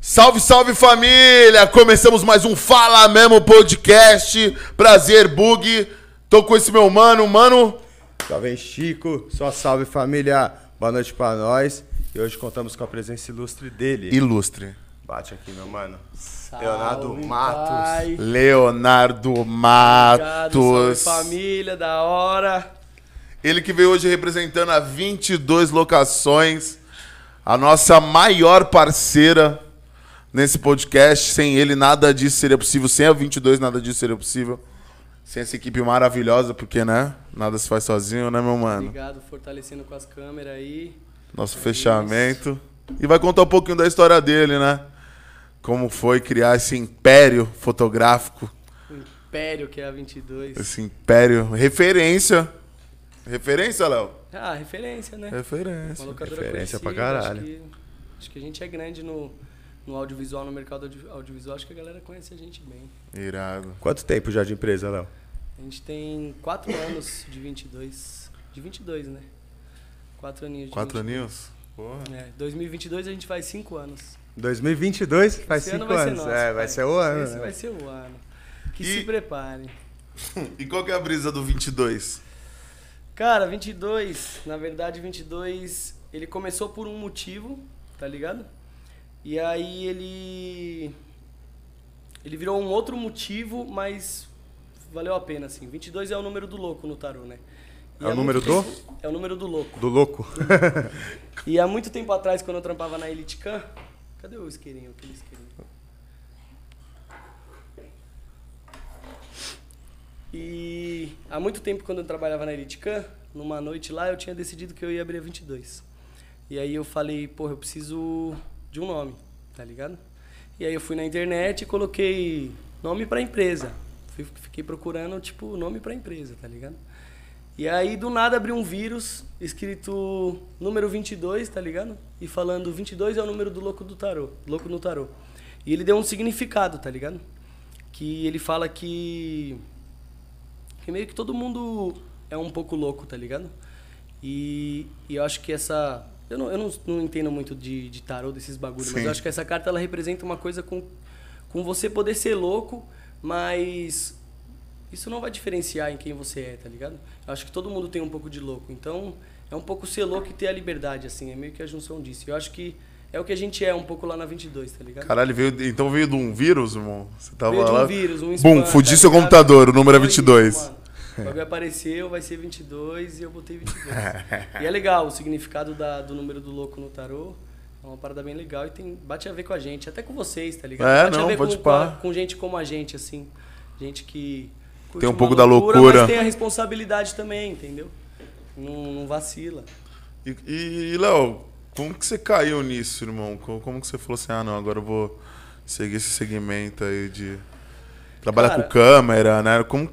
Salve, salve família! Começamos mais um Fala Mesmo Podcast. Prazer, Bug. Tô com esse meu mano, mano. Salve Chico, só salve família, boa noite pra nós. E hoje contamos com a presença ilustre dele. Ilustre. Bate aqui, meu mano. Salve, Leonardo Matos. pai. Leonardo Obrigado, salve, Matos. família, da hora. Ele que veio hoje representando a 22 locações, a nossa maior parceira nesse podcast. Sem ele, nada disso seria possível. Sem a 22, nada disso seria possível. Sem essa equipe maravilhosa, porque, né? Nada se faz sozinho, né, meu mano? Obrigado, fortalecendo com as câmeras aí. Nosso fechamento. E vai contar um pouquinho da história dele, né? Como foi criar esse império fotográfico, O Império, que é a 22. esse império. Referência. Referência, Léo? Ah, referência, né? Referência. Uma locadora referência pra conhecida, acho caralho. que- Acho que, a gente é grande no, no audiovisual, no mercado audio- audiovisual. Acho que a galera conhece a gente bem. Irado. Quanto tempo já de empresa, Léo? A gente tem 4 anos de 22. De 22, né? 4 aninhos de Quatro 22. aninhos? Porra. É, 2022 a gente faz 5 anos. 2022, faz Esse ano 5 vai ser anos. nosso, é, vai pai. ser o ano. Esse né? vai ser o ano. Que E- se preparem. E qual que é a brisa do 22? Cara, 22, na verdade 22, ele começou por um motivo, tá ligado? E aí ele ele virou um outro motivo, mas valeu a pena assim. 22 é o número do louco no tarô, né? É o há número muito do? tempo- É o número do louco. Do louco. E há muito tempo atrás, quando eu trampava na Elite Can, cadê o isqueirinho? Aquele isqueirinho. E há muito tempo, quando eu trabalhava na Elite Can, numa noite lá, eu tinha decidido que eu ia abrir a 22. E aí eu falei, porra, eu preciso de um nome, tá ligado? E aí eu fui na internet e coloquei nome pra empresa. Fui- Fiquei procurando, tipo, nome pra empresa, tá ligado? E aí, do nada, abriu um vírus escrito número 22, tá ligado? E falando 22 é o número do louco do tarô, louco no tarô. E ele deu um significado, tá ligado? Que ele fala que que meio que todo mundo é um pouco louco, tá ligado? E, e eu acho que essa. Eu não, eu não, não entendo muito de, de tarô, desses bagulhos, mas Sim. eu acho que essa carta ela representa uma coisa com, com você poder ser louco, mas isso não vai diferenciar em quem você é, tá ligado? Eu acho que todo mundo tem um pouco de louco, então é um pouco ser louco e ter a liberdade, assim, é meio que a junção disso. Eu acho que é o que a gente é um pouco lá na 22, tá ligado? Caralho, veio, então veio de um vírus, irmão? Você tava Veio de um lá. vírus, um Bum, spam, fudi tá seu ligado? computador, o número é Foi isso, 22. mano. O bagulho apareceu, vai ser 22 e eu botei 22. e é legal o significado da- do número do louco no tarô. É uma parada bem legal e tem, bate a ver com a gente, até com vocês, tá ligado? É, bate não, a ver pode com, pá. com, com gente como a gente, assim. Gente que. curte Tem um uma pouco da loucura. Mas tem a responsabilidade também, entendeu? Não, não vacila. E, e, Léo, como que você caiu nisso, irmão? Co- Como, que você falou assim, ah, não, agora eu vou seguir esse segmento aí de... Trabalhar Cara- com câmera, né? Como,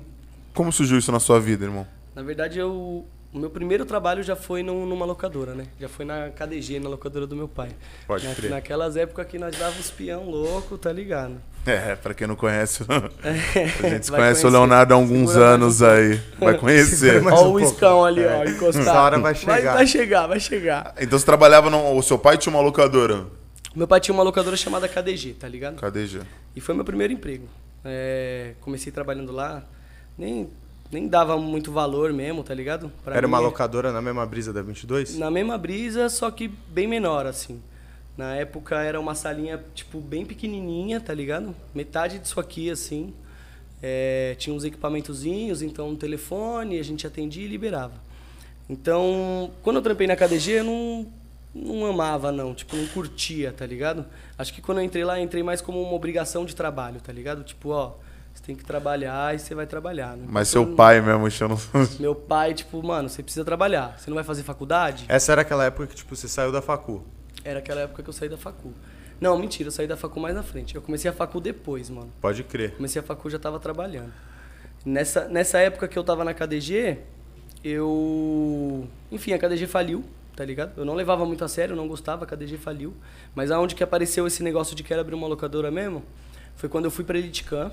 como surgiu isso na sua vida, irmão? Na verdade, eu, o meu primeiro trabalho já foi num- numa locadora, né? Já foi na KDG, na locadora do meu pai. Pode na, crer. Naquelas épocas que nós dava os peão louco, tá ligado? É, pra quem não conhece, a A gente conhece o Leonardo há alguns Segura mais um anos aí. Vai conhecer. mais Ó um pouco. o iscão ali, ó, encostado. Essa hora vai chegar. Vai, chegar, vai chegar. Então você trabalhava, no, o seu pai tinha uma locadora? Meu pai tinha uma locadora chamada KDG, tá ligado? Cadê, já? E foi meu primeiro emprego. É, comecei trabalhando lá, nem, nem dava muito valor mesmo, tá ligado? Pra Era mim, uma é- locadora na mesma brisa da 22? Na mesma brisa, só que bem menor, assim. Na época era uma salinha, tipo, bem pequenininha, tá ligado? Metade disso aqui, assim. É, tinha uns equipamentozinhos, então um telefone, a gente atendia e liberava. Então, quando eu trampei na KDG, eu não, não amava, não. Tipo, não curtia, tá ligado? Acho que quando eu entrei lá, eu entrei mais como uma obrigação de trabalho, tá ligado? Tipo, ó, você tem que trabalhar e você vai trabalhar. Né? Mas seu pai mesmo um- enchendo... Meu pai, tipo, mano, você precisa trabalhar. Você não vai fazer faculdade? Essa era aquela época que, tipo, você saiu da facu. Era aquela época que eu saí da facu. Não, mentira, eu saí da facu mais na frente. Eu comecei a facu depois, mano. Pode crer. Comecei a facu eu já tava trabalhando. Nessa, nessa época que eu tava na KDG, eu. Enfim, a KDG faliu, tá ligado? Eu não levava muito a sério, eu não gostava, a KDG faliu. Mas aonde que apareceu esse negócio de quero abrir uma locadora mesmo? Foi quando eu fui pra Elitcan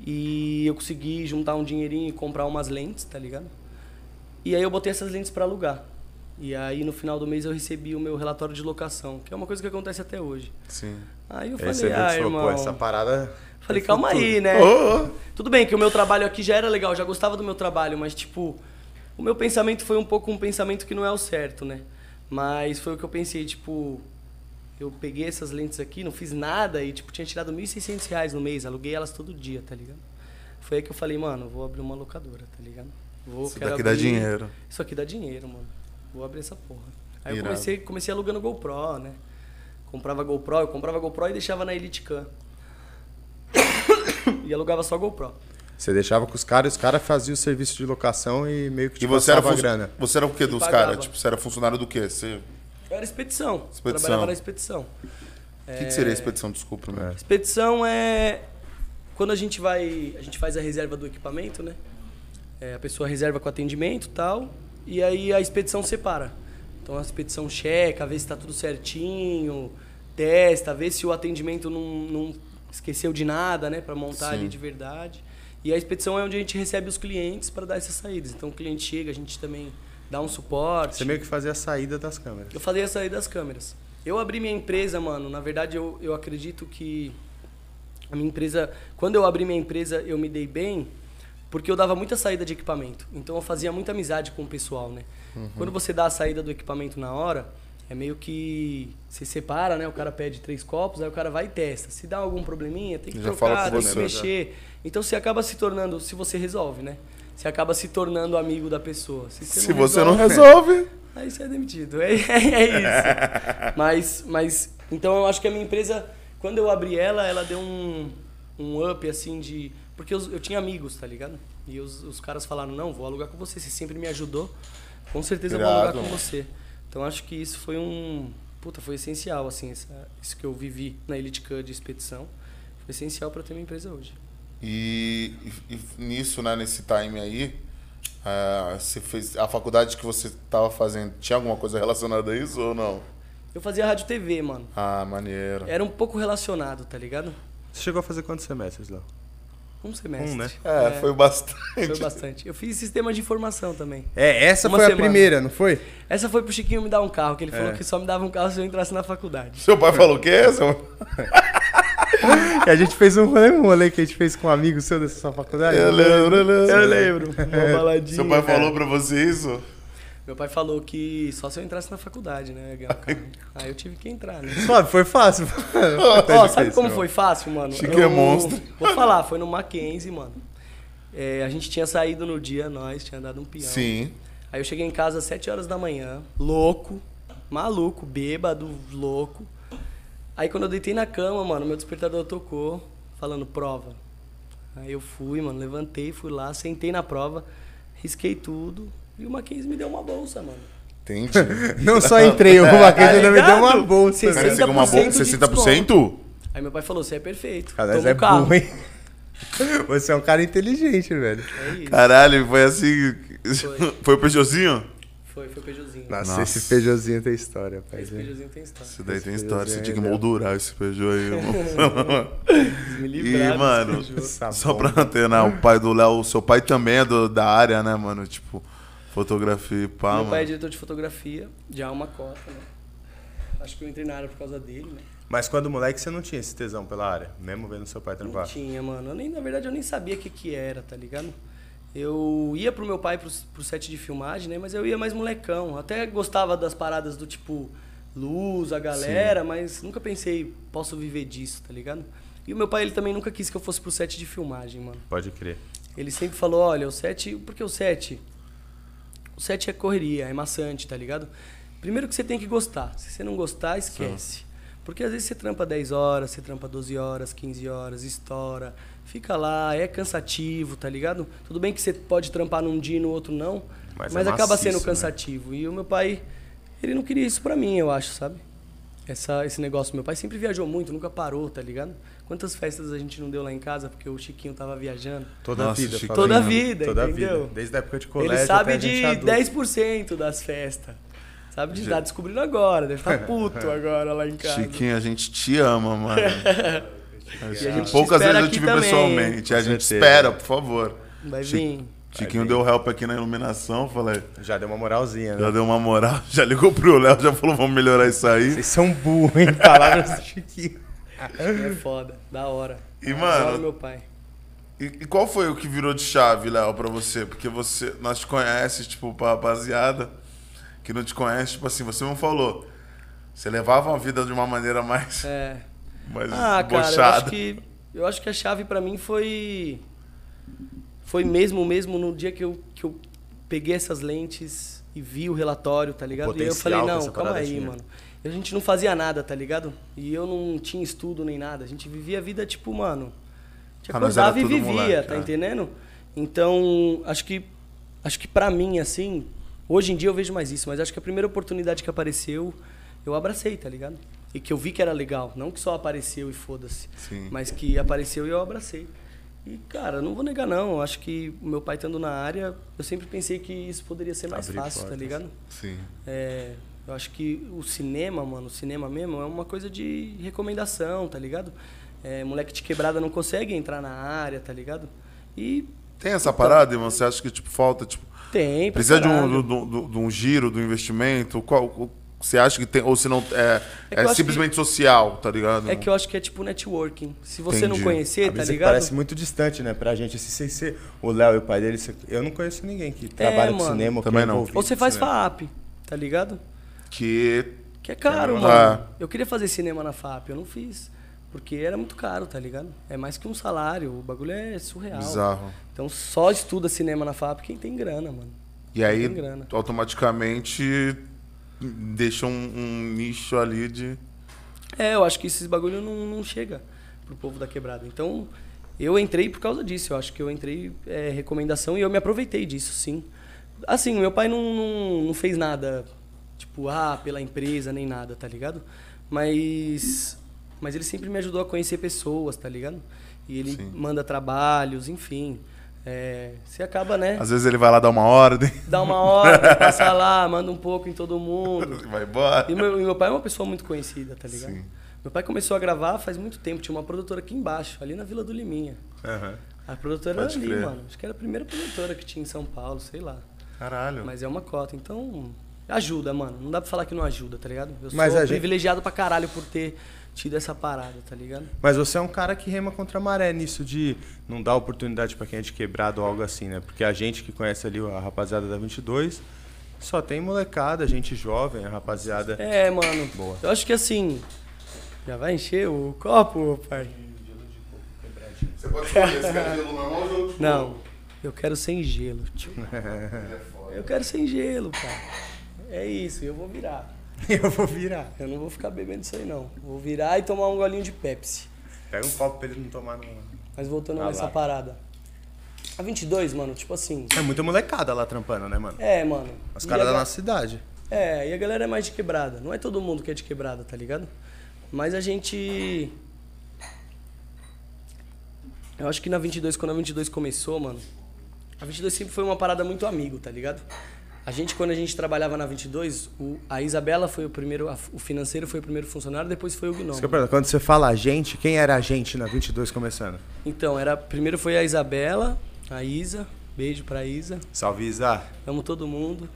e eu consegui juntar um dinheirinho e comprar umas lentes, tá ligado? E aí eu botei essas lentes pra alugar. E aí no final do mês eu recebi o meu relatório de locação, que é uma coisa que acontece até hoje. Sim. Aí eu Aí você viu falei, que ah, você falou, irmão. é pô, essa parada. é Falei, calma aí, né? Ô, ô. Tudo bem que o meu trabalho aqui já era legal, já gostava do meu trabalho, mas tipo, o meu pensamento foi um pouco um pensamento que não é o certo, né? Mas foi o que eu pensei, tipo, eu peguei essas lentes aqui, não fiz nada e tipo, tinha tirado 1.600 reais no mês, aluguei elas todo dia, tá ligado? Foi aí que eu falei, mano, eu vou abrir uma locadora, tá ligado? Vou, Isso quero daqui dá dinheiro. Isso aqui dá dinheiro, mano. Vou abrir essa porra. Aí eu Irado. comecei, comecei alugando GoPro, né? Comprava GoPro, eu comprava GoPro e deixava na Elite Cam. e alugava só GoPro. Você deixava com os caras, os caras faziam o serviço de locação e meio que te E você era, Tipo, passava a func- grana. você era o quê dos pagava. caras? Tipo, você era funcionário do quê? Você... Eu era expedição. Expedição. Trabalhava na expedição. O que, que É. seria a expedição? Desculpa, É. meu. Expedição é quando a gente vai, a gente faz a reserva do equipamento, né? É, a pessoa reserva com atendimento, e tal, e aí a expedição separa. Então a expedição checa, vê se está tudo certinho, testa, vê se o atendimento não, não esqueceu de nada, né, para montar ali Sim. de verdade. E a expedição é onde a gente recebe os clientes para dar essas saídas. Então o cliente chega, a gente também dá um suporte. Você meio que fazia a saída das câmeras. Eu falei a sair das câmeras. Eu abri minha empresa, mano. Na verdade, eu, eu acredito que a minha empresa. Quando eu abri minha empresa, eu me dei bem porque eu dava muita saída de equipamento. Então eu fazia muita amizade com o pessoal, né? Uhum. Quando você dá a saída do equipamento na hora, é meio que. Você separa, né? O cara pede três copos, aí o cara vai e testa. Se dá algum probleminha, tem que Já fala trocar, com tem que você, mexer. Então você acaba se tornando. Se você resolve, né? Você acaba se tornando amigo da pessoa. Se você não É. resolve- resolve. Aí você é demitido. É, é isso. mas, mas, então eu acho que a minha empresa, quando eu abri ela, ela deu um, um up assim de. Porque eu, eu tinha amigos, tá ligado? E os, os caras falaram: não, vou alugar com você, você sempre me ajudou. Com certeza eu vou Irado, alugar com mano. você. Então acho que isso foi um. Puta, foi essencial, assim, essa- isso que eu vivi na Elite Cup de expedição. Foi essencial pra ter minha empresa hoje. E, e- e nisso, né, nesse time aí, ah, você fez a faculdade que você tava fazendo, tinha alguma coisa relacionada a isso ou não? Eu fazia rádio e TV, mano. Ah, maneiro. Era um pouco relacionado, tá ligado? Você chegou a fazer quantos semestres, Léo? Um semestre. Um, né? É, foi bastante. Foi bastante. Eu fiz sistema de informação também. É, essa Uma foi a semana. primeira, não foi? Essa foi pro Chiquinho me dar um carro, que ele falou É. que só me dava um carro se eu entrasse na faculdade. Seu pai falou o quê? Seu... E a gente fez um rolê, um rolê que a gente fez com um amigo seu dessa sua faculdade. É. Eu lembro, eu lembro. Uma baladinha. Seu pai falou pra você isso? Meu pai falou que só se eu entrasse na faculdade, né? eu ia ganhar um carro. Aí eu tive que entrar, né? Suave, foi fácil. Ó, sabe como foi fácil, mano? Chiquinho é Eu- monstro. Vou falar, foi no Mackenzie, mano. É, a gente tinha saído no dia, nós, tinha dado um peão. Sim. Aí eu cheguei em casa às 7 horas da manhã, louco, maluco, bêbado, louco. Aí quando eu deitei na cama, mano, meu despertador tocou, falando prova. Aí eu fui, mano, levantei, fui lá, sentei na prova, risquei tudo. E o Mackenzie me deu uma bolsa, mano. Entendi. Não só entrei, o Marquês ainda me deu uma ligado? bolsa. assim. Vocês Cara, velho. você ganhou uma 60% bolsa de 60%? Aí meu pai falou, você é perfeito, Cara, mas toma é um carro. burro, hein? Você é um cara inteligente, velho. É isso. Caralho, foi assim. Foi, Foi. o Peugeotzinho? Foi, foi Peugeotzinho. Nossa, Nossa. esse Peugeotzinho tem história, né? pai. Esse Peugeotzinho tem história. Isso daí tem Esse história, você Peugeot tinha que aí, né? moldurar esse Peugeot aí, irmão. Eles me E, livraram desse mano, Peugeot. Essa só bomba. pra ter, né? O pai do Léo, o seu pai também é do- da área, né, mano? Tipo, fotografia e pá, Meu mano. pai é diretor de fotografia, de alma cota, né? Acho que eu entrei na área por causa dele, né? Mas quando moleque, você não tinha esse tesão pela área, mesmo vendo seu pai Não trampar. tinha, mano. Eu nem, na verdade, eu nem sabia o que, que era, tá ligado? Eu ia pro meu pai pro, pro set de filmagem, né? Mas eu ia mais molecão. Até gostava das paradas do tipo luz, a galera, mas nunca pensei, posso viver disso, tá ligado? E o meu pai, ele também nunca quis que eu fosse pro set de filmagem, mano. Pode crer. Ele sempre falou, olha, o 7. Por que o 7? O 7 é correria, é maçante, tá ligado? Primeiro que você tem que gostar. Se você não gostar, esquece. Porque às vezes você trampa 10 horas, você trampa 12 horas, 15 horas, estoura, fica lá, é cansativo, tá ligado? Tudo bem que você pode trampar num dia e no outro não, Mas mas, é acaba maciço, sendo né? cansativo. E o meu pai, ele não queria isso pra mim, eu acho, sabe? Essa, esse negócio. Meu pai sempre viajou muito, nunca parou, tá ligado? Quantas festas a gente não deu lá em casa porque o Chiquinho tava viajando? Toda Nossa, a vida. Chico. fala Toda a mesmo. vida, Toda a entendeu? vida. Desde a época de colégio ele sabe até a gente é de adulto. 10% das festas. Sabe de tá descobrindo agora, deve estar puto agora lá em casa. Chiquinho, a gente te ama, mano. Acho E a gente que te poucas vezes espera eu aqui te vi também, hein? pessoalmente. A Com gente certeza. espera, por favor. Vai Chi- vir. Tiquinho deu help aqui na iluminação, falei. Já deu uma moralzinha, né? Já deu uma moral, já ligou pro Léo, já falou, vamos melhorar isso aí. Vocês são burros, hein? Palavras do Chiquinho. É foda, da hora. E, Adoro mano, meu pai. E, e qual foi o que virou de chave, Léo, pra você? Porque você, nós te conheces, tipo, pra rapaziada que não te conhece, tipo assim, você não falou. Você levava a vida de uma maneira mais, É. mais Ah, cara, eu bochada. acho que eu acho que a chave pra mim foi foi mesmo mesmo no dia que eu, que eu peguei essas lentes e vi o relatório, tá ligado? E aí eu potencial falei, que não, essa calma parada aí, tinha." mano. A gente não fazia nada, tá ligado? E eu não tinha estudo nem nada. A gente vivia a vida tipo, mano, a gente Ah, nós era acordava e tudo vivia, moleque, tá é. entendendo? Então, acho que acho que pra mim assim, hoje em dia eu vejo mais isso, mas acho que a primeira oportunidade que apareceu, eu abracei, tá ligado? E que eu vi que era legal, não que só apareceu e foda-se, Sim. mas que apareceu e eu abracei. E cara, não vou negar não, acho que o meu pai estando na área, eu sempre pensei que isso poderia ser mais Abrir fácil, tá portas. ligado? Sim. É, eu acho que o cinema, mano, o cinema mesmo é uma coisa de recomendação, tá ligado? É, moleque de quebrada não consegue entrar na área, tá ligado? E Tem essa parada, irmão? Você acha que, tipo, falta, tipo... tem, pra Precisa de um, caralho. do- do- de um giro, do investimento? Qual... o- Você acha que tem... Ou se não... É, É que é eu acho simplesmente social, tá ligado? É que eu acho que é tipo networking. Se você Entendi. não Às conhecer, tá vezes ligado? parece muito distante, né, pra gente. Assim, sem ser o Léo e o pai dele, eu não conheço ninguém que trabalha com mano. cinema. ou que Também é não. envolvido Ou você com faz né? cinema. FAP, tá ligado? Que... Que é caro, Ah. mano. Eu queria fazer cinema na FAP, eu não fiz. Porque era muito caro, tá ligado? É mais que um salário, o bagulho é surreal. Bizarro. Então só estuda cinema na FAP quem tem grana, mano. E aí, Tem grana. automaticamente, deixa um, um nicho ali de... É, eu acho que esses bagulho não, não chega pro povo da quebrada. Então, eu entrei por causa disso. Eu acho que eu entrei é, recomendação e eu me aproveitei disso, sim. Assim, meu pai não, não, não fez nada, tipo, ah, pela empresa, nem nada, tá ligado? Mas, mas ele sempre me ajudou a conhecer pessoas, tá ligado? E ele Sim. manda trabalhos, enfim. É, você acaba, né? Às vezes ele vai lá dar uma ordem Dá uma hora, passa lá, manda um pouco em todo mundo. e vai embora. E meu, e meu pai é uma pessoa muito conhecida, tá ligado? Sim. Meu pai começou a gravar faz muito tempo. Tinha uma produtora aqui embaixo, ali na Vila do Liminha. Aham. A produtora Pode era ali, crer. mano. Acho que era a primeira produtora que tinha em São Paulo, sei lá. Caralho. Mas é uma cota. Então, ajuda, mano. Não dá pra falar que não ajuda, tá ligado? Eu Mas a sou gente- privilegiado pra caralho por ter tido essa parada, tá ligado? Mas você é um cara que rema contra a maré nisso de não dar oportunidade pra quem é de quebrado ou algo assim, né? Porque a gente que conhece ali a rapaziada da 22 só tem molecada, gente jovem, a rapaziada. É, mano. Boa. Eu acho que assim. Já vai encher o copo, pai? Você pode escolher, você quer gelo normal ou gelo de Não. Eu quero sem gelo, tio. Eu quero sem gelo, cara. É isso, eu vou virar. Eu vou virar. Eu não vou ficar bebendo isso aí, não. Vou virar e tomar um golinho de Pepsi. Pega um copo pra ele não tomar não. Mas voltando Ah, nessa lá. parada. A 22, mano, tipo assim. É muita molecada lá trampando, né, mano? É, mano. Os e caras a da ga- nossa cidade. É, e a galera é mais de quebrada. Não é todo mundo que é de quebrada, tá ligado? Mas a gente. Eu acho que na 22, quando a 22 começou, mano. A 22 sempre foi uma parada muito amigo, tá ligado? A gente, quando a gente trabalhava na 22, o, a Isabela foi o primeiro. a- o financeiro foi o primeiro funcionário, depois foi o Gnome. Isso que eu pergunto, Quando você fala a gente, quem era a gente na 22 começando? Então, era primeiro foi a Isabela, a Isa, beijo pra Isa, Salve, Isa. amo todo mundo.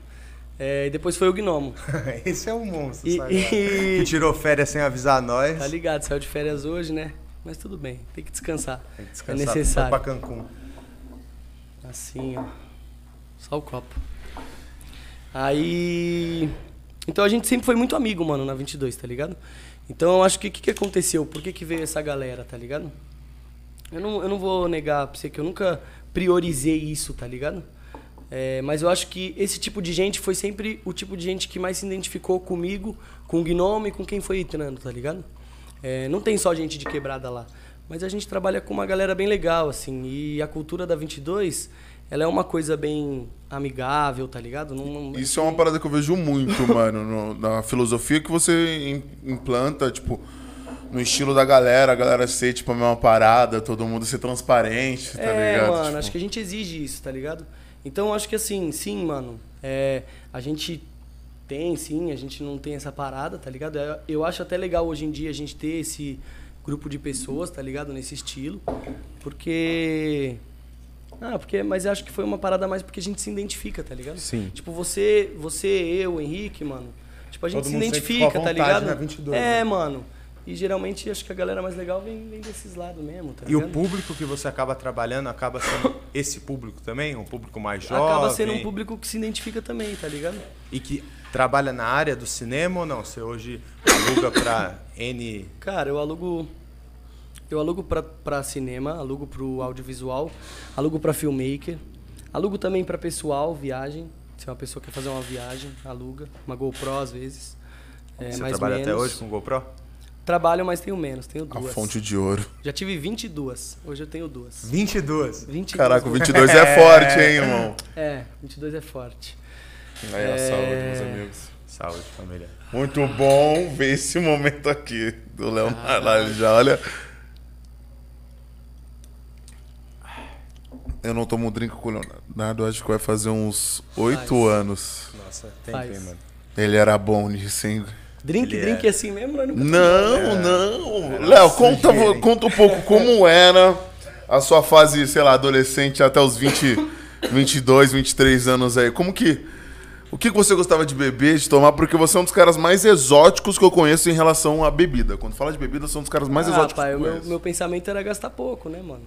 É, e depois foi o Gnomo, Esse é um monstro, E- sabe? e- Que tirou férias sem avisar nós. tá ligado? Saiu de férias hoje, né? Mas tudo bem, tem que descansar. Tem que é descansar, foi necessário. pra Cancún. Assim, ó. Só o copo. Aí. Então a gente sempre foi muito amigo, mano, na 22, tá ligado? Então eu acho que o que, que aconteceu? Por que, que veio essa galera, tá ligado? Eu não, eu não vou negar pra você que eu nunca priorizei isso, tá ligado? É, mas eu acho que esse tipo de gente foi sempre o tipo de gente que mais se identificou comigo, com o Gnome, com quem foi entrando, tá ligado? É, não tem só gente de quebrada lá. Mas a gente trabalha com uma galera bem legal, assim. E a cultura da 22, ela é uma coisa bem amigável, tá ligado? Não- não- Isso é uma parada que eu vejo muito, mano, no- na filosofia que você im- implanta, tipo, no estilo da galera, a galera ser, tipo, a mesma parada, todo mundo ser transparente, tá é, ligado? mano, Tipo, acho que a gente exige isso, tá ligado? Então acho que assim, sim, mano, é, a gente tem, sim, a gente não tem essa parada, tá ligado? É, Eu acho até legal hoje em dia a gente ter esse grupo de pessoas, tá ligado? Nesse estilo, porque Ah, porque, mas eu acho que foi uma parada a mais porque a gente se identifica, tá ligado? Sim. Tipo, você, você, eu, Henrique, mano. Tipo, a gente Todo se mundo sente, identifica, tipo, à tá vontade ligado? na 22, é, né? mano. E geralmente acho que a galera mais legal vem, vem desses lados mesmo, tá E o ligado? público que você acaba trabalhando acaba sendo esse público também? Um público mais jovem? Acaba sendo um público que se identifica também, tá ligado? E que trabalha na área do cinema ou não? Você hoje aluga pra N... Cara, eu alugo. Eu alugo pra, pra cinema, alugo pro audiovisual, alugo pra filmmaker, alugo também pra pessoal, viagem. Se uma pessoa quer fazer uma viagem, aluga. Uma GoPro às vezes. É, você mais trabalha até menos. hoje com GoPro? Trabalho, mas tenho menos, tenho A duas. fonte de ouro. Já tive 22, hoje eu tenho duas. 22. 22. Caraca, o 22 é forte, hein, irmão? É, 22 é forte. Aí, a É. saúde, meus amigos. Saúde, família. Muito bom ver esse momento aqui do Leonardo. Lá, ele já olha. Eu não tomo um drink com o Leonardo, acho que vai fazer uns oito Faz. anos. Nossa, tem Faz. tem, mano. Ele era bom nisso, hein? Drink, Ele drink é- assim mesmo? Nós nunca... Não, É. não. Léo, assim conta, sujeira, vo- hein? conta um pouco como era a sua fase, sei lá, adolescente até os 20, 22, 23 anos aí. Como que. O que que você gostava de beber, de tomar? Porque você é um dos caras mais exóticos que eu conheço em relação à bebida. Quando fala de bebida, são um dos caras mais ah, exóticos pai, o que eu meu, conheço. meu pensamento era gastar pouco, né, mano?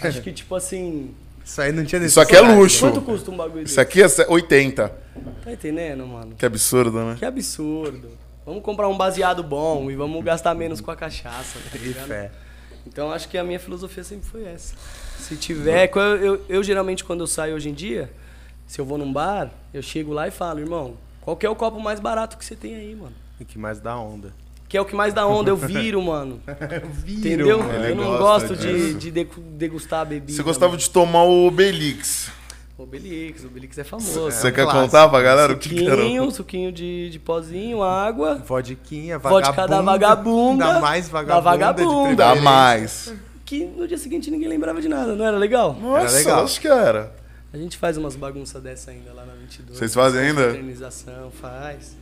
Acho que, tipo assim... Isso aí não tinha Isso aqui é necessidade. luxo. Quanto custa um bagulho Isso desse? aqui é 80. Tá entendendo, mano? Que absurdo, né? Que absurdo. Vamos comprar um baseado bom e vamos gastar menos com a cachaça, tá E ligado? fé. Então acho que a minha filosofia sempre foi essa. Se tiver, qual- eu, eu, geralmente quando eu saio hoje em dia, se eu vou num bar, eu chego lá e falo, irmão, qual que é o copo mais barato que você tem aí, mano? E que mais dá onda. Que é o que mais dá onda, eu viro, mano. Entendeu? mano. Eu Ele não gosta gosto de, disso. de decu- degustar a bebida. Você gostava de tomar o Belix. de. Obelix, Obelix é famoso. Você um quer clássico. contar pra galera o que que era? Suquinho, suquinho de, de pozinho, água. Vodiquinha, vagabunda. Vodka da vagabunda. Dá mais vagabunda. Da vagabunda. de Dá preferência. mais. Que no dia seguinte ninguém lembrava de nada, não era legal? Nossa, legal. acho que era. A gente faz umas bagunças dessa ainda lá na 22. Vocês fazem ainda? Fraternização, faz.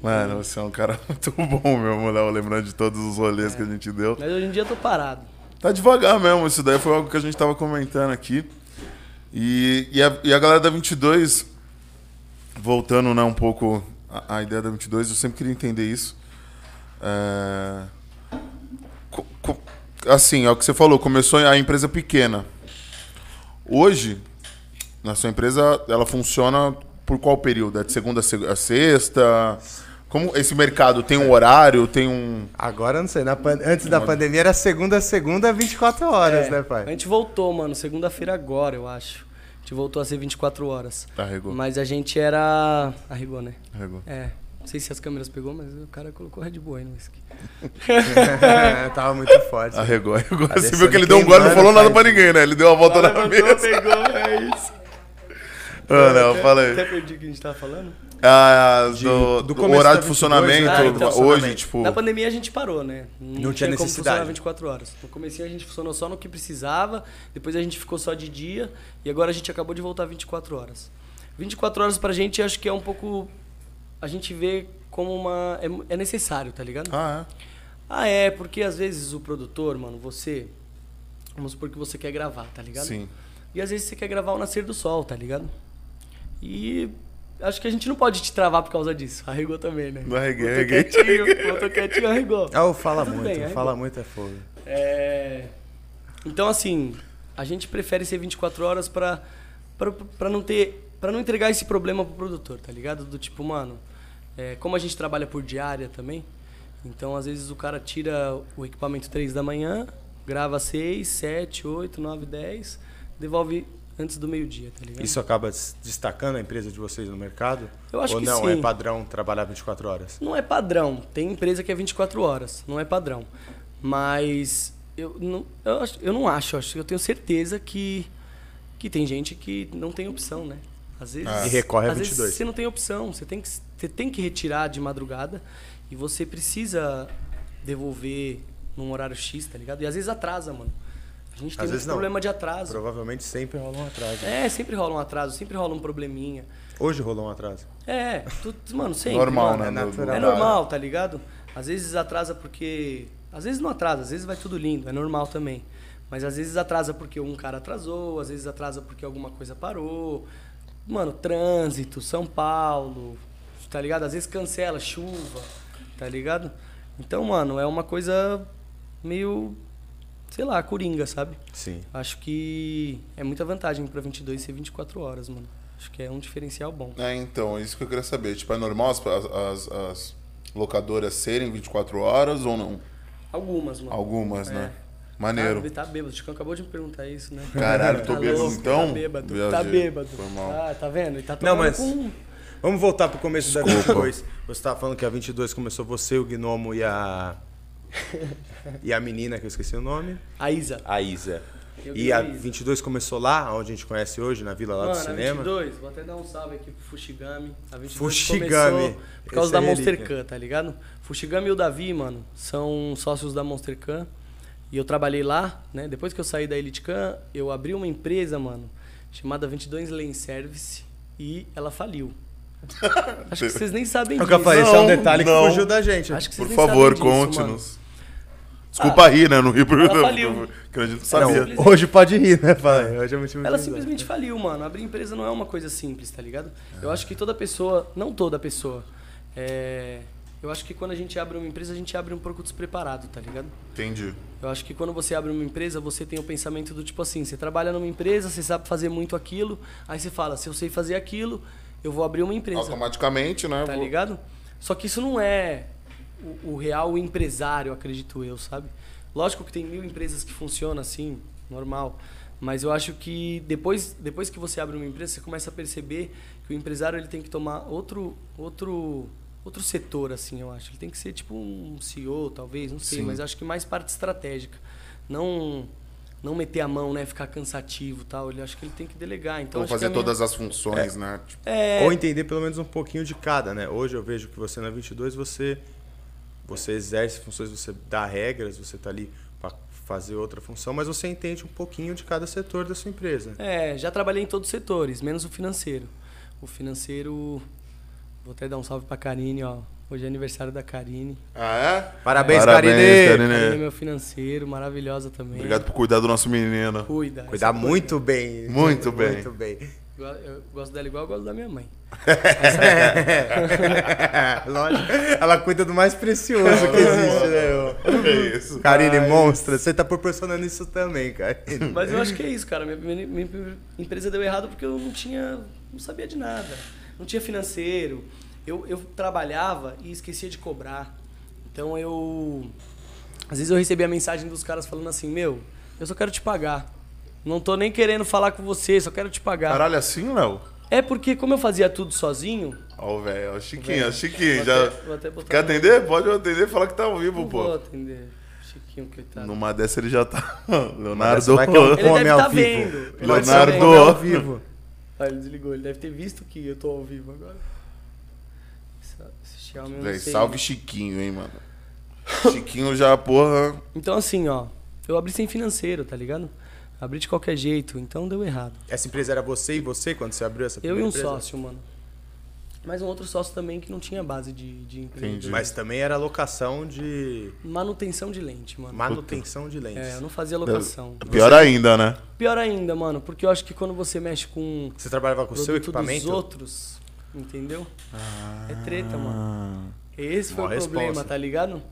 Mano, você é um cara muito bom, meu moleque, lembrando de todos os rolês que a gente deu. Mas hoje em dia eu tô parado. Tá devagar mesmo, isso daí foi algo que a gente tava comentando aqui. E, e, a, e a galera da 22, voltando né, um pouco à, à ideia da 22, eu sempre queria entender isso. É, co- co- assim, é o que você falou, começou a empresa pequena. Hoje, na sua empresa, ela funciona por qual período? É de segunda a seg- a sexta? Como esse mercado tem um horário, tem um... Agora eu não sei, na pan- antes da pandemia era segunda a segunda, 24 horas, É, né, A pai? gente voltou, mano, segunda-feira agora, eu acho. A gente voltou a ser 24 horas. Arregou, Mas a gente era. Arregou, né? arregou. É. Não sei se as câmeras pegou, mas o cara colocou Red Bull aí no whisky. Tava muito forte. Arregou, arregou. Tá Você Alessandro viu que ele deu um gole e não queimando, falou nada pai. pra ninguém, né? Ele deu uma volta na mesa. pegou, é isso. Ah, não, fala Até aí. perdi o que a gente tava falando. Ah, do, do do começo horário da de 22, funcionamento, né? Ah, então, hoje, funcionamento. tipo... Na pandemia a gente parou, né? Não tinha como necessidade. funcionar 24 horas. No começo a gente funcionou só no que precisava, depois a gente ficou só de dia e agora a gente acabou de voltar 24 horas. 24 horas pra gente acho que é um pouco a gente vê como uma é, é necessário, tá ligado? Ah, Ah, é, porque às vezes o produtor, mano, você vamos supor que você quer gravar, tá é? ligado? Sim. E às vezes você quer gravar o nascer do sol, tá ligado? E acho que a gente não pode te travar por causa disso. Arregou também, né? Não arreguei, Botou arreguei. quietinho, botou quietinho, arregou. Ah, eu fala Tudo muito, bem, aí fala muito é fogo. É... Então, assim, a gente prefere ser 24 horas pra, pra, pra não ter. para não entregar esse problema pro produtor, tá ligado? Do tipo, mano, é, como a gente trabalha por diária também, então às vezes o cara tira o equipamento 3 da manhã, grava 6, 7, 8, 9, 10, devolve antes do meio-dia, tá ligado? Isso acaba s- destacando a empresa de vocês no mercado? Eu acho Ou que não, sim. é padrão trabalhar 24 horas? Não é padrão. Tem empresa que é 24 horas. Não é padrão. Mas eu não, eu acho, eu não acho, eu acho. Eu tenho certeza que, que tem gente que não tem opção, né? Às vezes, Ah. E recorre a às 22. Vezes você não tem opção. Você tem, que, você tem que retirar de madrugada e você precisa devolver num horário X, tá ligado? E às vezes atrasa, mano. A gente tem Às muito vezes não. problema de atraso. Provavelmente sempre rola um atraso. É, sempre rola um atraso, sempre rola um probleminha. Hoje rolou um atraso. É, tu, mano, sempre. Normal, mano. né? é do- do natural. É horário. normal, tá ligado? Às vezes atrasa porque. Às vezes não atrasa, às vezes vai tudo lindo, é normal também. Mas às vezes atrasa porque um cara atrasou, às vezes atrasa porque alguma coisa parou. Mano, trânsito, São Paulo, tá ligado? Às vezes cancela, chuva, tá ligado? Então, mano, é uma coisa meio, sei lá, coringa, sabe? Sim. Acho que é muita vantagem pra 22 ser 24 horas, mano. Acho que é um diferencial bom. É, então, isso que eu queria saber. Tipo, é normal as, as- as locadoras serem 24 horas ou não? Algumas, mano. Algumas, É. né? Maneiro. Maneiro. Ele tá bêbado. O Chicão acabou de me perguntar isso, né? Caralho, tô Tá bêbado, louco, então? Tá bêbado, tá Viajei. bêbado. Foi mal. Ah, tá vendo? Ele tá Não, tomando mas- com... Vamos voltar pro começo da 22. Você tava falando que a 22 começou você, o Gnomo e a. e a menina, que eu esqueci o nome. A Isa. A Isa. Eu e que a vi. 22 começou lá, onde a gente conhece hoje, na Vila lá Mano, do Cinema. a 22, vou até dar um salve aqui pro Fushigami. A 22 Fushigami. começou por causa Esse da é Monster relíquia. Can, tá ligado? Fushigami e o Davi, mano, são sócios da Monster Can. E eu trabalhei lá, né? Depois que eu saí da Elite Can, eu abri uma empresa, mano, chamada 22 Lane Service. E ela faliu. Acho que vocês nem sabem É o disso. que eu falei, esse é um detalhe não. que fugiu da gente. Acho que vocês Por nem favor, sabem disso, mano. Ah. conte-nos. Desculpa rir, né? Não ri por Ela faliu. Acredito que Não, sabia. simples- hoje pode rir, né? Falei, hoje é muito Ela intimidade. simplesmente faliu, mano. Abrir empresa não é uma coisa simples, tá ligado? Eu acho que toda pessoa, não toda pessoa, é, eu acho que quando a gente abre uma empresa, a gente abre um pouco despreparado, tá ligado? Entendi. Eu acho que quando você abre uma empresa, você tem o pensamento do tipo assim, você trabalha numa empresa, você sabe fazer muito aquilo, aí você fala, se eu sei fazer aquilo, eu vou abrir uma empresa Automaticamente, né? tá vou- ligado? Só que isso não é o, o real empresário, acredito eu, sabe? Lógico que tem mil empresas que funcionam assim, normal. Mas eu acho que depois, depois que você abre uma empresa, você começa a perceber que o empresário ele tem que tomar outro, outro, outro setor, assim, eu acho. Ele tem que ser tipo um CEO, talvez, não sei, Sim. mas acho que mais parte estratégica. Não não meter a mão, né? Ficar cansativo e tal. Ele acho que ele tem que delegar. Então, Vou acho que fazer a minha- todas as funções, né? Tipo, É, Ou entender pelo menos um pouquinho de cada, né? Hoje eu vejo que você na 22, você você exerce funções, você dá regras, você tá ali para fazer outra função, mas você entende um pouquinho de cada setor da sua empresa. É, já trabalhei em todos os setores, menos o financeiro. O financeiro. Vou até dar um salve pra Karine, ó. Hoje é aniversário da Karine. Ah, é? Parabéns, Parabéns, Karine! Karine. Karine é meu financeiro, maravilhosa também. Obrigado por cuidar do nosso menino. Cuida. Cuidar muito bem. Muito bem. Muito bem. Eu, eu gosto dela igual eu gosto da minha mãe. Lógico. Ela cuida do mais precioso que existe, né? É isso. Karine, monstra, você tá proporcionando isso também, Karine. Mas eu acho que é isso, cara. Minha, minha- minha empresa deu errado porque eu não tinha. não sabia de nada. Não tinha financeiro. Eu, eu trabalhava e esquecia de cobrar. Então eu. Às vezes eu recebia a mensagem dos caras falando assim, meu, eu só quero te pagar. Não tô nem querendo falar com você, só quero te pagar. Caralho, assim, Léo? É porque como eu fazia tudo sozinho, Ó, o velho, ó, Chiquinho, ó, Vou Chiquinho. Já... até- vou até botar Quer no- atender? Pode atender e falar que tá ao vivo, não vou pô. atender. Chiquinho, coitado. Numa dessa ele já tá. Leonardo. Dessa vai que é um Ele deve Come ao tá vivo. vendo. Ele deve tá Leonardo. vendo. Ao vivo. Ah, ele desligou. Ele deve ter visto que eu tô ao vivo agora. Esse- esse Xiaomi eu não Véi, sei. salve Chiquinho, hein, mano. Chiquinho já, porra. Então, assim, ó. Eu abri sem financeiro, tá ligado? Abri de qualquer jeito, então deu errado. Essa empresa era você e você quando você abriu essa Eu primeira e um empresa? sócio, mano. Mas um outro sócio também que não tinha base de, de empresa. Entendi. Mas também era locação de Manutenção de lente, mano. manutenção de lentes. É, eu não fazia locação. Pior ainda, né? Pior ainda, mano, porque eu acho que quando você mexe com Você trabalhava com o seu produto dos equipamento? Ah. outros, entendeu? É treta, mano. Esse foi Boa o problema, resposta. tá ligado?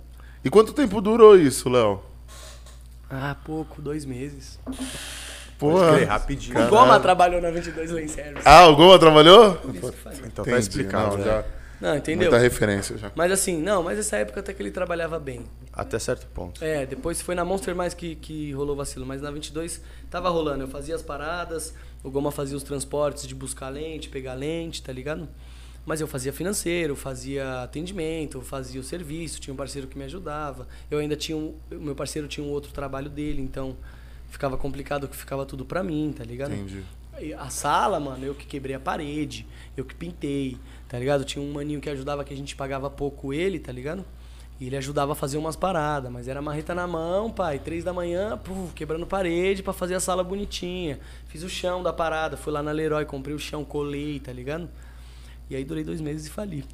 E quanto tempo durou isso, Léo? Ah, pouco, dois meses. Pode crer, Porra. rapidinho. O Goma trabalhou na 22 Lane Service. Ah, o Goma trabalhou? Isso que faz. Então tá Entendi, não, explicado, né? já. Não, entendeu? Muita referência já. Mas assim, não, mas essa época até que ele trabalhava bem. Até certo ponto. É, depois foi na Monster mais que, que rolou vacilo, mas na 22 tava rolando. Eu fazia as paradas, o Goma fazia os transportes de buscar lente, pegar lente, tá ligado? Mas eu fazia financeiro, fazia atendimento, fazia o serviço, tinha um parceiro que me ajudava. Eu ainda tinha um, o meu parceiro tinha um outro trabalho dele, então ficava complicado que ficava tudo pra mim, tá ligado? Entendi. E A sala, mano, eu que quebrei a parede, eu que pintei, tá ligado? Tinha um maninho que ajudava que a gente pagava pouco ele, tá ligado? E ele ajudava a fazer umas paradas, mas era marreta na mão, pai. Três da manhã, puf, quebrando parede pra fazer a sala bonitinha. Fiz o chão da parada, fui lá na Leroy, comprei o chão, colei, tá ligado? E aí durei dois meses e fali.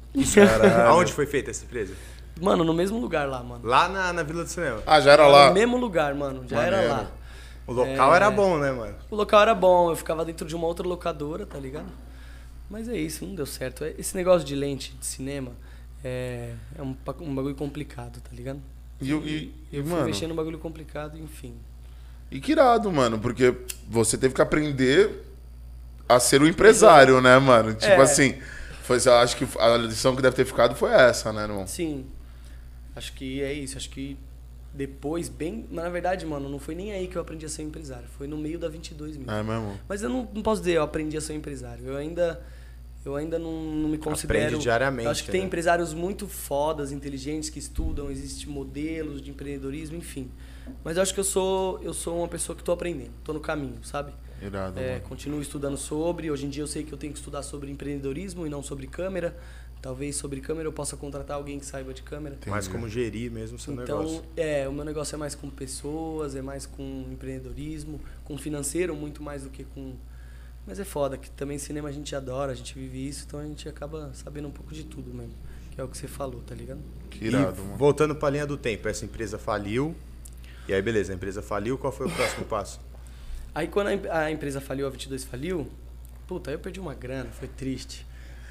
Aonde foi feita essa empresa? mano, no mesmo lugar lá, mano. Lá na, na Vila do Cinema. Ah, já era lá. No mesmo lugar, mano. Já era Maneiro. lá. O local É. era bom, né, mano? O local era bom, eu ficava dentro de uma outra locadora, tá ligado? Mas é isso, não deu certo. É- Esse negócio de lente de cinema é, é um, pa- um bagulho complicado, tá ligado? E, e, e, eu fui mano, mexendo num bagulho complicado, enfim. e que irado, mano, porque você teve que aprender a ser um empresário, né, mano? Tipo É. assim, foi, eu acho que a lição que deve ter ficado foi essa, né, irmão? Sim, acho que é isso. Acho que depois, bem. Mas na verdade, mano, não foi nem aí que eu aprendi a ser um empresário. Foi no meio da 22 mil. É mesmo? Mas eu não, não posso dizer, eu aprendi a ser um empresário. Eu ainda, eu ainda não, não me considero. Aprende diariamente, Eu acho que tem né? empresários muito fodas, inteligentes, que estudam, existem modelos de empreendedorismo, enfim. Mas eu acho que eu sou, eu sou uma pessoa que estou aprendendo, estou no caminho, sabe? Tá Irado, É, mano. continuo estudando sobre. Hoje em dia eu sei que eu tenho que estudar sobre empreendedorismo e não sobre câmera. Talvez sobre câmera eu possa contratar alguém que saiba de câmera. Mas como gerir mesmo seu Então, negócio. é, o meu negócio é mais com pessoas, é mais com empreendedorismo, com financeiro, muito mais do que com. Mas é foda, que também cinema a gente adora, a gente vive isso, então a gente acaba sabendo um pouco de tudo mesmo. Que é o que você falou, tá ligado? Que irado, e mano. voltando pra linha do tempo, essa empresa faliu. E aí, beleza, a empresa faliu, qual foi o próximo passo? Aí quando a, em- a empresa faliu, a 22 faliu, puta, aí eu perdi uma grana, foi triste.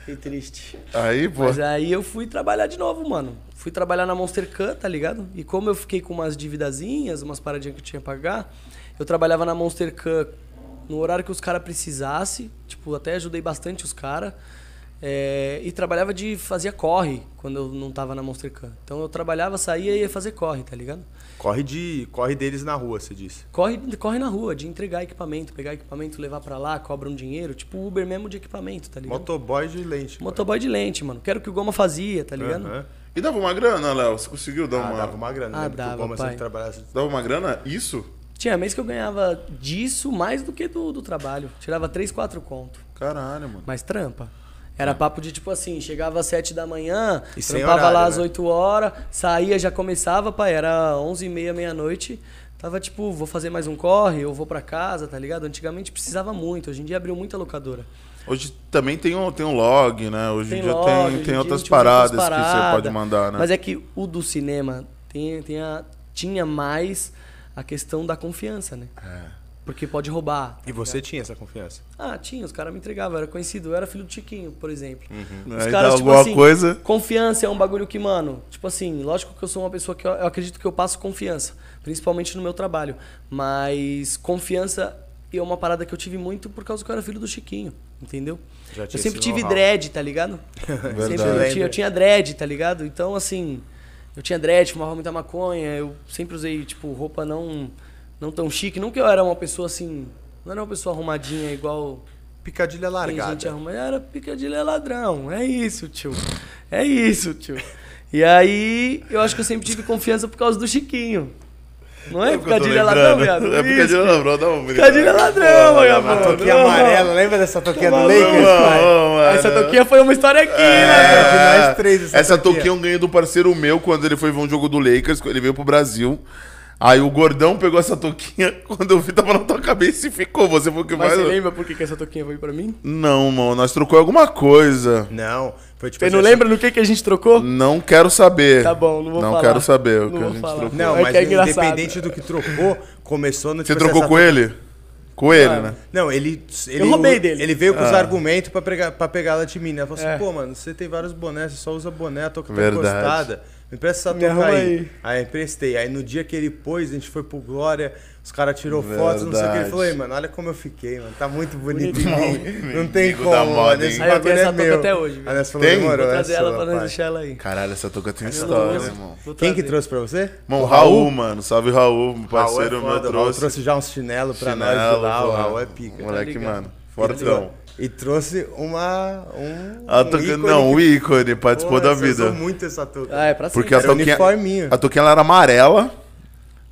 Foi triste. Aí, pô. Mas é. aí eu fui trabalhar de novo, mano. Fui trabalhar na Monster Can, tá ligado? E como eu fiquei com umas dívidazinhas, umas paradinhas que eu tinha que pagar, eu trabalhava na Monster Can no horário que os caras precisassem. Tipo, até ajudei bastante os caras. e trabalhava de. fazia corre quando eu não tava na Monster Can. Então eu trabalhava, saía e ia fazer corre, tá ligado? Corre de, corre deles na rua, você disse. Corre, corre na rua, de entregar equipamento, pegar equipamento, levar pra lá, cobra um dinheiro. Tipo Uber mesmo de equipamento, tá ligado? Motoboy de lente. Motoboy de lente, mano. Que era o que o Goma fazia, tá ligado? Aham. Então, E dava uma grana, Léo? Você conseguiu dar Ah, uma... dava uma grana, Ah, lembra que dava, o Goma pai. sempre assim. trabalhasse. Dava uma grana? Isso? Tinha mês que eu ganhava disso mais do que do, do trabalho. Tirava 3, 4 conto. Caralho, mano. Mas trampa. Era papo de tipo assim, chegava às 7 da manhã, E sem trampava horário, lá às né? 8 horas, saía, já começava, pai, era 11 e meia, meia-noite. Tava tipo, vou fazer mais um corre, eu vou pra casa, tá ligado? Antigamente precisava muito, hoje em dia abriu muita locadora. Hoje também tem um, tem um log, né? Hoje em dia log, tem, hoje em tem dia a outras gente usa paradas que você paradas. pode mandar, né? Mas é que o do cinema tem, tem a- tinha mais a questão da confiança, né? É. Porque pode roubar. E você tinha essa confiança? Ah, tinha, os caras me entregavam, eu era conhecido, eu era filho do Tiquinho, por exemplo. Os Uhum. Aí caras, dá tipo alguma assim, coisa. confiança é um bagulho que, mano, tipo assim, lógico que eu sou uma pessoa que eu, eu acredito que eu passo confiança, principalmente no meu trabalho. Mas confiança é uma parada que eu tive muito por causa que eu era filho do Chiquinho, entendeu? Já eu tinha sempre esse tive know-how. dread, tá ligado? sempre eu, tinha, eu tinha dread, tá ligado? Então, assim, eu tinha dread, fumava muita maconha, eu sempre usei, tipo, roupa não, não tão chique. Não que eu era uma pessoa assim, não era uma pessoa arrumadinha igual Picadilha tem largada. gente arruma, era picadilha é ladrão. É isso, tio. É isso, tio. E aí, eu acho que eu sempre tive confiança por causa do Chiquinho. Não é É porque eu tô picadilha é ladrão, lembrando. viado? É Isso. picadilha ladrão, dá uma Picadilha é ladrão, vagabundo. Não, não. lembra dessa toquinha do Essa toquinha foi uma história aqui, né? É, de nós três Essa, toquinha eu ganhei do parceiro meu quando ele foi ver um jogo do Lakers, ele veio pro Brasil. Aí o gordão pegou essa toquinha, quando eu vi tava na tua cabeça e ficou. Você foi o que Mas mais. você lembra por que, que essa toquinha foi pra mim? Não, mano, nós trocou alguma coisa. Não, foi tipo Você não assim, lembra no que, que a gente trocou? Não quero saber. Tá bom, não vou Não falar. quero saber o Não que a vou gente falar. trocou. Não, É mas que é engraçado. independente do que trocou, começou no Você tipo, trocou essa com ele? Com ele, Ah. né? Não, ele. ele roubei dele. Ele veio com Ah. os argumentos pra, pegar, pra pegar ela de mim, né? Ela falou assim, É. pô, mano, você tem vários bonés, você só usa boné, a toca tá Verdade. encostada. Me empresta essa Me toca arruma aí. aí. aí. eu emprestei. Aí no dia que ele pôs, a gente foi pro Glória, os caras tirou fotos, não sei o que. Ele Verdade. falou, ei, mano, olha como eu fiquei, mano. Tá muito bonito em Bonito. mim. Não tem Amigo como, da moda, mano. hein? Esse Aí eu bagulho tenho é essa toca meu. até hoje, Aí nós falamos, Tem? demorou, Vou é trazer ela sua, pra nós pai. deixar ela aí. Caralho, essa touca tem Eu história, trouxe. irmão. Vou Quem que trazer. trouxe pra você? Irmão, Raul, mano. Salve, Raul. meu Parceiro Raul meu é foda, o Raul trouxe. trouxe já uns chinelo pra nós Chinelo, de lá, o porra. Raul é pica. Moleque, ligado? mano. é Fortão. E trouxe uma. Um, A um touca- ícone não, o que- ícone participou Porra, da você usou vida. muito essa touca. Ah, é pra Porque a sempre. Era touquinha, uniforminho. a touquinha ela era amarela.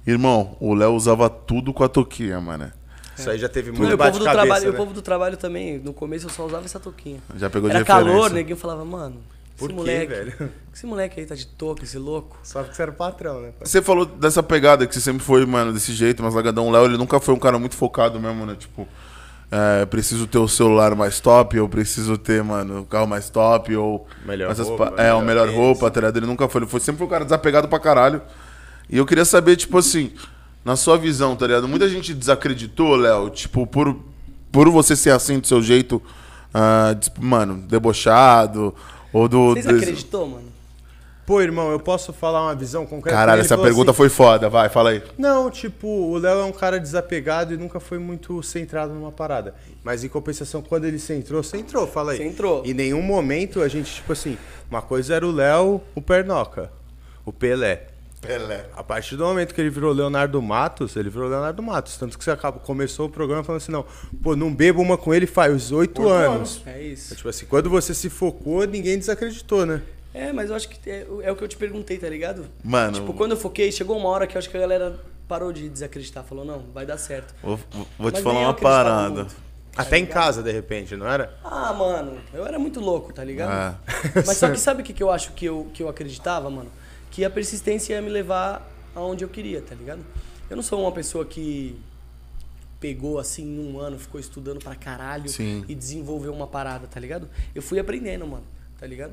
Irmão, o Léo usava tudo com a touquinha, mano. Isso aí já teve Não, e muito o povo, do trabalho, bate-cabeça. né? e o povo do trabalho também, no começo eu só usava essa touquinha. Já pegou né? de Era referência. calor, neguinho falava, mano, esse Por quê, moleque. velho? Esse moleque aí tá de touca, esse louco. Só porque você era o patrão, né? pai? Você falou dessa pegada que você sempre foi, mano, desse jeito, mas Lagadão o Léo, ele nunca foi um cara muito focado mesmo, né? Tipo, é, preciso ter o celular mais top, ou preciso ter, mano, o carro mais top, ou. Melhor essas roupa, pa- É, o melhor melhor tênis. roupa, tá ligado? Ele nunca foi. Ele foi sempre foi um cara desapegado pra caralho. E eu queria saber, tipo assim, na sua visão, tá ligado? Muita gente desacreditou, Léo, tipo, por, por você ser assim do seu jeito, ah, des- mano, debochado, ou do... Vocês des- acreditou, mano? Pô, irmão, eu posso falar uma visão concreta? Caralho, Ele essa falou pergunta assim, foi foda, vai, fala aí. Não, tipo, o Léo é um cara desapegado e nunca foi muito centrado numa parada. Mas em compensação, quando ele centrou, centrou, fala aí. Centrou. Em nenhum momento a gente, tipo assim, uma coisa era o Léo, o Pernoca, o Pelé. Pelé. A partir do momento que ele virou Leonardo Matos, ele virou Leonardo Matos. Tanto que você acaba, começou o programa falando assim, não, pô, não bebo uma com ele faz oito anos. É isso. É Tipo assim, quando você se focou, ninguém desacreditou, né? É, mas eu acho que é, é o que eu te perguntei, tá ligado? Mano. Tipo, quando eu foquei, chegou uma hora que eu acho que a galera parou de desacreditar. Falou, não, vai dar certo. Vou, vou- vou te Mas falar nem eu uma acreditava parada. muito. Até em casa, de repente, não era? Ah, mano, eu era muito louco, tá ligado? É. Mas só que sabe o que, que eu acho que eu, que eu acreditava, mano? Que a persistência ia me levar aonde eu queria, tá ligado? Eu não sou uma pessoa que pegou assim em um ano, ficou estudando pra caralho Sim. e desenvolveu uma parada, tá ligado? Eu fui aprendendo, mano, tá ligado?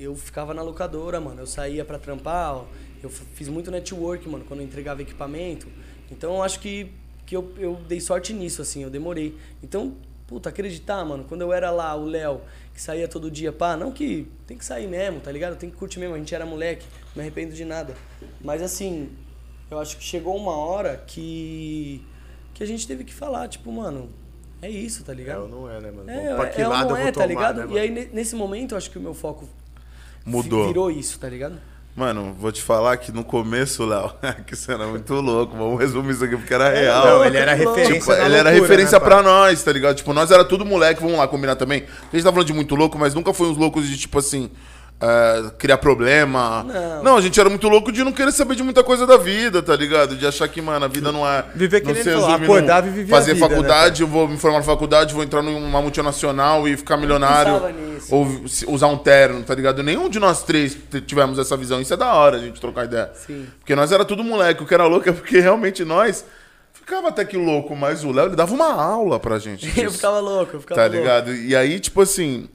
Eu ficava na locadora, mano, eu saía pra trampar, ó, eu f- fiz muito network, mano, quando eu entregava equipamento. Então eu acho que, que eu, eu dei sorte nisso, assim, eu demorei. Então, puta, acreditar, mano, quando eu era lá, o Léo, que saía todo dia, pá, não que tem que sair mesmo, tá ligado? Tem que curtir mesmo, a gente era moleque, não me arrependo de nada. Mas assim, eu acho que chegou uma hora que que a gente teve que falar, tipo, mano, é isso, tá É ou ligado? não é, né, mano? É, Bom, pra que é ou lado não eu vou é, tomar, tá ligado? né, e mano? aí, ne- nesse momento, eu acho que o meu foco fi- Mudou. virou isso, tá ligado? Mano, vou te falar que no começo, Léo, que você era muito louco. Vamos resumir isso aqui porque era real. É, Não, ele era Tipo, referência Tipo, na ele era loucura, referência né, pai? pra nós, tá ligado? Tipo, nós era tudo moleque, vamos lá combinar também. A gente tá falando de muito louco, mas nunca foi uns loucos de, tipo assim, é, criar problema. Não. a gente era muito louco de não querer saber de muita coisa da vida, tá ligado? De achar que, mano, a vida não é. Viver que não nem se ele falou, resume num- acordava e vivia a Fazer vida, né, faculdade, eu vou me formar na faculdade, vou entrar numa multinacional e ficar milionário. pensava nisso. Ou se- usar um terno, tá ligado? Nenhum de nós três t- tivemos essa visão. Isso é da hora a gente trocar ideia. Sim. Porque nós era tudo moleque, o que era louco é porque realmente nós ficava até que louco, mas o Léo ele dava uma aula pra gente. Eu disso, ficava louco, eu ficava tá louco. ligado? E aí, tipo assim,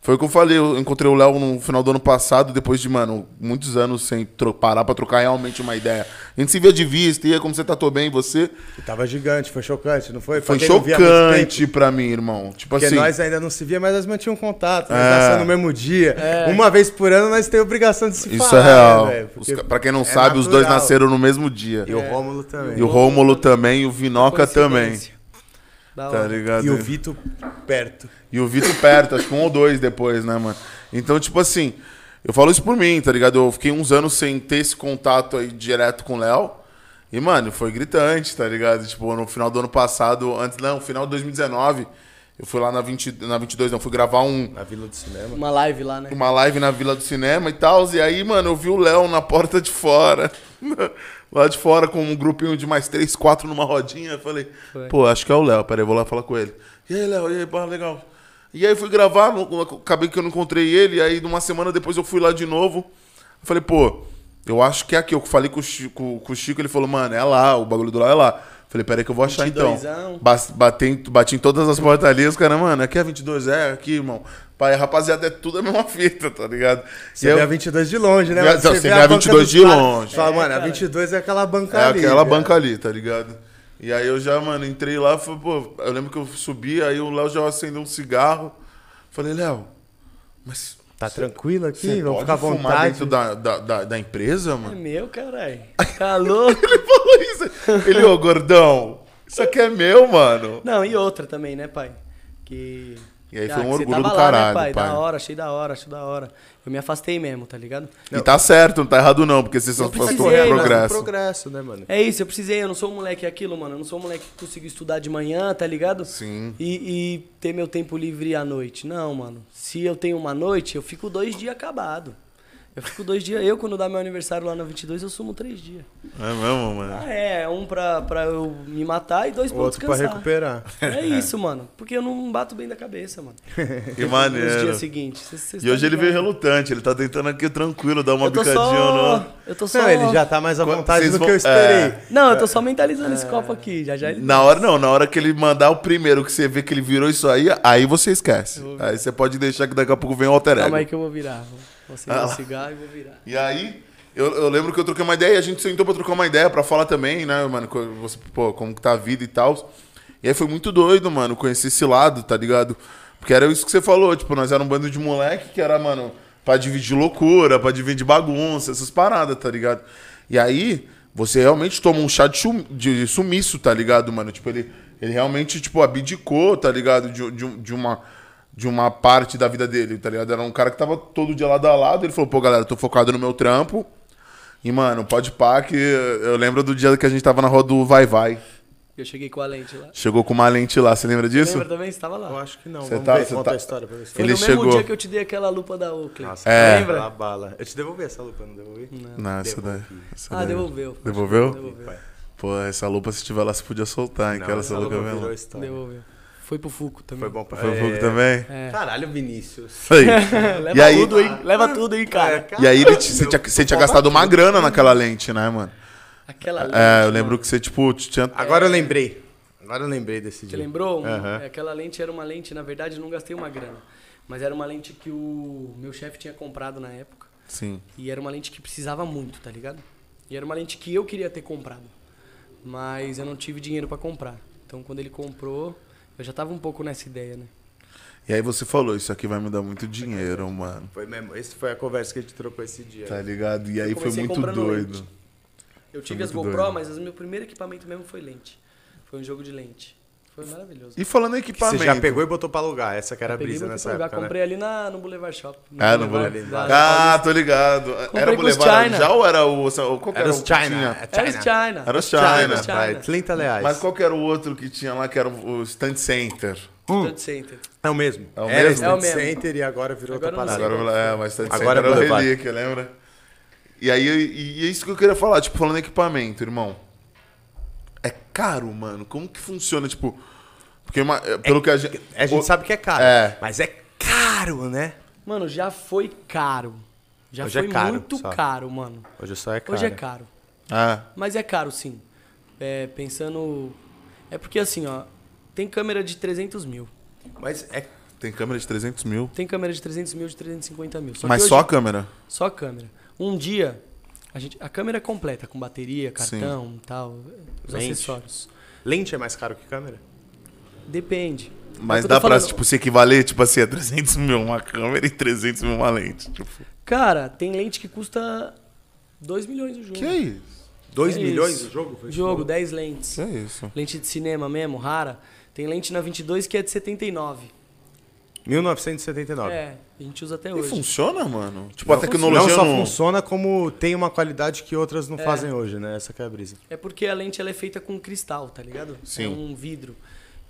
foi o que eu falei, eu encontrei o Léo no final do ano passado, depois de, mano, muitos anos sem tro- parar pra trocar realmente uma ideia. A gente se via de vista, ia como você tá, tô bem, você. E Tava gigante, foi chocante, não foi? Foi Pra quem não via há muito tempo. chocante pra mim, irmão. Tipo Porque assim. nós ainda não se via, mas nós mantínhamos contato, nós É. nascemos no mesmo dia. É. Uma vez por ano nós temos obrigação de se Isso falar. é real. né, velho? Os Porque ca- pra quem não é sabe, os dois natural. nasceram no mesmo dia. E o Rômulo também. E o Rômulo também, e o Vinoca também. Coincidência. Da Tá hora. ligado? E o Vito perto. E o Vitor perto, acho que um ou dois depois, né, mano? Então, tipo assim, eu falo isso por mim, tá ligado? Eu fiquei uns anos sem ter esse contato aí direto com o Léo. E, mano, foi gritante, tá ligado? Tipo, no final do ano passado, antes, não, final de 2019, eu fui lá na, 20, na 22, não, fui gravar um, Na Vila do Cinema. Uma live lá, né? uma live na Vila do Cinema e tal. E aí, mano, eu vi o Léo na porta de fora. lá de fora, com um grupinho de mais três, quatro numa rodinha. Eu falei, Foi. pô, acho que é o Léo. Peraí, vou lá falar com ele. E aí, Léo? E aí, pá, legal. E aí eu fui gravar, não- acabei que eu não encontrei ele. E aí, numa semana depois, eu fui lá de novo. Eu falei, pô, eu acho que é aqui. Eu falei com o Chico, com o Chico ele falou, mano, é lá, o bagulho do Léo é lá. Eu Falei, peraí que eu vou achar então. 22ão. Bas- Bati em, bati em todas as portarias, cara, mano, aqui é 22, é aqui, irmão. Pai, rapaziada, é tudo a mesma fita, tá ligado? Você vê a 22 de longe, né? Vê- mano? não, você vê a banca 22 dos de caras, longe. Fala, É, mano, a cara. 22 é aquela banca É ali. aquela velho. banca ali, tá ligado? E aí eu já, mano, entrei lá, falei, pô, eu lembro que eu subi, aí o Léo já acendeu um cigarro. Falei, Léo, mas Tá tranquilo aqui? você Vamos pode ficar à fumar vontade. dentro da, da, da, da empresa, É mano? meu, caralho. Tá louco. Ele falou isso. Ele, ô, gordão, isso aqui é meu, mano. Não, e outra também, né, pai? Que. E aí foi um que você orgulho do tava lá, né, caralho, pai. Da hora, achei da hora, achei da hora. Eu me afastei mesmo, tá ligado? E tá certo, não tá errado não, porque vocês são Não fãs do precisei, né? é progresso. um progresso, né, mano? É isso, eu precisei, eu não sou um moleque aquilo, mano. Eu não sou um moleque que consigo estudar de manhã, tá ligado? Sim. E, e ter meu tempo livre à noite. Não, mano. Se eu tenho uma noite, eu fico dois dias acabado. Eu fico dois dias. Eu, quando dá meu aniversário lá na 22, eu sumo três dias. É mesmo, mano. Ah, é. Um pra, pra eu me matar e dois pra eu Outro pra descansar. recuperar. É isso, mano. Porque eu não bato bem da cabeça, mano. Que Nos maneiro. dias seguintes. Cês- cês E hoje tá ele veio ligado? relutante, ele tá tentando aqui tranquilo dar uma Eu tô bicadinha só. no. Eu tô só. Não, ele já tá mais à Quando vontade vocês do vão- É. que eu esperei. Não, eu tô só mentalizando esse copo aqui. Já já ele. Na hora não, na hora que ele mandar o primeiro que você vê que ele virou isso aí, aí você esquece. Aí você pode deixar que daqui a pouco vem o alter ego. Ah um Calma aí que eu vou virar. Vou, vou acender um cigarro e vou virar. E aí, Eu, eu lembro que eu troquei uma ideia e a gente sentou pra trocar uma ideia, pra falar também, né, mano? co- Você, pô, como que tá a vida e tal. E aí foi muito doido, mano, conhecer esse lado, tá ligado? Porque era isso que você falou, tipo, nós era um bando de moleque que era, mano, pra dividir loucura, pra dividir bagunça, essas paradas, tá ligado? E aí, você realmente toma um chá de, sum- de sumiço, tá ligado, mano? Tipo, ele, ele realmente, tipo, abdicou, tá ligado? De, de, um- de uma de uma parte da vida dele, tá ligado? Era um cara que tava todo dia lado a lado. Ele falou, pô, galera, tô focado no meu trampo. E, mano, pode pá que eu lembro do dia que a gente tava na rua do Vai Vai. Eu cheguei com a lente lá. Chegou com uma lente lá, você lembra disso? Lembra também? Você tava lá. Eu acho que não. Você Vamos tá- ver, você conta tá- a história pra ver se Foi Ele no chegou. mesmo dia que eu te dei aquela lupa da Oakley. Nossa, É. lembra? Lembra? bala. Eu te devolvi essa lupa, não devolvi? Não, essa daí. essa Ah, daí- devolveu. Devolveu? Devolveu. Pai. Pô, essa lupa, se tiver lá, você podia soltar, hein? que era essa lupa louca virou é mesmo. história. Devolveu. Foi pro Fuco também. Foi bom pra Foi um pouco É. também? É. Caralho, Vinícius. Isso aí. Leva E aí- É. tudo, hein? Leva tudo, hein, cara. E aí ele, te- você, tinha, você tinha gastado uma grana naquela lente, né, mano? Aquela lente. É, eu mano. lembro que você, tipo, tinha... Agora eu lembrei. Agora eu lembrei desse É. Você dia. lembrou? Um- Aham. é, Aquela lente era uma lente, na verdade, eu não gastei uma grana. Mas era uma lente que o meu chefe tinha comprado na época. Sim. E era uma lente que precisava muito, tá ligado? E era uma lente que eu queria ter comprado. Mas eu não tive dinheiro pra comprar. Então quando ele comprou, eu já tava um pouco nessa ideia, né? E aí você falou, isso aqui vai me dar muito dinheiro, mano. Foi mesmo. Essa foi a conversa que a gente trocou esse dia. Tá ligado? E aí foi comecei muito comprando doido. lente. Eu tive muito as GoPro, doido. mas o meu primeiro equipamento mesmo foi lente. Foi um jogo de lente. Foi maravilhoso. E falando em Você equipamento. já pegou e botou pra alugar. Essa que era a Eu peguei brisa muito nessa pra jogar, época, né? É, comprei ali na, no Boulevard Shop. no Ah, não vou Boulevard levar. da- Ah, tô ligado. era o com os Boulevard China. já ou era o. Qual que Era o os que China. é, tinha? Era os China. Era os China, China. China. pai. 30 né? reais. Mas qual que era o outro que tinha lá, que era o Stand Center? Stand Center. É o mesmo. É o Era mesmo? É o Stand mesmo. Center e agora virou Agora outra eu não Agora parada. eu vou lá, é, mas Stand Agora Center era o Boulevard. relíquia, lembra? E aí, e, e é isso que eu queria falar, tipo, falando em equipamento, irmão. É caro, mano. Como que funciona, tipo. Porque uma- é, pelo que a gente. A gente o- sabe que é caro. É. Mas é caro, né? Mano, já foi caro. Já Hoje é foi caro, muito só. caro, mano. Hoje só é caro. Hoje é caro. Ah, Mas é caro, sim. É, pensando... É porque assim, ó. Tem câmera de 300 mil. Mas é tem câmera de 300 mil. Tem câmera de 300 mil, de 350 mil. mas que só é a hoje- câmera? Só câmera. Um dia, a, gente, a câmera é completa, com bateria, cartão tal, os Lente. acessórios. Lente é mais caro que câmera? Depende. É o Mas que eu dá tô pra, falando. tipo, se equivaler, tipo assim, a 300 mil uma câmera e 300 mil uma lente. Tipo, Cara, tem lente que custa 2 milhões o jogo. que é isso? 2 É milhões isso. o jogo? Foi Jogo, isso? 10 lentes. Que é isso? Lente de cinema mesmo, rara. Tem lente na 22 que é de 79. 1979. É, a gente usa até E hoje. funciona, mano? Tipo, a Não, tecnologia não só não... funciona como tem uma qualidade que outras não fazem hoje, né? Essa que é a brisa. É porque a lente ela é feita com cristal, tá ligado? Sim. É um vidro.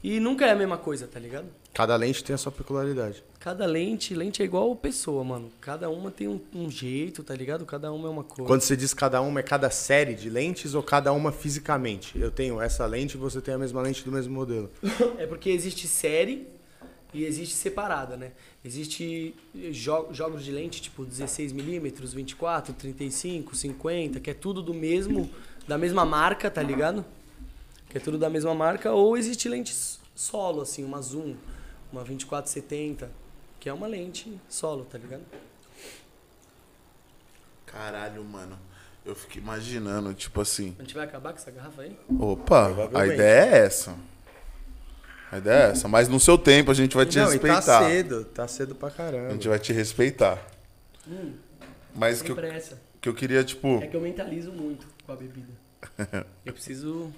E nunca é a mesma coisa, tá ligado? Cada lente tem a sua peculiaridade. Cada lente, lente é igual pessoa, mano. Cada uma tem um, um jeito, tá ligado? Cada uma é uma coisa. Quando você diz cada uma, é cada série de lentes ou cada uma fisicamente? Eu tenho essa lente e você tem a mesma lente do mesmo modelo. É porque existe série e existe separada, né? Existe eh, jo- jogos de lente tipo 16mm, 24, 35, 50, que é tudo do mesmo, da mesma marca, tá ligado? Que é tudo da mesma marca, ou existe lente s- solo, assim, uma zoom, uma 24-70, que é uma lente solo, tá ligado? Caralho, mano. Eu fico imaginando, tipo assim... A gente vai acabar com essa garrafa aí? Opa, a Provavelmente. ideia é essa. A ideia é essa. Mas no seu tempo a gente vai te e respeitar. tá cedo, tá cedo pra A caramba. gente vai te respeitar. Hum. Mas que eu, é. Sempre essa. que eu queria, tipo... É que eu mentalizo muito com a bebida. Eu preciso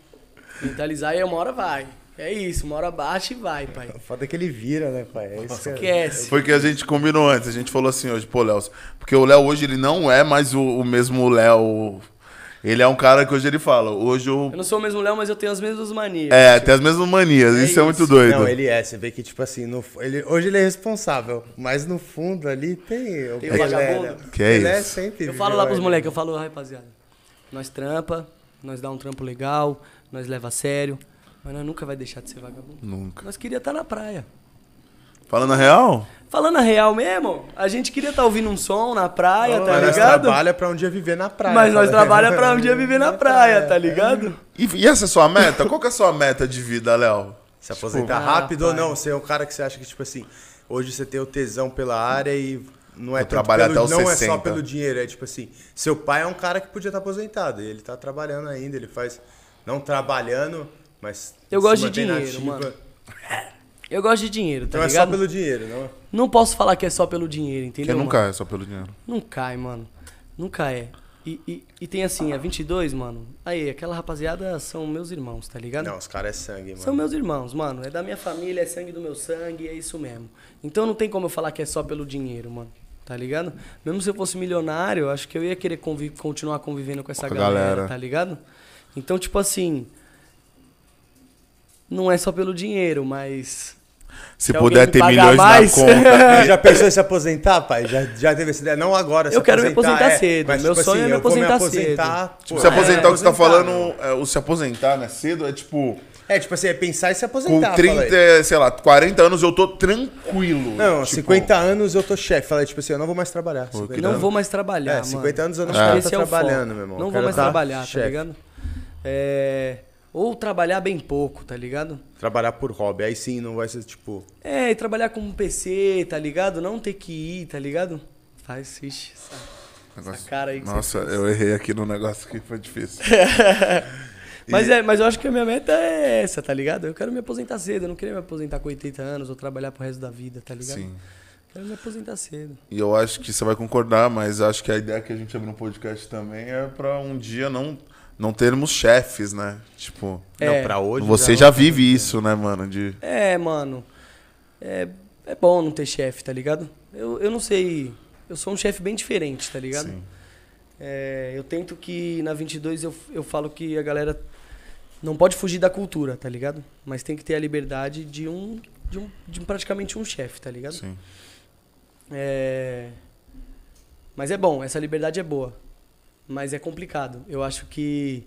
mentalizar e uma hora vai. É isso, uma hora baixa e vai, pai. O foda é que ele vira, né, pai? É isso que é. Esquece. Foi que a gente combinou antes, a gente falou assim hoje, pô, Léo, porque o Léo hoje ele não é mais o, o mesmo Léo. Ele é um cara que hoje ele fala, hoje eu. Eu não sou o mesmo Léo, mas eu tenho as mesmas manias. É, tem as mesmas manias, isso, é muito doido. Não, ele é. Você vê que, tipo assim, no, ele, hoje ele é responsável, mas no fundo ali tem o Tem o vagabundo. Que é ele é isso. sempre Eu falo lá pros violento. moleques, eu falo, rapaziada, nós trampa, nós dá um trampo legal, nós leva a sério, mas nós nunca vai deixar de ser vagabundo. Nunca. Nós queria estar na praia. Falando a real? Falando a real mesmo, a gente queria estar ouvindo um som na praia, tá mas nós ligado? trabalha pra um dia viver na praia. Mas nós fala- trabalhamos pra um dia viver na praia, tá ligado? E, e essa é a sua meta? Qual que é a sua meta de vida, Léo? Se aposentar Tipo, rápido ah, ou não, você é um cara que você acha que, tipo assim, hoje você tem o tesão pela área e Não Vou é tanto trabalhar até pelo- os Não é só 60. pelo dinheiro, é tipo assim, seu pai é um cara que podia estar aposentado, e ele tá trabalhando ainda, ele faz. Não trabalhando, mas. Eu se gosto mantém de na dinheiro, ativa. mano. Eu gosto de dinheiro, tá Então é só ligado? pelo dinheiro, não é? Não posso falar que é só pelo dinheiro, entendeu? Porque mano? nunca é só pelo dinheiro. Não cai, mano. Não cai. é. E, e, e tem assim, a 22, mano. Aí, aquela rapaziada são meus irmãos, tá ligado? Não, os caras é sangue, mano. São meus irmãos, mano. É da minha família, é sangue do meu sangue, é isso mesmo. Então não tem como eu falar que é só pelo dinheiro, mano. Tá ligado? Mesmo se eu fosse milionário, eu acho que eu ia querer convi- continuar convivendo com essa Com a galera, galera. tá ligado? Então, tipo assim. Não é só pelo dinheiro, mas. Se Se alguém puder me ter pagar milhões mais. na conta. Já pensou em se aposentar, pai? Já, já teve essa ideia? Não agora, se Eu quero me aposentar cedo. mas, Meu tipo sonho é assim, me eu vou aposentar aposentar, pô, se aposentar, é, o que você tá aposentar, falando, mano. é, o se aposentar, né? Cedo é tipo, É, tipo assim, é pensar em se com aposentar. fala aí. 30, sei lá, 40 anos eu tô tranquilo. Não, tipo, 50 anos eu tô chefe. Falei, tipo assim, eu não vou mais trabalhar. que 50 Não anos. vou mais trabalhar, É, mano. 50 anos eu não Acho quero que tá esse é o trabalhando, foco. meu irmão. Não vou Quero mais tá trabalhar, tá chefe. ligado? É, Ou trabalhar bem pouco, tá ligado? Trabalhar por hobby. Aí sim, não vai ser tipo. É, e trabalhar com um PC, tá ligado? Não ter que ir, tá ligado? Faz, ixi, essa, negócio- essa cara aí que Nossa, você fez. eu errei aqui no negócio que foi difícil. Mas, é, mas eu acho que a minha meta é essa, tá ligado? Eu quero me aposentar cedo, eu não queria me aposentar com 80 anos ou trabalhar pro resto da vida, tá ligado? Sim. Quero me aposentar cedo. E eu acho que você vai concordar, mas acho que a ideia que a gente abriu no podcast também é pra um dia não, não termos chefes, né? Tipo, Não, É. pra hoje. você não. já vive isso, né, mano? De... É, mano. É, é bom não ter chefe, tá ligado? Eu, eu não sei. Eu sou um chefe bem diferente, tá ligado? Sim. É, eu tento que na 22 eu, eu falo que a galera não pode fugir da cultura, tá ligado? Mas tem que ter a liberdade de um. de, um, de praticamente um chefe, tá ligado? Sim. É, Mas é bom, essa liberdade é boa. Mas é complicado. Eu acho que.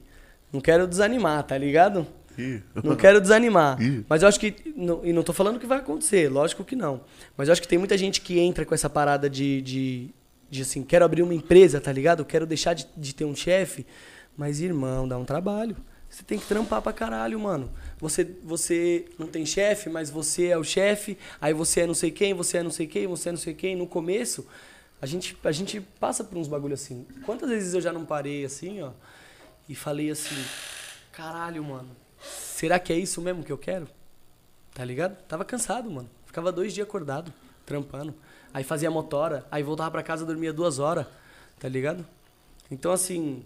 Não quero desanimar, tá ligado? Ih. Não quero desanimar. Ih. Mas eu acho que. não- e não tô falando que vai acontecer, lógico que não. Mas eu acho que tem muita gente que entra com essa parada de. de, de, assim, quero abrir uma empresa, tá ligado? Quero deixar de, de ter um chefe. Mas, irmão, dá um trabalho. Você tem que trampar pra caralho, mano. Você, você não tem chefe, mas você é o chefe. Aí você é não sei quem, você é não sei quem, você é não sei quem. No começo, a gente, a gente passa por uns bagulho assim. Quantas vezes eu já não parei assim, ó, e falei assim. Caralho, mano. Será que é isso mesmo que eu quero? Tá ligado? Tava cansado, mano. Ficava dois dias acordado, trampando. Aí fazia motora, aí voltava pra casa, dormia duas horas, tá ligado? Então, assim,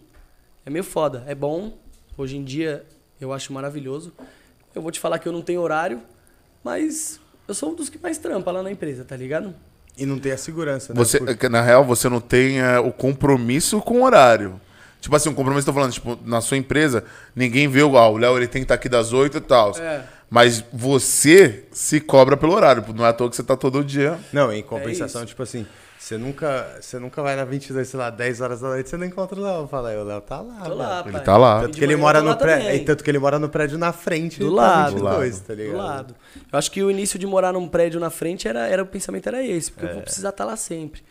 é meio foda. É bom. Hoje em dia, eu acho maravilhoso. Eu vou te falar que eu não tenho horário, mas eu sou um dos que mais trampa lá na empresa, tá ligado? E não tem a segurança, né? Você, Porque- que, Na real, você não tem eh, o compromisso com o horário. Tipo assim, um compromisso, tô falando, tipo, na sua empresa, ninguém vê o ah, o Léo, ele tem que estar aqui das 8 e tal. É. Mas você se cobra pelo horário, não é à toa que você tá todo dia. Não, em compensação, isso. tipo assim, você nunca, você nunca vai na 22, sei lá, 10 horas da noite, você não encontra o Léo. Fala aí, o Léo tá lá. Tô lá, velho. Ele pai. tá lá. E de Tanto que ele manhã eu mora tô lá no prédio. também. e Tanto que ele mora no prédio na frente Do tá lado. 22, Do tá ligado? Do lado. Eu acho que o início de morar num prédio na frente era, era o pensamento era esse, porque eu vou precisar estar lá sempre.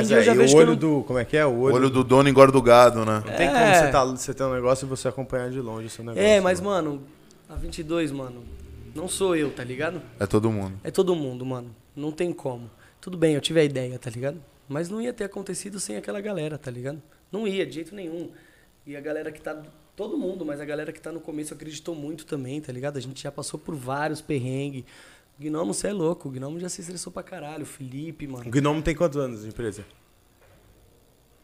É. Mas em dia eu já aí, vejo o que olho eu não... do. Como é que é? O O olho, olho do dono engorda o gado, né? Não tem como É. você, tá, você ter um negócio e você acompanhar de longe o seu negócio. né? É, mas mano, a 22, mano, não sou eu, tá ligado? É todo mundo. É todo mundo, mano. Não tem como. Tudo bem, eu tive a ideia, tá ligado? Mas não ia ter acontecido sem aquela galera, tá ligado? Não ia, de jeito nenhum. E a galera que tá. Todo mundo, mas a galera que tá no começo acreditou muito também, tá ligado? A gente já passou por vários perrengues. O Gnomo, você é louco. O Gnomo já se estressou pra caralho. O Felipe, O mano. Gnomo tem quantos anos de empresa?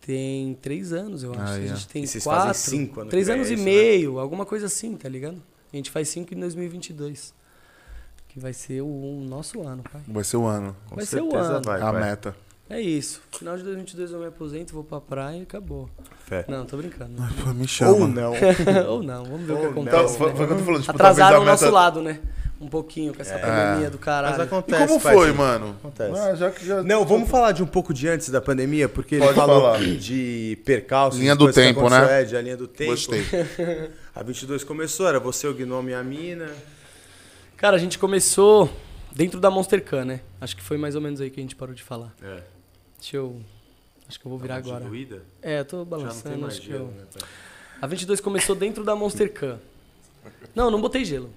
Tem três anos, eu acho. Ah, a é. gente tem E vocês fazem quatro. cinco ano que três vem, é anos e isso, né? meio, alguma coisa assim, tá ligado? A gente faz cinco em 2022. Que vai ser o o nosso ano, pai. Vai ser o ano. Com Vai ser o certeza ano. vai. a vai. meta. É isso. Final de 2022 eu me aposento, vou pra praia e acabou. Fé. Não, tô brincando. Pô, me chama. Ou não. Ou não, vamos ver o Ou que não. acontece. Então, né? foi, foi o que eu tô falando, tipo, Atrasaram o talvez nosso a meta... lado, né? Um pouquinho com essa pandemia do É. Mas caralho. E acontece. como foi, parceiro. mano? Acontece. Ah, já que já... Não, vamos falar de um pouco de antes da pandemia, porque ele Pode falou falar. de percalços. Linha de do coisas que tempo, aconteceu, né? É, de a linha do tempo. Gostei. A 22 começou, era você, o Gnome e a mina. Cara, a gente começou dentro da Monster Can, né? Acho que foi mais ou menos aí que a gente parou de falar. É. Deixa eu. Acho que eu vou virar agora. Diluída? É, eu tô Tá Já não tem balançando, mais acho que gelo, eu. né, pai? A 22 começou dentro da Monster Can. Não, não botei gelo.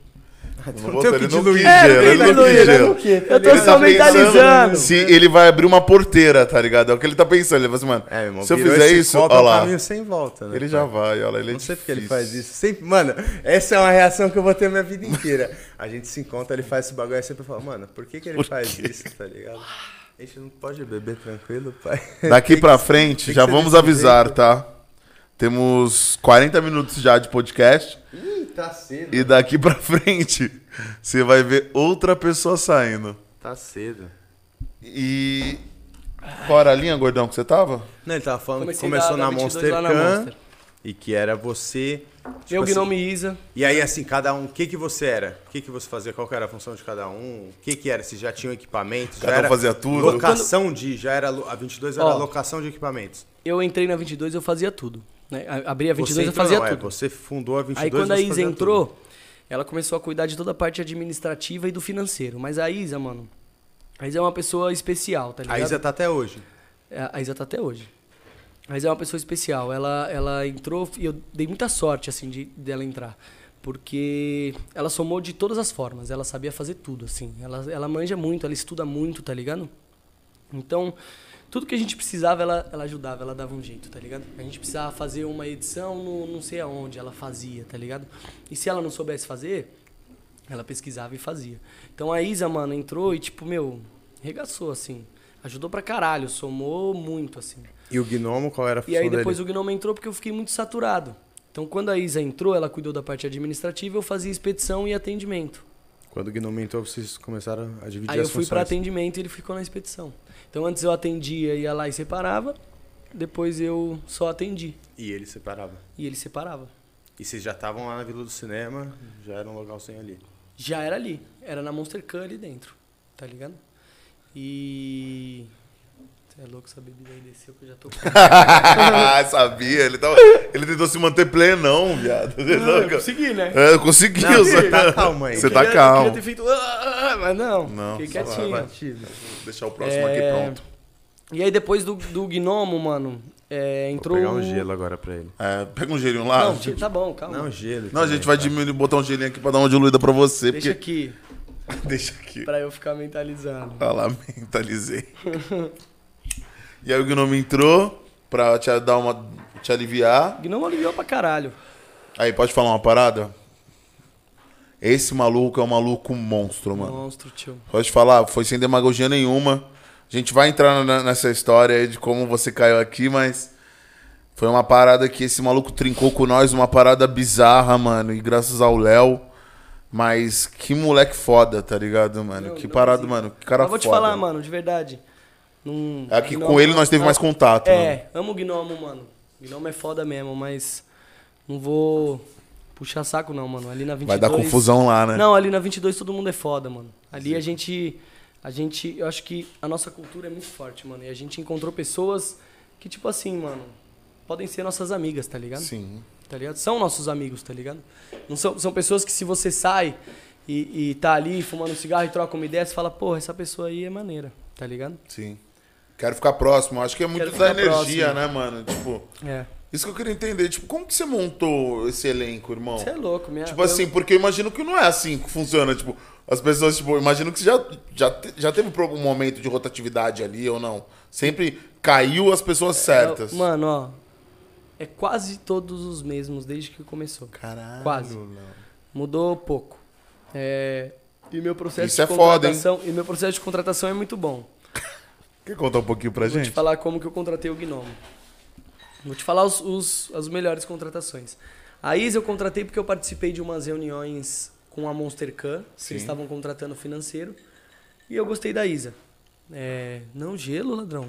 Não Não botou, tem o tá ele que não diluir. quis É, não gelo, tem ele não que quis diluir, né? gelo. Eu tô Ele só tá pensando mentalizando. Se tá ele vai abrir uma porteira, tá ligado? É o que ele tá pensando. Ele fala assim, mano, É, irmão, se eu virou fizer esse isso, copo, ó é um lá. caminho sem volta, né? Ele já vai, olha lá. Ele é Não sei porque ele difícil. faz isso. Sempre, mano, essa é uma reação que eu vou ter minha vida inteira. A gente se encontra, ele faz esse bagulho aí sempre fala, mano, por que, que ele faz isso, tá ligado? A gente não pode beber tranquilo, pai. Daqui Tem pra que- frente, tem que já ser vamos desse avisar, jeito. tá? Temos 40 minutos já de podcast. Ih, tá cedo. E daqui pra frente, você vai ver outra pessoa saindo. Tá cedo. E. Qual era a linha, gordão, que você tava? Não, ele tava falando Comecei que começou da- da na 22 Monster lá na Can Monster. e que era você. tipo Meu assim, gnome Isa. E aí, assim, cada um, o que que você era? O que que você fazia? Qual que era a função de cada um? O que que era? Se já tinha um equipamento? Cada um já era fazia tudo. Locação de, já era, lo- a 22 era Ó. locação de equipamentos. Eu entrei na 22 eu fazia tudo. Né? A- Abri a 22 Você eu entrou, fazia não, é, tudo. você fundou a 22 Aí quando a você Isa fazia entrou, tudo. ela começou a cuidar de toda a parte administrativa e do financeiro. Mas a Isa, mano, a Isa é uma pessoa especial, tá ligado? A Isa tá até hoje. É, A Isa tá até hoje. A Isa é uma pessoa especial. Ela, ela entrou e eu dei muita sorte, assim, de, dela entrar. Porque ela somou de todas as formas. Ela sabia fazer tudo, assim. Ela, ela manja muito, ela estuda muito, tá ligado? Então, tudo que a gente precisava, ela, ela ajudava, ela dava um jeito, tá ligado? A gente precisava fazer uma edição no não sei aonde, ela fazia, tá ligado? E se ela não soubesse fazer, ela pesquisava e fazia. Então a Isa, mano, entrou e, tipo, meu, regaçou, assim. Ajudou pra caralho, somou muito, assim. E o Gnomo, qual era a função E aí depois dele? o Gnome entrou porque eu fiquei muito saturado. Então quando a Isa entrou, ela cuidou da parte administrativa, eu fazia expedição e atendimento. Quando o Gnomo entrou, vocês começaram a dividir Aí as eu fui para funções. atendimento e ele ficou na expedição. Então antes eu atendia, ia lá e separava. Depois eu só atendi E ele separava. e ele separava. E vocês já estavam lá na Vila do Cinema, já era um localzinho ali. Já era ali, era na Monster Can ali dentro, tá ligado? E Cê é louco essa bebida aí desceu que eu já tô com Tá Sabia, ele, tava, ele tentou se manter plenão, viado. Não, eu consegui, né? É, conseguiu. Não, você você tá calmo aí. Você Eu tá queria- Eu calmo. queria ter feito, "Ah", mas não, Não, fiquei só vai, quietinho. vai. Vou deixar o próximo É, aqui pronto. E aí depois do, do gnomo, mano, é, entrou Vou pegar o- um gelo agora pra ele. É, pega um gelinho lá. Não, tá bom, calma. Não, um gelo. Não, a também, gente vai tá? diminuir, botar um gelinho aqui pra dar uma diluída pra você. Deixa porque... aqui Deixa aqui. pra eu ficar mentalizando. Olha lá, mentalizei. e aí o Gnome entrou pra te dar uma. te aliviar. Gnomo aliviou pra caralho. Aí, pode falar uma parada? Esse maluco é um maluco monstro, mano. Monstro, tio. Pode falar, foi sem demagogia nenhuma. A gente vai entrar na- nessa história aí de como você caiu aqui, mas foi uma parada que esse maluco trincou com nós, uma parada bizarra, mano. E graças ao Léo. Mas que moleque foda, tá ligado, mano? Não, que não parada, existe. mano. Que cara Mas vou te foda. falar, mano, de verdade. Num, É que com ele nós teve mais contato, É, né? amo o gnomo, mano. Gnomo é foda mesmo, mas não vou puxar saco não, mano. Ali na 22... Vai dar confusão lá, né? Não, ali na 22 todo mundo é foda, mano. Ali a gente. A gente. Eu acho que a nossa cultura é muito forte, mano. E a gente encontrou pessoas que, tipo assim, mano. Podem ser nossas amigas, tá ligado? Sim. Tá ligado? São nossos amigos, tá ligado? Não são, são pessoas que se você sai e, e tá ali fumando um cigarro e troca uma ideia, você fala, porra, essa pessoa aí é maneira, tá ligado? Sim. Quero ficar próximo. Acho que é muito Quero da ficar energia, né, próximo. mano? Tipo, É. isso que eu queria entender. Tipo, como que você montou esse elenco, irmão? Você é louco, minha. Tipo assim, porque eu imagino que não é assim que funciona. Tipo, as pessoas, tipo, eu imagino que você já, já, te- já teve algum momento de rotatividade ali ou não. Sempre caiu as pessoas É, eu- certas. Mano, ó. É quase todos os mesmos desde que começou. Caralho. Quase. Mudou pouco. É, E meu processo Isso de é foda, hein? contratação. e meu processo de contratação é muito bom. Quer contar um pouquinho pra Vou te gente? falar como que eu contratei o Gnomo. Vou te falar os, os- as melhores contratações. A Isa eu contratei porque eu participei de umas reuniões com a Monster Can, que Sim. eles estavam contratando financeiro. E eu gostei da Isa. É, não gelo, ladrão.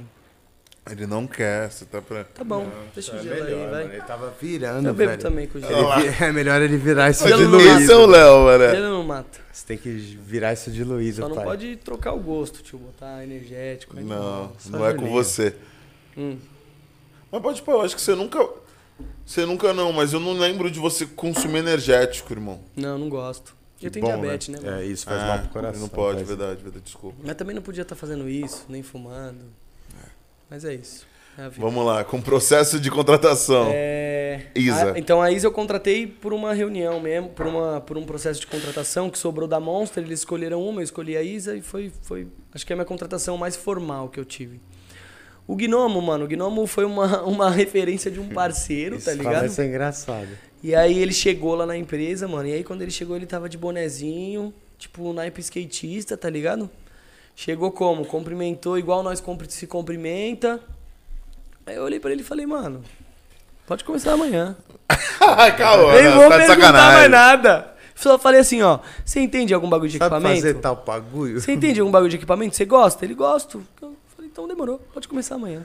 Ele não quer, você tá pra. Tá bom, deixa o É gelo melhor, aí, vai. mano, Ele tava virando, Eu bebo velho. também com Ele gelo. vi- É melhor ele virar isso Olha de lá. Luiz. Esse é o Léo, mano. Gelo não mata. Você tem que virar isso de Luiz, Só não pai. pode trocar o gosto, tio, botar energético. né, aí Não, Só não é com Julinho. você. Hum. Mas pode, pô, eu acho que você nunca. Você nunca não, mas eu não lembro de você consumir energético, irmão. Não, não gosto. Eu tenho bom, diabetes, né? mano? É, isso faz Ah, mal pro coração. Não pode, faz- tá verdade, verdade, desculpa. Mas também não podia estar fazendo isso, nem fumando. Mas é isso. É a vida. Vamos lá, com processo de contratação. É, Isa. a- então a Isa eu contratei por uma reunião mesmo, por, uma, por um processo de contratação que sobrou da Monster, eles escolheram uma, eu escolhi a Isa e foi, foi acho que é a minha contratação mais formal que eu tive. O Gnomo, mano, o Gnomo foi uma, uma referência de um parceiro, tá ligado? é engraçado. E aí ele chegou lá na empresa, mano. E aí quando ele chegou, ele tava de bonezinho, tipo, naipe skatista, tá ligado? Chegou como? Cumprimentou igual nós compri- se cumprimenta. Aí eu olhei pra ele e falei, mano, pode começar amanhã. Calma, Nem né? vou Tá de perguntar sacanagem. mais nada. Só falei assim, ó, você entende algum bagulho de Sabe equipamento? fazer tal bagulho? Você entende algum bagulho de equipamento? Você gosta? Ele gosta. Eu falei, então demorou, pode começar amanhã.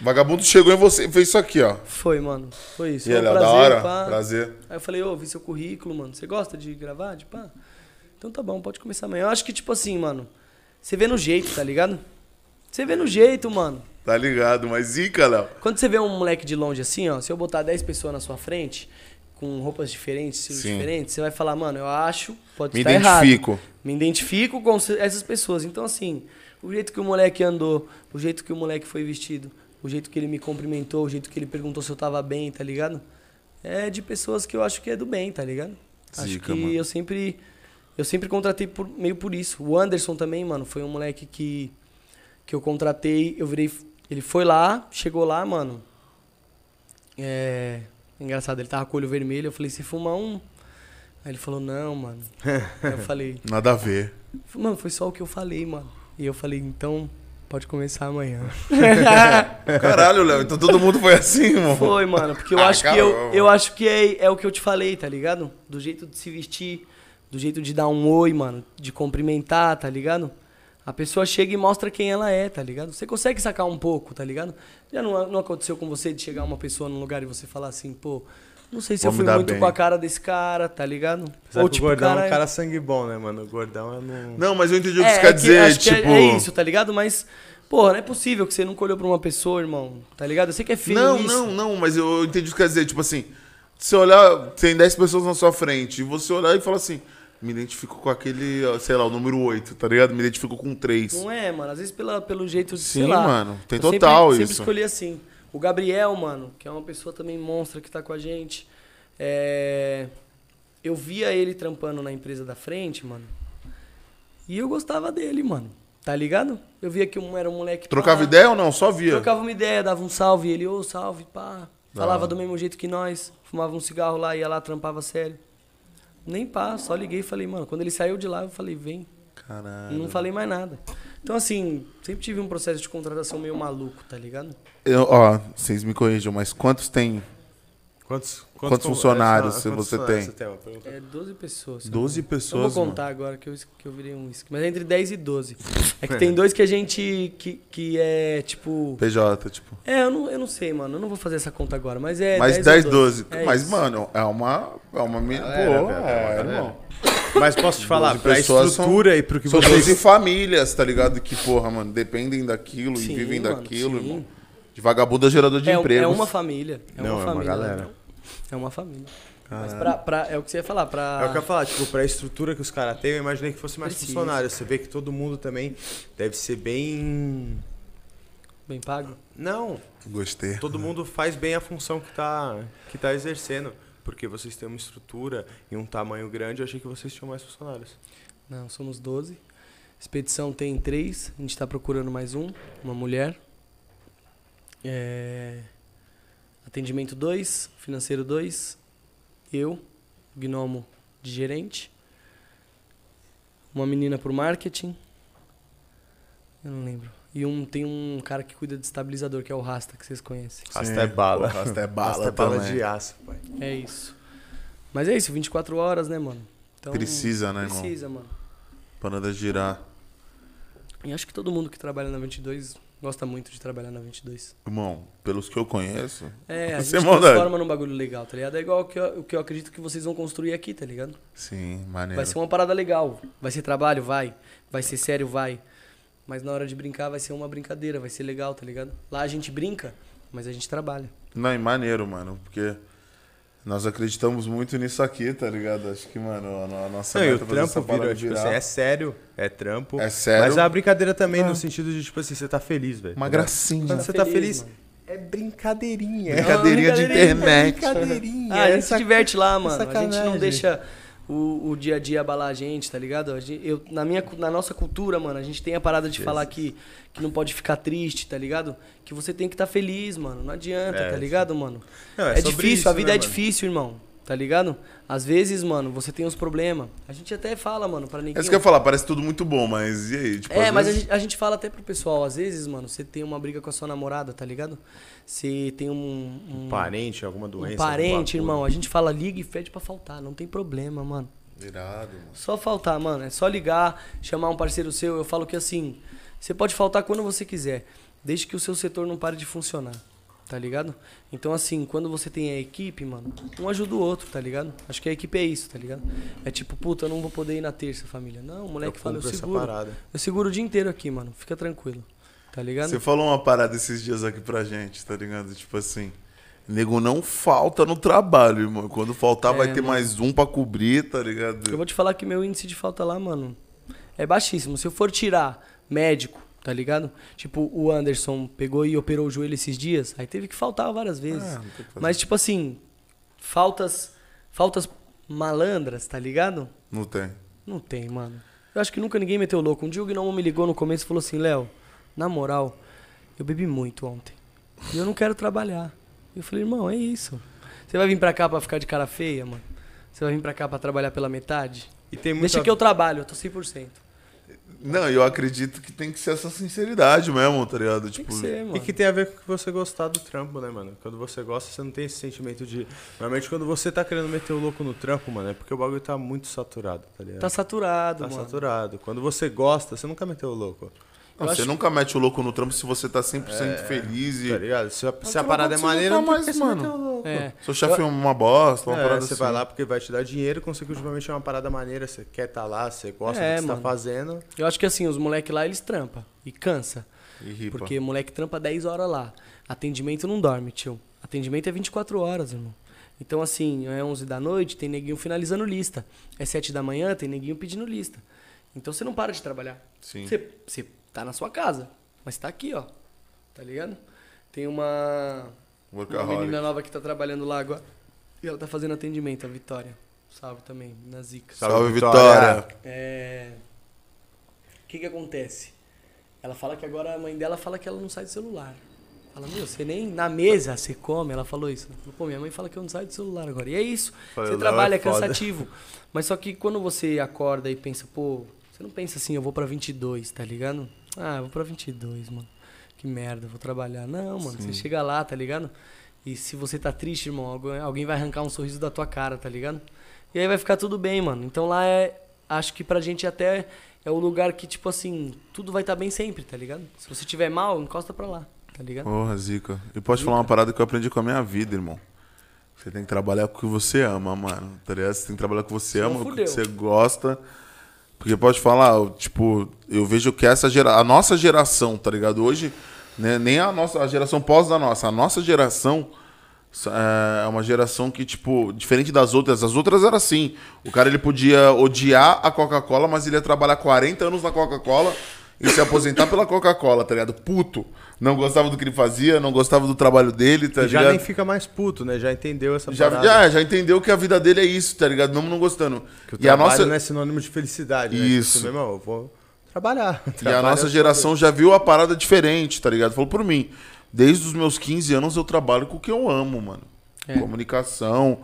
Vagabundo chegou em você e fez isso aqui, ó. Foi, mano. Foi isso. E Foi um ele, ó, da hora. pá. Prazer. Aí eu falei, ô, vi seu currículo, mano. Você gosta de gravar? De pá? Então tá bom, pode começar amanhã. Eu acho que, tipo assim, mano, você vê no jeito, tá ligado? Você vê no jeito, mano. Tá ligado, mas zica, Léo. Quando você vê um moleque de longe assim, ó, se eu botar 10 pessoas na sua frente, com roupas diferentes, estilos Sim. diferentes, você vai falar, mano, eu acho, pode Me estar identifico. tá errado. Me identifico com se- essas pessoas. Então, assim, o jeito que o moleque andou, o jeito que o moleque foi vestido, o jeito que ele me cumprimentou, o jeito que ele perguntou se eu tava bem, tá ligado? É de pessoas que eu acho que é do bem, tá ligado? acho Zica, que mano. eu sempre. Eu sempre contratei por- meio por isso. O Anderson também, mano, foi um moleque que. Que eu contratei, eu virei. Ele foi lá, chegou lá, mano. É. Engraçado, ele tava com o olho vermelho. Eu falei, você fuma um? Aí ele falou, não, mano. Aí eu falei, Nada a ver. Mano, foi só o que eu falei, mano. E eu falei, então, pode começar amanhã. Caralho, Léo, então todo mundo foi assim, mano. Foi, mano, porque eu Ah, acho que eu, caramba. eu acho que é, é o que eu te falei, tá ligado? Do jeito de se vestir, do jeito de dar um oi, mano, de cumprimentar, tá ligado? A pessoa chega e mostra quem ela é, tá ligado? Você consegue sacar um pouco, tá ligado? Já não, não aconteceu com você de chegar uma pessoa num lugar e você falar assim, pô, não sei se Vou me eu fui dar muito bem. com a cara desse cara, tá ligado? Apesar que o gordão é "Caralho, um cara sangue bom, né, mano? O gordão é não. tipo, Não, mas eu entendi o que é, você quer é que dizer, acho que é- tipo... é, isso, tá ligado? Mas, porra, não é possível que você nunca olhou pra uma pessoa, irmão. Tá ligado? Eu sei que é feio Não, isso. não, não, mas eu entendi o que quer dizer. Tipo assim, você olhar, tem 10 pessoas na sua frente, e você olhar e falar assim, me identifico com aquele, ó, sei lá, o número 8, tá ligado? Me identifico com 3. Não é, mano. Às vezes pela, pelo jeito de Sim, sei lá. mano. Tem Eu sempre- total sempre, isso. escolhi assim. O Gabriel, mano, que é uma pessoa também monstra que tá com a gente. é, Eu via ele trampando na empresa da frente, mano. E eu gostava dele, mano. Tá ligado? Eu via que um- era um moleque. Trocava pá, ideia ou não? Só via. Trocava uma ideia, dava um salve, ele, ô, salve, pá. Ah. Falava do mesmo jeito que nós, fumava um cigarro lá, ia lá, trampava sério. Nem pá, só liguei e falei, mano, quando ele saiu de lá, eu falei, vem. Caralho. Não falei mais nada. Então, assim, sempre tive um processo de contratação meio maluco, tá ligado? Eu, ó, vocês me corrijam, mas quantos tem? Quantos, é, Quantos funcionários quantos você funcionários tem? você uma pergunta? É 12 pessoas. sabe? 12 Eu Então, vou pessoas, mano. contar agora que eu, es- que eu virei um uísque. Mas é entre 10 e 12. É que tem dois que a gente. que, que é tipo. PJ, tipo. É, eu não, eu não sei, mano. Eu não vou fazer essa conta agora, mas é. mais ou 10, 12. É mas, isso. mano, é uma... É uma... mina. Galera, Pô, velho, é, galera. irmão. Mas posso te falar, Doze pra pessoas são- estrutura e pro que São vocês 12 famílias, tá ligado? Que, porra, mano, dependem daquilo e Sim, vivem mano, daquilo, sim. irmão. De vagabundo é gerador de é, um- empregos. é uma família. É Não, uma é uma família. galera. então. É uma família. Mas pra, pra- é o que você ia falar, pra. É o que eu ia falar, tipo, pra estrutura que os caras têm, eu imaginei que fosse mais Precisa. funcionário. Você vê que todo mundo também deve ser bem. Bem pago. Não, Gostei. todo mundo faz bem a função que tá, que tá exercendo. Porque vocês têm uma estrutura e um tamanho grande, eu achei que vocês tinham mais funcionários. Não, somos 12. Expedição tem três. A gente tá procurando mais um, uma mulher. É, Atendimento 2, financeiro 2, eu, gnomo de gerente, uma menina pro marketing, eu não lembro. E um tem um cara que cuida de estabilizador, que é o Rasta, que vocês conhecem. Rasta é bala. Pô, Rasta é bala Basta é bala também. de aço, pai. É isso. Mas é isso, 24 horas, né, mano? Então, Precisa, né, irmão? Precisa, mano. Parada girar. E acho que todo mundo que trabalha na 22 gosta muito de trabalhar na 22. Irmão, pelos que eu conheço. É, a Sem gente maldade. transforma num bagulho legal, tá ligado? É igual o que eu, o que eu acredito que vocês vão construir aqui, tá ligado? Sim, maneiro. Vai ser uma parada legal. Vai ser trabalho? Vai. Vai ser sério? Vai. Mas na hora de brincar vai ser uma brincadeira, vai ser legal, tá ligado? Lá a gente brinca, mas a gente trabalha. Não, e maneiro, mano, porque nós acreditamos muito nisso aqui, tá ligado? Acho que, mano, a, a nossa Não, e o meta é fazer essa trampo parada virou, tipo assim, é sério, é trampo. É sério. Ah. Mas é uma brincadeira também, no sentido de, tipo assim, você tá feliz, velho. Uma Tá ligado? gracinha. É. Quando Tá você tá feliz, feliz, mano. É brincadeirinha. Brincadeirinha de brincadeirinha. internet. brincadeirinha. Ah, a gente Essa- se diverte lá, mano. A gente sacanagem. não deixa o, o dia a dia abalar a gente, tá ligado? A gente- eu, na, minha, cu- na nossa cultura, mano, a gente tem a parada de falar que, que não pode ficar triste, tá ligado? Que você tem que estar feliz, mano. Não adianta, É, tá sim. ligado, mano? Não, é é sobre difícil, isso, a vida né, é mano? difícil, irmão. Tá ligado? Às vezes, mano, você tem uns problemas. A gente até fala, mano, pra ninguém. É isso que eu ia falar, parece tudo muito bom, mas e aí? Tipo, É, às mas a vezes- gente, a gente fala até pro pessoal, às vezes, mano, você tem uma briga com a sua namorada, tá ligado? Você tem um. um Parente, alguma doença. um alguma parente, coisa. irmão. A gente fala liga e pede pra faltar, não tem problema, mano. Irado, mano. Só faltar, mano. É só ligar, chamar um parceiro seu. Eu falo que assim, você pode faltar quando você quiser, desde que o seu setor não pare de funcionar. Tá ligado? Então, assim, quando você tem a equipe, mano, um ajuda o outro, tá ligado? Acho que a equipe é isso, tá ligado? É tipo, puta, eu não vou poder ir na terça, família. Não, o moleque Eu fala, eu cumpro essa seguro. parada. Eu seguro o dia inteiro aqui, mano. Fica tranquilo. Tá ligado? Você falou uma parada esses dias aqui pra gente, tá ligado? Tipo assim, nego não falta no trabalho, irmão. Quando faltar, É, vai ter mano. mais um pra cobrir, tá ligado? Eu vou te falar que meu índice de falta lá, mano, é baixíssimo. Se eu for tirar médico, tá ligado? Tipo, o Anderson pegou e operou o joelho esses dias, aí teve que faltar várias vezes. Ah, não tem o que fazer. Mas, tipo assim, faltas, faltas malandras, tá ligado? Não tem. Não tem, mano. Eu acho que nunca ninguém meteu louco. Um dia o Gnomo me ligou no começo e falou assim, Léo, na moral, eu bebi muito ontem. E eu não quero trabalhar. E eu falei, irmão, é isso. Você vai vir pra cá pra ficar de cara feia, mano? Você vai vir pra cá pra trabalhar pela metade? E tem muita... Deixa que eu trabalho, eu tô 100%. Não, eu acredito que tem que ser essa sinceridade mesmo, tá ligado? Tem Tipo, que ser, mano. E que tem a ver com o que você gostar do trampo, né, mano? Quando você gosta, você não tem esse sentimento de. Normalmente, quando você tá querendo meter o louco no trampo, mano, é porque o bagulho tá muito saturado, tá ligado? Tá saturado, Tá mano. saturado. Quando você gosta, você nunca meteu o louco. tá não, eu você acho- nunca mete o louco no trampo se você tá 100% feliz Tá e. ligado? Se a, se a trabalho parada é você não maneira, tá não mais, mais, mano. mano. louco. É. Seu chefe é uma bosta, uma É, parada você assim. vai lá porque vai te dar dinheiro, consecutivamente é uma parada maneira, você quer estar tá lá, você gosta do É, que você tá mano. fazendo. Eu acho que assim, os moleques lá, eles trampa e cansa. E ripa. Porque moleque trampa 10 horas lá. Atendimento não dorme, tio. Atendimento é 24 horas, irmão. Então, assim, é 11 da noite, tem neguinho finalizando lista. É 7 da manhã, tem neguinho pedindo lista. Então você não para de trabalhar. Sim. Você, você tá na sua casa, mas tá aqui, ó. Tá ligado? Tem uma, uma Workaholic. menina nova que tá trabalhando lá agora. E ela tá fazendo atendimento, a Vitória. Salve também, na zica. Salve, Salve, Vitória. Vitória. É... O que que acontece? Ela fala que agora a mãe dela fala que ela não sai do celular. Fala, meu, você nem na mesa você come. Ela falou isso. Ela falou, Pô, minha mãe fala que eu não saio do celular agora. E é isso. Falei, você não, trabalha, é é foda. cansativo. Mas só que quando você acorda e pensa, pô, você não pensa assim, eu vou pra 22, tá ligado? Ah, eu vou pra 22, mano. Que merda, eu vou trabalhar. Não, mano, você chega lá, tá ligado? E se você tá triste, irmão, algu- alguém vai arrancar um sorriso da tua cara, tá ligado? E aí vai ficar tudo bem, mano. Então lá é. Acho que pra gente até é o lugar que, tipo assim, tudo vai estar bem sempre, tá ligado? Se você tiver mal, encosta pra lá, tá ligado? Porra, Zica. E posso te falar uma parada que eu aprendi com a minha vida, irmão. Você tem que trabalhar com o que você ama, mano. Tá ligado? Você tem que trabalhar com o que você Senão ama, com o que fudeu. você gosta. Porque pode falar, eu, tipo, eu vejo que essa gera... a nossa geração, tá ligado? Hoje, né, nem a nossa, a geração pós da nossa, a nossa geração é uma geração que, tipo, diferente das outras, as outras era assim. O cara ele podia odiar a Coca-Cola, mas ele ia trabalhar 40 anos na Coca-Cola e se aposentar pela Coca-Cola, tá ligado? Puto. Não gostava do que ele fazia, não gostava do trabalho dele, tá E já ligado? nem fica mais puto, né? Já entendeu essa Já, parada. já, já entendeu que a vida dele é isso, tá ligado? Mesmo não gostando. Que o E a trabalho nossa, não é sinônimo de felicidade, né? Isso. Tipo, meu irmão, eu vou trabalhar. e a Trabalho é nossa foda. geração já viu a parada diferente, tá ligado? Falou por mim. Desde os meus 15 anos eu trabalho com o que eu amo, mano. É. Comunicação,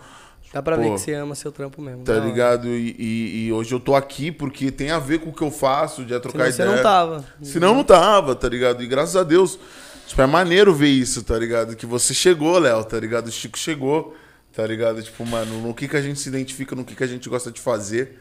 Dá pra ver Pô. que você ama seu trampo mesmo. Tá da hora. ligado? E, e- e hoje eu tô aqui porque tem a ver com o que eu faço, de trocar Senão você ideia. não tava. Senão eu não tava, tá ligado? E graças a Deus, tipo, é maneiro ver isso, tá ligado? Que você chegou, Léo, tá ligado? O Chico chegou, tá ligado? Tipo, mano, no que que a gente se identifica, no que que a gente gosta de fazer,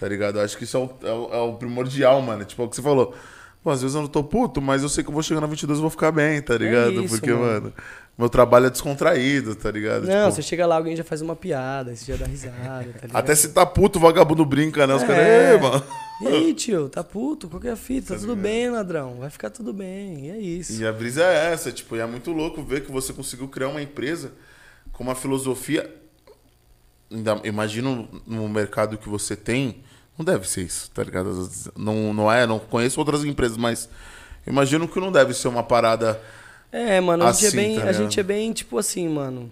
tá ligado? Eu Acho que isso é o, é o- é o primordial, mano. Tipo, é o que você falou. Pô, às vezes eu não tô puto, mas eu sei que eu vou chegar na 22 e vou ficar bem, tá ligado? É isso, porque, mano. mano. meu trabalho é descontraído, tá ligado? Não, Tipo, você chega lá, alguém já faz uma piada, aí você já dá risada, tá ligado? Até se tá puto, o vagabundo brinca, né? Os caras, É. "Ei, mano. E aí, tio, tá puto? Qual que é a fita? Tá tudo bem, ladrão. Vai ficar tudo bem. E é isso. E a brisa é essa, tipo, e é muito louco ver que você conseguiu criar uma empresa com uma filosofia. Ainda, imagino no mercado que você tem, não deve ser isso, tá ligado? Às vezes, Não, não é, não conheço outras empresas, mas imagino que não deve ser uma parada É, mano, a gente Assim, é bem, tá a ligado? gente é bem tipo assim, mano.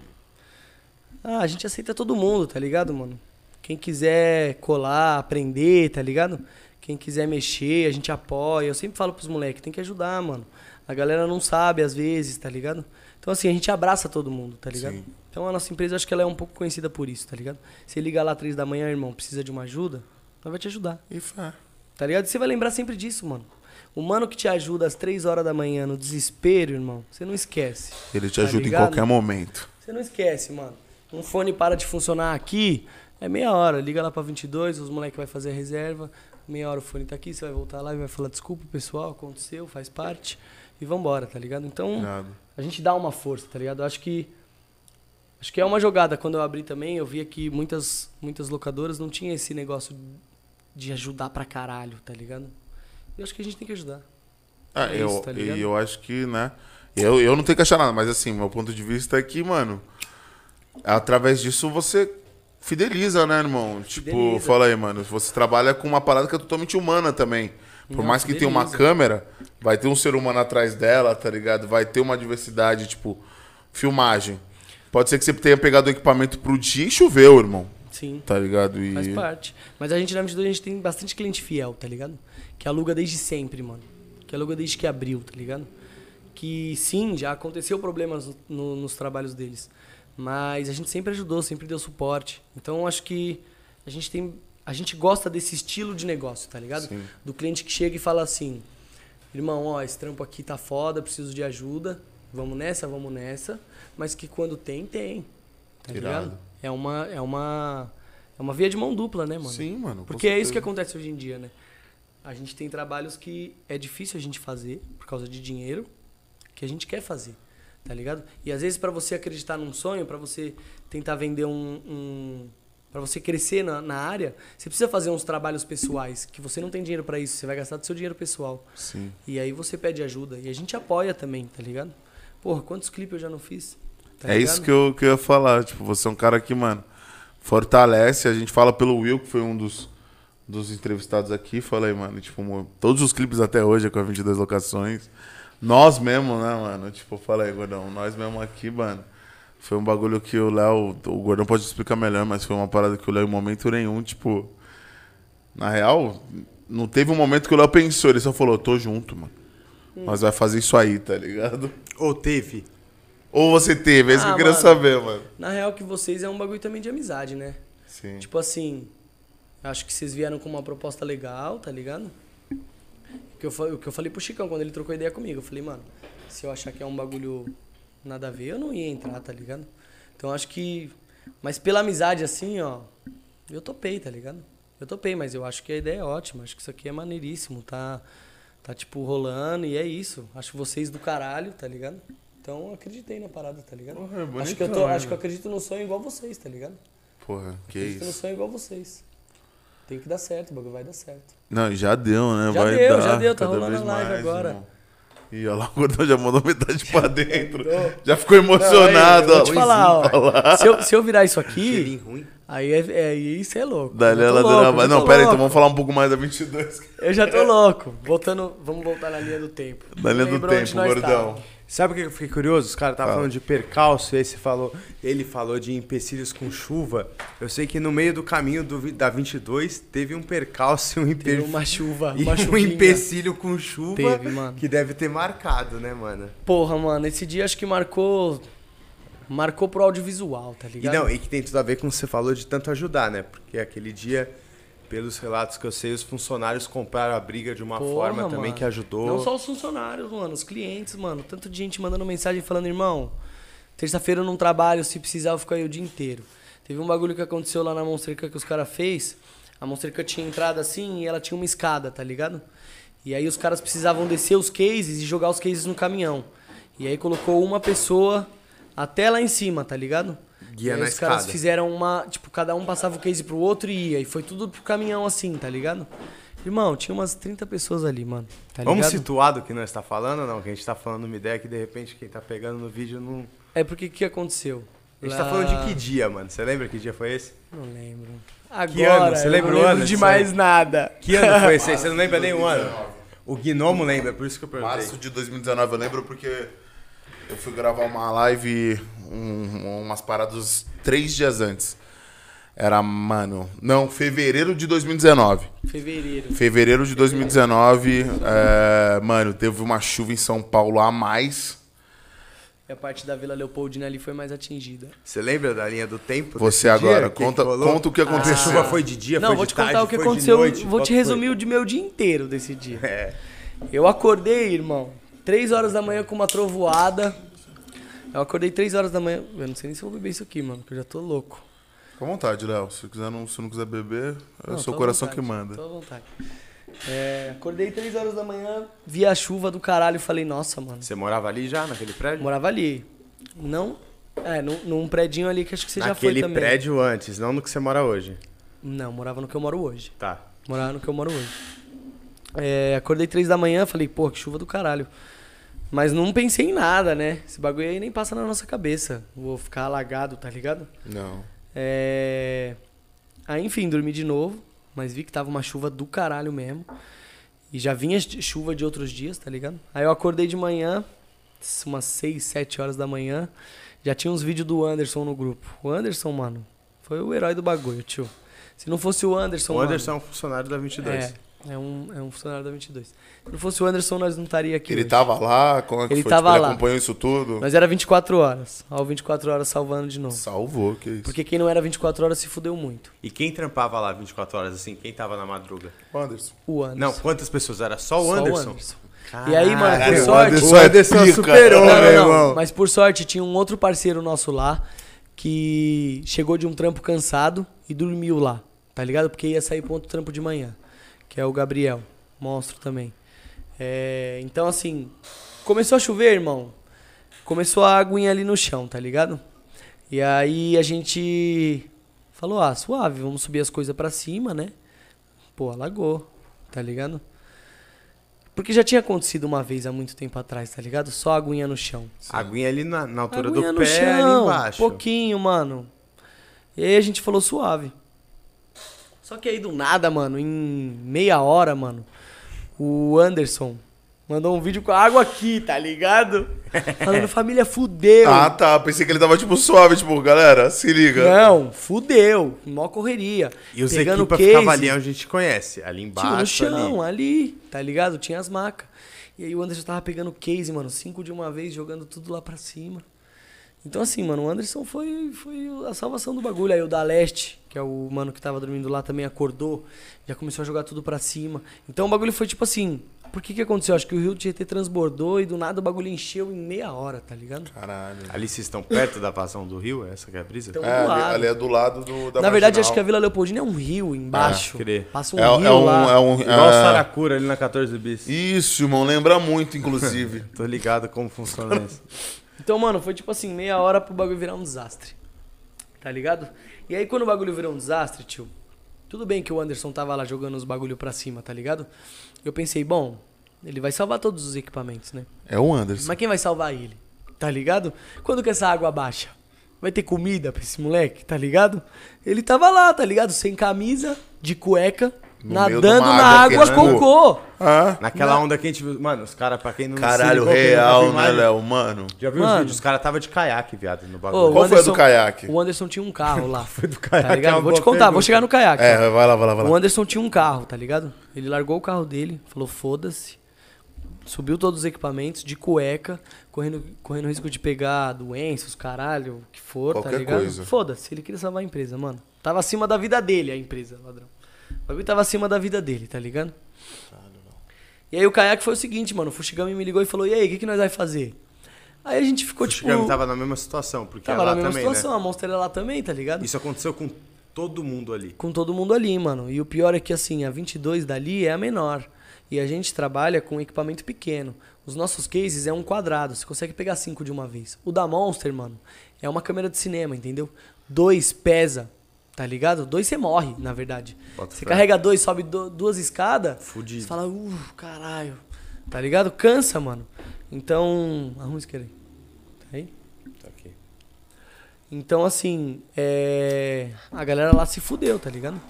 Ah, a gente aceita todo mundo, tá ligado, mano? Quem quiser colar, aprender, tá ligado? Quem quiser mexer, a gente apoia. Eu sempre falo pros moleques, tem que ajudar, mano. A galera não sabe às vezes, tá ligado? Então assim, a gente abraça todo mundo, tá ligado? Sim. Então a nossa empresa, eu acho que ela é um pouco conhecida por isso, tá ligado? Você liga lá três da manhã, irmão, precisa de uma ajuda, ela vai te ajudar. E fé. Tá ligado? Você vai lembrar sempre disso, mano. O mano que te ajuda às três horas da manhã no desespero, irmão, você não esquece. Ele te Tá ajuda em ligado? qualquer momento. Você não esquece, mano. Um fone para de funcionar aqui, é meia hora. Liga lá pra 22, os moleques vai fazer a reserva. Meia hora o fone tá aqui, você vai voltar lá e vai falar desculpa, pessoal, aconteceu, faz parte. E vambora, tá ligado? Então, Obrigado. a gente dá uma força, tá ligado? Eu acho que acho que é uma jogada. Quando eu abri também, eu via que muitas muitas locadoras não tinham esse negócio de ajudar pra caralho, tá ligado? Eu acho que a gente tem que ajudar. Ah, É eu, isso, tá ligado? e eu acho que, né? Eu, eu não tenho que achar nada, mas assim, meu ponto de vista é que, mano, através disso você fideliza, né, irmão? Tipo, Fideliza. fala aí, mano, você trabalha com uma parada que é totalmente humana também. Por Não, mais que tenha uma fideliza. câmera, vai ter um ser humano atrás dela, tá ligado? Vai ter uma diversidade, tipo, filmagem. Pode ser que você tenha pegado o equipamento pro dia e choveu, irmão. Sim. Tá ligado? E... Faz parte. Mas a gente na 22 a gente tem bastante cliente fiel, tá ligado? Que aluga desde sempre, mano. Que aluga desde que abriu, tá ligado? Que sim, já aconteceu problemas no- no- nos trabalhos deles. Mas a gente sempre ajudou, sempre deu suporte. Então eu acho que a gente tem. A gente gosta desse estilo de negócio, tá ligado? Sim. Do cliente que chega e fala assim: irmão, ó, esse trampo aqui tá foda, preciso de ajuda. Vamos nessa, vamos nessa. Mas que quando tem, tem. Tá Irado. ligado? É uma, é uma, é uma via de mão dupla, né, mano? Sim, mano. com Porque é isso que certeza. acontece hoje em dia, né? A gente tem trabalhos que é difícil a gente fazer por causa de dinheiro, que a gente quer fazer, tá ligado? E às vezes pra você acreditar num sonho, pra você tentar vender um, um para você crescer na, na área, você precisa fazer uns trabalhos pessoais que você não tem dinheiro pra isso, você vai gastar do seu dinheiro pessoal. Sim. E aí você pede ajuda e a gente apoia também, tá ligado? Porra, quantos clipes eu já não fiz? tá é isso ligado? que eu, que eu ia falar. Tipo, você é um cara que, mano, fortalece. A gente fala pelo Will, que foi um dos, dos entrevistados aqui. Falei, mano, tipo, mo- todos os clipes até hoje é com a 22 locações. Nós mesmo, né, mano? Tipo, falei, gordão, nós mesmo aqui, mano. Foi um bagulho que o Léo, o Gordão pode explicar melhor, mas foi uma parada que o Léo, em momento nenhum, tipo. Na real, não teve um momento que o Léo pensou, ele só falou: tô junto, mano. Nós vai fazer isso aí, tá ligado? Ou teve. Ou você teve, é isso que eu Ah, queria mano. saber, mano. Na real que vocês é um bagulho também de amizade, né? Sim. Tipo assim, acho que vocês vieram com uma proposta legal, tá ligado? O que eu, fa- o que eu falei pro Chicão quando ele trocou ideia comigo. Eu falei, mano, se eu achar que é um bagulho nada a ver, eu não ia entrar, tá ligado? Então acho que. Mas pela amizade, assim, ó, eu topei, tá ligado? Eu topei, mas eu acho que a ideia é ótima. Acho que isso aqui é maneiríssimo, tá? Tá, tipo, rolando e é isso. Acho vocês do caralho, tá ligado? Então eu acreditei na parada, tá ligado? Porra, é acho que eu tô, bonitão, acho né? que eu acredito no sonho igual vocês, tá ligado? Porra, que Acredito no isso. sonho igual vocês. Tem que dar certo, o bagulho vai dar certo. Não, e já deu, né? Já Vai deu, dar já deu, tá cada rolando vez a live mais, agora. irmão. Ih, olha lá, o gordão já mandou metade pra dentro. mandou. Já ficou emocionado. Não, aí, eu ó. vou te falar, ó. Se eu, se eu virar isso aqui, Cheirinho ruim. aí é, é, isso é louco. Dali Eu já ela tô deu louco, uma- eu já Não, tô pera aí, então louco. vamos falar um pouco mais da 22. Eu já tô louco. Voltando, vamos voltar na linha do tempo. Na linha do Lembra onde tempo, nós gordão. tava. Sabe o que eu fiquei curioso? Os caras estavam Fala. falando de percalço, e aí você falou, ele falou de empecilhos com chuva. Eu sei que no meio do caminho do vi- da 22 teve um percalço e um Teve empecilho. uma chuva, E uma um chuvinha. empecilho com chuva Teve, mano. que deve ter marcado, né, mano? Porra, mano, esse dia acho que marcou... Marcou pro audiovisual, tá E ligado? não, e que tem tudo a ver com o que você falou de tanto ajudar, né? Porque aquele dia, pelos relatos que eu sei, os funcionários compraram a briga de uma Porra, forma também mano. que ajudou. Não só os funcionários, mano, os clientes, mano. Tanto de gente mandando mensagem falando, irmão, terça-feira eu não trabalho, se precisar eu fico aí o dia inteiro. Teve um bagulho que aconteceu lá na Monster Cup que os caras fez. A Monster Cup tinha entrado assim e ela tinha uma escada, tá ligado? E aí os caras precisavam descer os cases e jogar os cases no caminhão. E aí colocou uma pessoa até lá em cima, tá ligado? Guia e aí na os caras escada. fizeram uma. Tipo, cada um passava o case pro outro e ia. E foi tudo pro caminhão assim, tá ligado? Irmão, tinha umas 30 pessoas ali, mano. Tá Vamos ligado? situar do que nós está falando ou não? Que a gente está falando uma ideia que de repente quem tá pegando no vídeo não. É porque o que aconteceu? Ah, A gente tá falando de que dia, mano? Você lembra que dia foi esse? Não lembro. Agora, ano? Você eu lembra o não lembro ano de disso mais aí? nada. Que ano foi esse aí? Você não lembra nem o ano? O Gnomo lembra, por isso que eu perguntei. Março de 2019, eu lembro porque Eu fui gravar uma live, um- umas paradas três dias antes. Era, mano. Não, fevereiro de 2019. Fevereiro. Fevereiro de 2019, é, mano, teve uma chuva em São Paulo a mais. E a parte da Vila Leopoldina ali foi mais atingida. Você lembra da linha do tempo? Você desse dia? agora, Que conta, rolou? conta o que A aconteceu. chuva foi de dia, Não, foi vou de te contar tarde, o que foi de aconteceu. noite, vou qual te que foi? É. resumir o de meu dia inteiro desse dia. Eu acordei, irmão, três horas da manhã com uma trovoada. Eu acordei três horas da manhã. Eu não sei nem se eu vou beber isso aqui, mano, que eu já tô louco. Fica à vontade, Léo. Se, quiser não, se não quiser beber, é o Não, seu tô à coração vontade, que manda. Tô à vontade. É, acordei três horas da manhã, vi a chuva do caralho e falei, nossa, mano. Você morava ali já, naquele prédio? Morava ali. Não. É, num, num prédio ali que acho que você já foi naquele também. prédio antes, não no que você mora hoje. Não, morava no que eu moro hoje. Tá. Morava no que eu moro hoje. É, acordei três da manhã, falei, pô, que chuva do caralho. Mas não pensei em nada, né? Esse bagulho aí nem passa na nossa cabeça. Vou ficar alagado, tá ligado? Não. É... Aí, enfim, dormi de novo, mas vi que tava uma chuva do caralho mesmo. E já vinha ch- chuva de outros dias, tá ligado? Aí eu acordei de manhã, s- umas 6, 7 horas da manhã. Já tinha uns vídeos do Anderson no grupo. O Anderson, mano, foi o herói do bagulho, tio. Se não fosse o Anderson. o mano- Anderson é um funcionário da 22. é, é um, é um funcionário da 22. Se não fosse o Anderson, nós não estaria aqui. Ele tá hoje. tava lá, como é que Ele foi? tava ele lá. acompanhou isso tudo? Nós era 24 horas. Ó, o 24 horas salvando de novo. Salvou, que isso. Porque quem não era 24 horas se fudeu muito. E quem trampava lá 24 horas, assim? Quem tava na madruga? Anderson. O Anderson. Não, quantas pessoas? Era só o Só Anderson? E aí, mano, por Caralho, o sorte. Anderson é pica. superou, Não, não, né, não. irmão? Mas por sorte tinha um outro parceiro nosso lá que chegou de um trampo cansado e dormiu lá, tá ligado? Porque ia sair pro outro trampo de manhã, que é o Gabriel, monstro também. É, então, assim, começou a chover, irmão. Começou a aguinha ali no chão, tá ligado? E aí a gente falou: ah, suave, vamos subir as coisas pra cima, né? Pô, alagou, tá ligado? Porque já tinha acontecido uma vez há muito tempo atrás, tá ligado? Só a aguinha no chão. Aguinha ali na, na altura Aguinha do no pé, ali chão, um embaixo. Pouquinho, mano. E aí a gente falou suave. Só que aí do nada, mano, em meia hora, mano, o Anderson mandou um vídeo com a água aqui, tá ligado? Falando, família, fudeu. Ah, tá. Pensei que ele tava, tipo, suave, tipo, galera, se liga. Não, fudeu. Mó correria. E os Pegando equipa case. ficava ali onde a gente conhece. Ali embaixo, Tinha no chão, ali. ali. tá ligado? Tinha as macas. E aí o Anderson tava pegando case, mano, cinco de uma vez, jogando tudo lá pra cima. Então, assim, mano, o Anderson foi, foi a salvação do bagulho. Aí o da Leste, que é o mano que tava dormindo lá, também acordou, já começou a jogar tudo pra cima. Então o bagulho foi tipo assim: por que que aconteceu? Acho que o Rio do Tietê transbordou e do nada o bagulho encheu em meia hora, tá ligado? Caralho. Ali vocês estão perto da vazão do rio? Essa que é a brisa? Então, É, do ali, lado. ali é do lado do, da Na verdade, acho que a marginal. Vila Leopoldina é um rio embaixo. crer. Passa um é, rio é um, lá. é um, Igual o é- Saracura ali na 14 bis. Isso, irmão, lembra muito, inclusive. Tô ligado como funciona isso. Então, mano, foi tipo assim, meia hora pro bagulho virar um desastre. Tá ligado? E aí quando o bagulho virou um desastre, tio, tudo bem que o Anderson tava lá jogando os bagulho pra cima, tá ligado? Eu pensei, bom, ele vai salvar todos os equipamentos, né? É o Anderson. Mas quem vai salvar ele? Tá ligado? Quando que essa água baixa? Vai ter comida pra esse moleque, tá ligado? Ele tava lá, tá ligado? Sem camisa, de cueca, No meio de uma nadando na água água que com não- cocô. Ah. Naquela onda que a gente viu. Mano, os caras, pra quem não se Caralho, ligou, quem nunca viu real, né, imagem, Léo? Mano. Já viu os Mano. vídeos? Os caras tava de caiaque, viado, no Ô, bagulho. o Qual foi a do caiaque? O Anderson tinha um carro lá. foi do caiaque, Tá ligado? é uma vou te boa contar, pergunta. vou chegar no caiaque. É, vai lá, vai lá, vai lá. O Anderson tinha um carro, tá ligado? Ele largou o carro dele, falou foda-se, subiu todos os equipamentos de cueca, correndo, correndo risco de pegar doenças, caralho, o que for, Qualquer tá ligado? coisa. Foda-se, ele queria salvar a empresa, mano. Tava acima da vida dele a empresa, ladrão. O bagulho tava acima da vida dele, tá ligado? E aí o caiaque foi o seguinte, mano, o Fushigami me ligou e falou, e aí, o que, que nós vai fazer? Aí a gente ficou, O Shigami tipo... tava na mesma situação, porque tava é lá na mesma também, situação, né? a Monster é lá também, tá ligado? Isso aconteceu com todo mundo ali. com todo mundo ali, mano. E o pior é que, assim, a 22 dali é a menor. E a gente trabalha com equipamento pequeno. Os nossos cases é um quadrado, você consegue pegar cinco de uma vez. O da Monster, mano, é uma câmera de cinema, entendeu? Dois pesa, tá ligado? Dois você morre, na verdade. Bota você fé. carrega dois, sobe do- duas escadas, Fudido. você fala, uh, caralho. Tá ligado? Cansa, mano. Então, arruma isso que aí. Tá aí? Tá aqui. Então, assim, é... a galera lá se fudeu, tá ligado?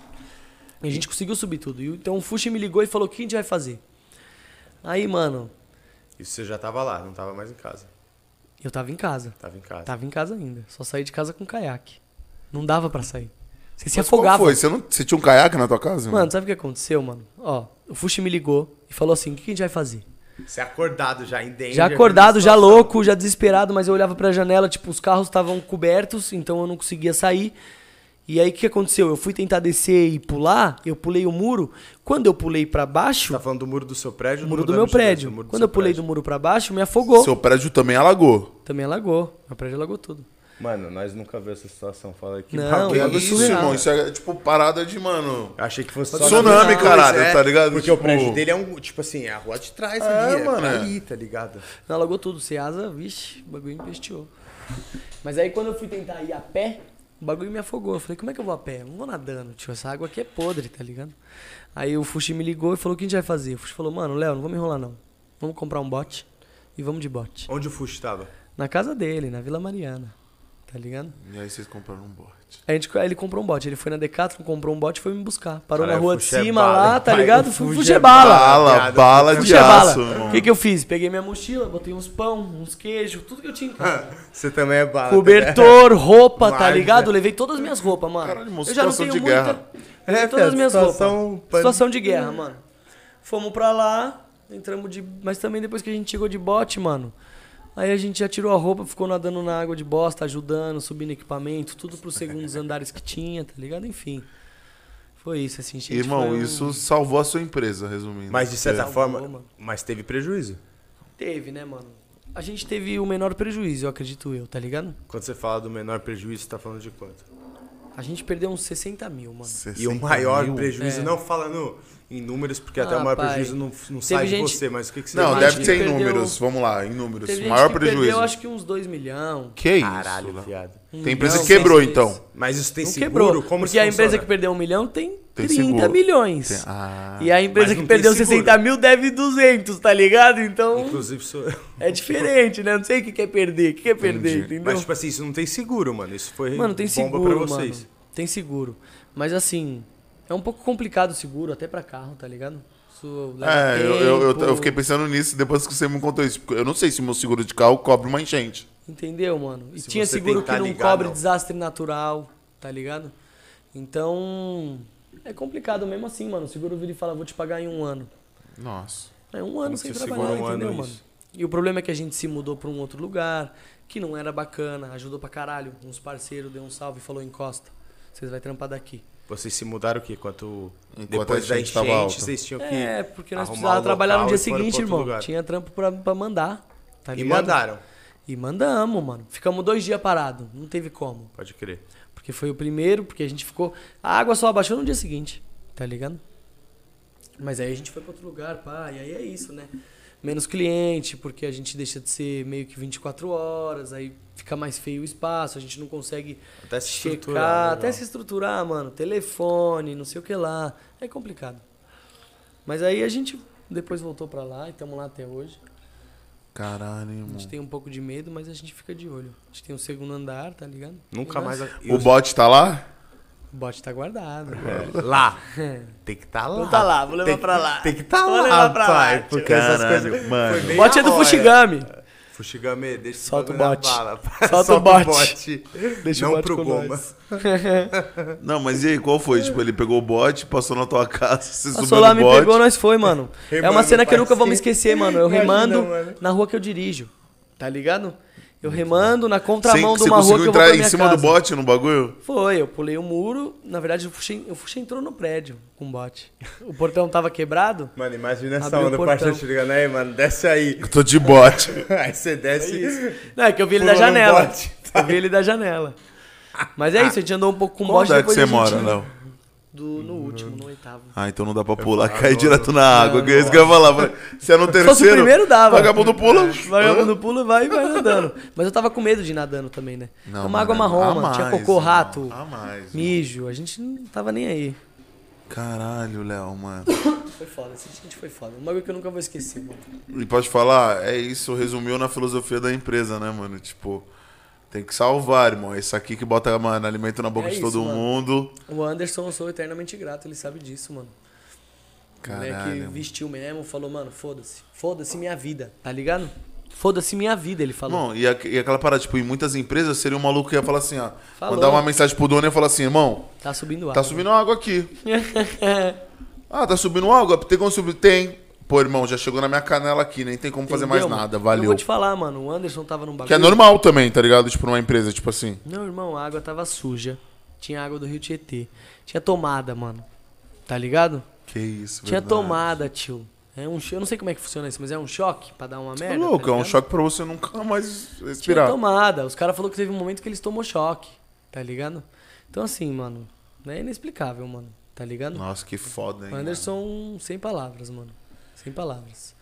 E a gente conseguiu subir tudo. E o- Então o Fuxi me ligou e falou: o que a gente vai fazer? Aí, mano, Isso você já tava lá, não tava mais em casa. Eu tava em casa. Tava em casa. Tava em casa ainda. Só saí de casa com caiaque. Não dava pra sair. Você se Mas afogava. Qual foi? Você, não, você tinha um caiaque na tua casa? Mano, sabe o que aconteceu, mano? Ó, o Fuxi me ligou e falou assim: o que que a gente vai fazer? Você é acordado já em danger, Já acordado, já situação. louco, já desesperado, mas eu olhava pra janela, tipo, os carros estavam cobertos, então eu não conseguia sair. E aí o que aconteceu? Eu fui tentar descer e pular, eu pulei o muro. Quando eu pulei pra baixo, Tá falando do muro do seu prédio? o ou muro do da meu 22? prédio. O muro do Quando seu eu pulei prédio. do muro pra baixo, me afogou. Seu prédio também alagou. Também alagou. Meu prédio alagou tudo. Mano, nós nunca vimos essa situação. Fala aqui. Não, um Que bagulho isso, surreal. irmão? Isso é tipo parada de, mano. Achei que fosse só Tsunami, na- caralho, Pois tá ligado? Porque Tipo- o prédio dele é um, tipo assim, é a rua de trás É, ali, é mano, é. ali, tá ligado? Não, alagou tudo. Ceasa, vixe, o bagulho empesteou. Mas aí quando eu fui tentar ir a pé, o bagulho me afogou. Eu falei, como é que eu vou a pé? Eu Não vou nadando, tio. Essa água aqui é podre, tá ligado? Aí o Fuxi me ligou e falou, o que a gente vai fazer? O Fuxi falou, mano, Léo, não vou me enrolar não. Vamos comprar um bote e vamos de bote. Onde o Fuxo tava? Na casa dele, na Vila Mariana, tá ligado? E aí vocês compraram um bote. A gente, aí ele comprou um bote. Ele foi na Decathlon, comprou um bote e foi me buscar. Parou Caralho, na rua de Fuxi é cima bala, lá, tá pai, ligado? o Fui Fuxi Fuxi é é bala. Bala, piada. bala de Fuxi é aço, bala. O irmão. que que eu fiz? Peguei minha mochila, botei uns pão, uns queijos, tudo que eu tinha em casa. Você também é bala. Cobertor, roupa, tá Mas, ligado? né? Levei todas as minhas roupas, mano. né? é. Caralho, irmão, eu já não situação tenho de muita. guerra. Levei É, todas as cara, minhas situação roupas. pan- Situação de guerra, mano. Fomos pra lá, entramos de. Mas também depois que a gente chegou de bote, mano. Aí a gente já tirou a roupa, ficou nadando na água de bosta, ajudando, subindo equipamento, tudo pros segundos andares que tinha, tá ligado? Enfim. Foi isso, assim, gente. Irmão, foi um- isso salvou a sua empresa, resumindo. Mas de certa É. forma, Boa, mano. mas teve prejuízo. Teve, né, mano? A gente teve o menor prejuízo, eu acredito eu, tá ligado? Quando você fala do menor prejuízo, você tá falando de quanto? A gente perdeu uns 60 mil, mano. 60 E o maior mil. prejuízo, É. não fala no, em números, porque até Ah, o maior pai. prejuízo não, não Teve sai de gente- você, mas o que, que você Não, Teve imagina? deve gente ter que em perdeu- números. Vamos lá, em números. Teve gente maior que prejuízo. perdeu, acho que uns 2 milhão. Que isso? Caralho, velho? viado. Tem empresa milhão, que quebrou, seis, três. então. Mas isso tem não seguro? quebrou. Como assim, porque isso a empresa funciona? que perdeu um milhão tem, Tem 30 seguro. milhões. Tem- Ah. E a empresa Mas não que tem perdeu seguro. 60 mil deve 200, tá ligado? Então Inclusive, sou eu. é diferente, né? Não sei o que quer perder, o que quer perder, Entendi. entendeu? Mas, tipo assim, isso não tem seguro, mano. Isso foi Mano, tem bomba pra seguro, vocês. mano. Tem seguro. Mas assim, é um pouco complicado o seguro, até pra carro, tá ligado? Isso leva É, eu, eu, eu- tempo. eu fiquei pensando nisso depois que você me contou isso. porque Eu não sei se o meu seguro de carro cobre uma enchente. Entendeu, mano? E Se tinha você seguro que tentar não ligar, cobre não. desastre natural, tá ligado? Então, é complicado mesmo assim, mano. O seguro vira e fala, vou te pagar em um ano. Nossa. É um ano sem você trabalhar, segura um ano entendeu, mano? isso? E o problema é que a gente se mudou pra um outro lugar, que não era bacana, ajudou pra caralho. Uns parceiros deu um salve e falou, encosta, vocês vai trampar daqui. Vocês se mudaram o quê? Quanto... Enquanto Depois a da gente tava enchente, alta. vocês tinham que... É, porque nós arrumar precisávamos o trabalhar no local dia e foram pra seguinte, outro irmão. lugar. Tinha trampo pra, pra mandar, tá E ligado? mandaram. E mandamos, mano. Ficamos dois dias parados, não teve como. Pode crer. Porque foi o primeiro, porque a gente ficou. A água só abaixou no dia seguinte, tá ligado? Mas aí a gente foi pra outro lugar, pá, e aí é isso, né? Menos cliente, porque a gente deixa de ser meio que 24 horas, aí fica mais feio o espaço, a gente não consegue Até se estruturar, né, checar, legal. até se estruturar, mano. Telefone, não sei o que lá. É complicado. Mas aí a gente depois voltou pra lá e estamos lá até hoje. Caralho, A irmão. Hum. gente tem um pouco de medo, mas a gente fica de olho. A gente tem um segundo andar, tá ligado? Nunca E nós- mais... O bot tá lá? O bote tá guardado. É, Lá. Tem que estar lá. Não tá lá, vou levar Tem que- pra lá. Tem que estar Vou lá, levar pra lá, pai. tio. Porque essas Caralho, coisas... mano. Foi bem Bote é na do hora. Fushigami. Fushigame, deixa esse Solta o bagulho na bote. bala, pai. Solta o bote. Não pro Goma. Não, mas e aí, qual foi? Tipo, ele pegou o bot, passou na tua casa, você Passou subiu lá, no me bot. pegou, nós foi, mano. é uma Remando, cena que eu nunca vou me parceiro. esquecer, mano. Eu Imagina, remando mano. na rua que eu dirijo. Tá ligado? Eu remando na contramão Sem- de uma você rua que conseguiu eu vou pra entrar em minha cima casa. do bot no bagulho? Foi, eu pulei o muro. Na verdade, o Fuxa, o Fuxa entrou no prédio com o bote. O portão tava quebrado. Mano, imagina essa Abriu o onda, o portão. parceiro te ligando aí, mano, desce aí. Eu tô de bot. Aí você desce. Não, é que eu vi ele da Pulou num janela. bote. Eu vi ele da janela. Mas é isso, a gente andou um pouco com o Onde bote é que depois você a gente- mora, Léo? Do, no último, no oitavo. Ah, então não dá pra pular, cai não, direto na água. que é isso que eu ia falar. Falei, Se é no Se fosse o terceiro, primeiro dava. É, vagabundo pula. Vagabundo pula, vai e vai nadando. Mas eu tava com medo de ir nadando também, né? Não, Uma água mano, marrom, a mano. Tinha mais, cocô, irmão, rato, a mais, mijo. A gente não tava nem aí. Caralho, Léo, mano. Foi foda, esse gente foi foda. Uma coisa que eu nunca vou esquecer, mano. E pode falar, é isso, resumiu na filosofia da empresa, né, mano? Tipo, tem que salvar, irmão. É isso aqui que bota, mano, alimento na boca É de isso, todo mano. mundo. O Anderson, eu sou eternamente grato, ele sabe disso, mano. é O moleque Caralho. vestiu mesmo, falou, mano, foda-se. Foda-se minha vida, tá ligado? Foda-se minha vida, ele falou. Não, e, a- e aquela parada, tipo, em muitas empresas seria um maluco que ia falar assim, ó. Falou. Mandar uma mensagem pro dono e ia falar assim, irmão, tá subindo água. tá subindo água aqui. ah, tá subindo água? Tem como subir? Tem. Pô, irmão, já chegou na minha canela aqui, nem tem como fazer mais Entendeu, nada, mano? Eu valeu. vou te falar, mano. O Anderson tava num bagulho. Que é normal também, tá ligado? Tipo, numa empresa, tipo assim. Não, irmão, a água tava suja. Tinha água do Rio Tietê. Tinha tomada, mano. Tá ligado? Que isso, Tinha verdade. tomada, tio. É um, cho- eu não sei como é que funciona isso, mas é um choque pra dar uma Tá merda. louco, tá é um ligado? choque pra você nunca mais Tinha respirar. tomada. Os caras falaram que teve um momento que eles tomou choque, tá ligado? Então assim, mano, é inexplicável, mano. Tá ligado? Nossa, que foda, hein? O Anderson, sem palavras, mano. Sem palavras.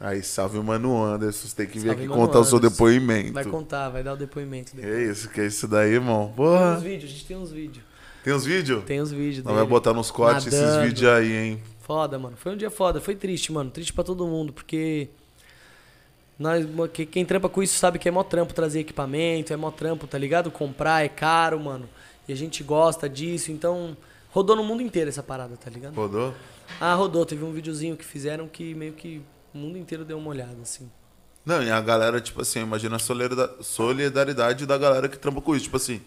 mano. Aí, salve o Mano Anderson. Você tem que vir Salve, aqui Mano contar o seu Anderson. depoimento. Vai contar, vai dar o depoimento dele. É isso, que é isso daí, irmão. Tem uns Porra. vídeos, a gente tem uns vídeos. Tem uns vídeos? Tem uns vídeos Não dele. vai botar nos cortes esses Nadando. vídeos aí, hein? Foda, mano. Foi um dia foda. Foi triste, mano. Triste pra todo mundo, porque. Nós, mo- que- quem trampa com isso sabe que é mó trampo trazer equipamento, é mó trampo, tá ligado? Comprar é caro, mano. E a gente gosta disso, então. Rodou no mundo inteiro essa parada, tá ligado? Rodou? Ah, rodou. Teve um videozinho que fizeram que meio que o mundo inteiro deu uma olhada, assim. Não, e a galera, tipo assim, imagina a solida- solidariedade da galera que trampa com isso. Tipo assim,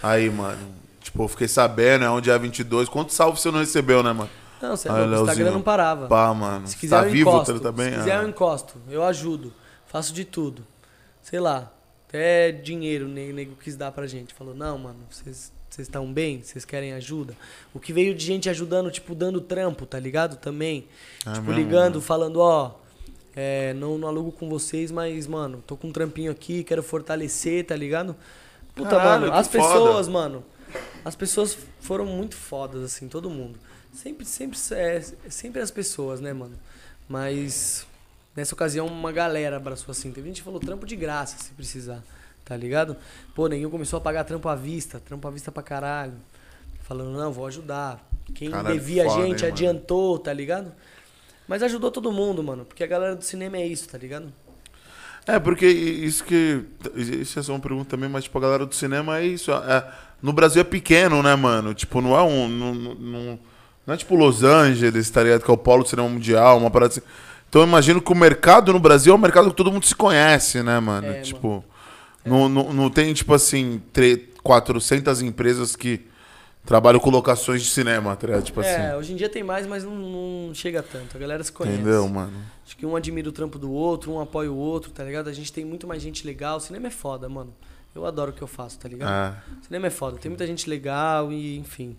aí, mano, tipo, eu fiquei sabendo, é onde é 22. Quanto salvo você não recebeu, né, mano? Não, você é Aí, louco, o Leozinho, Instagram não parava. Pá, mano. Se quiser tá eu vivo, encosto. tá, tá bem? Se quiser Ah. eu encosto, eu ajudo. Faço de tudo. Sei lá, até dinheiro o ne- nego quis dar pra gente. Falou, não, mano, vocês vocês estão bem? Vocês querem ajuda? O que veio de gente ajudando, tipo, dando trampo, tá ligado? Também. É tipo, mesmo, ligando, falando, ó... é, não, não alugo com vocês, mas, mano, tô com um trampinho aqui, quero fortalecer, tá ligado? Puta, Caralho, mano, que as foda. pessoas, mano. As pessoas foram muito fodas, assim, todo mundo. Sempre, sempre, é, sempre as pessoas, né, mano? Mas nessa ocasião uma galera abraçou assim. Teve gente que falou trampo de graça, se precisar, tá ligado? Pô, nenhum começou a pagar trampo à vista, trampo à vista pra caralho. Falando, não, vou ajudar. Quem Caralho, devia a foda, gente hein, mano? adiantou, tá ligado? Mas ajudou todo mundo, mano, porque a galera do cinema é isso, tá ligado? É, porque i- isso que. Isso é só uma pergunta também, mas, tipo, a galera do cinema é isso. é- no Brasil é pequeno, né, mano? Tipo, não é um. Não, não- não, não é tipo Los Angeles, tá ligado? Que é o polo do cinema mundial, uma parada assim. Então eu imagino que o mercado no Brasil é um mercado que todo mundo se conhece, né, mano? É, tipo. Não, não, não tem, tipo assim, tre- 400 empresas que trabalham com locações de cinema, tá ligado? Tipo é, assim. hoje em dia tem mais, mas não, não chega tanto. A galera se conhece. Entendeu, mano? Acho que um admira o trampo do outro, um apoia o outro, tá ligado? A gente tem muito mais gente legal. O cinema é foda, mano. Eu adoro o que eu faço, tá ligado? É. O Cinema é foda. Tem muita gente legal e, enfim.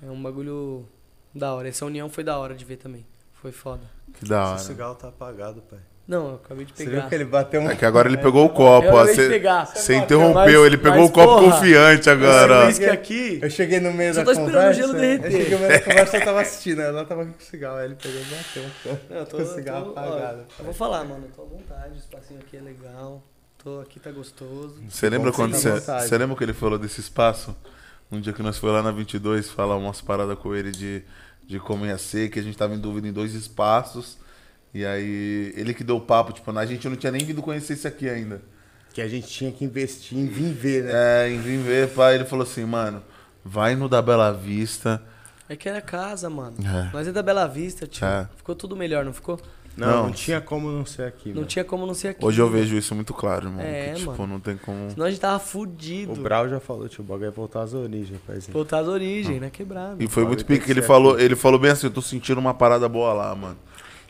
É um bagulho da hora. Essa união foi da hora de ver também. Foi foda. Que da Seu hora. cigarro tá apagado, pai. Não, eu acabei de Você viu pegar. que ele bateu um... É que agora ele pegou o copo, Eu ó. acabei de Você pegar. você Mas- interrompeu, ele pegou mas, o copo porra, confiante Esse agora. uísque aqui. Eu cheguei no meio Só da tô conversa. tá esperando o gelo derreter. Eu cheguei no meio da conversa, eu tava assistindo. Ela tava com cigarro, aí ele pegou e bateu um pouco. Não, eu tô, Com eu o cigarro tô- ó, apagado. eu vou falar, mano. Eu tô à vontade. O espacinho aqui é legal. Tô aqui, tá gostoso. Você lembra Bom, quando fica à você. vontade. Você lembra que ele falou desse espaço? Um dia que nós foi lá na 22 falar umas paradas com ele de, de como ia ser, que a gente tava em dúvida em dois espaços. E aí, ele que deu o papo, tipo, a gente não tinha nem vindo conhecer esse aqui ainda. Que a gente tinha que investir em viver, né? É, em vim ver, pá, ele falou assim, mano, vai no da Bela Vista. É que era casa, mano. É. Nós é da Bela Vista, tio. É. Ficou tudo melhor, não ficou? Não, Não. não, tinha como não ser aqui, Não mano. tinha como não ser aqui. Hoje eu vejo isso muito claro, irmão. É, que, tipo, mano. não tem como. Senão a gente tava fudido. O Brau já falou, tio, o bagulho é voltar às origens, paizinho. Voltar às Ah. origens, né? Quebrado. E foi muito tem pique que que ele ser falou, ele falou bem assim, eu tô sentindo uma parada boa lá, mano.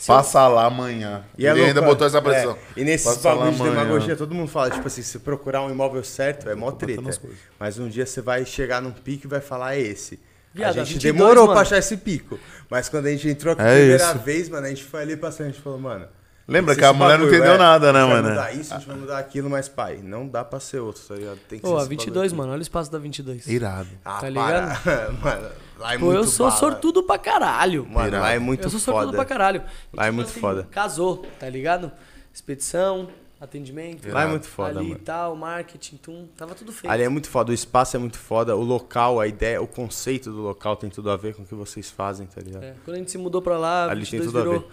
Passa lá amanhã. E ele ainda loucura. botou essa pressão. É, E nesses Passa lá bagulho de amanhã. demagogia, todo mundo fala, tipo assim, se procurar um imóvel certo, é mó treta. as coisas. Mas um dia você vai chegar num pico e vai falar, é esse. Viado, a gente 22, demorou mano. pra achar esse pico. Mas quando a gente entrou aqui a É primeira isso. vez, mano, a gente foi ali passando, a gente falou, mano. Lembra esse que a mulher não bagulho, é, entendeu nada, né, a gente mano? Vai mudar isso, a gente vai mudar aquilo, mas pai, não dá pra ser outro, tá ligado? Tem que Ô, ser a esse bagulho 22, aqui. mano. Olha o espaço da 22. Irado. Ah, Tá para. mano, lá é Pô, muito eu sou bala. sortudo pra caralho. Mano, lá é muito eu sou sortudo foda. pra caralho. tipo assim, Lá é muito foda. Casou, tá ligado? Expedição, atendimento. Lá é muito foda, Ali e mano. tal, marketing, tum. Tava tudo feito. Ali é muito foda, o espaço é muito foda, o local, a ideia, o conceito do local tem tudo a ver com o que vocês fazem, tá ligado? É, Quando a gente se mudou pra lá, a Ali tem 22 tudo a virou ver.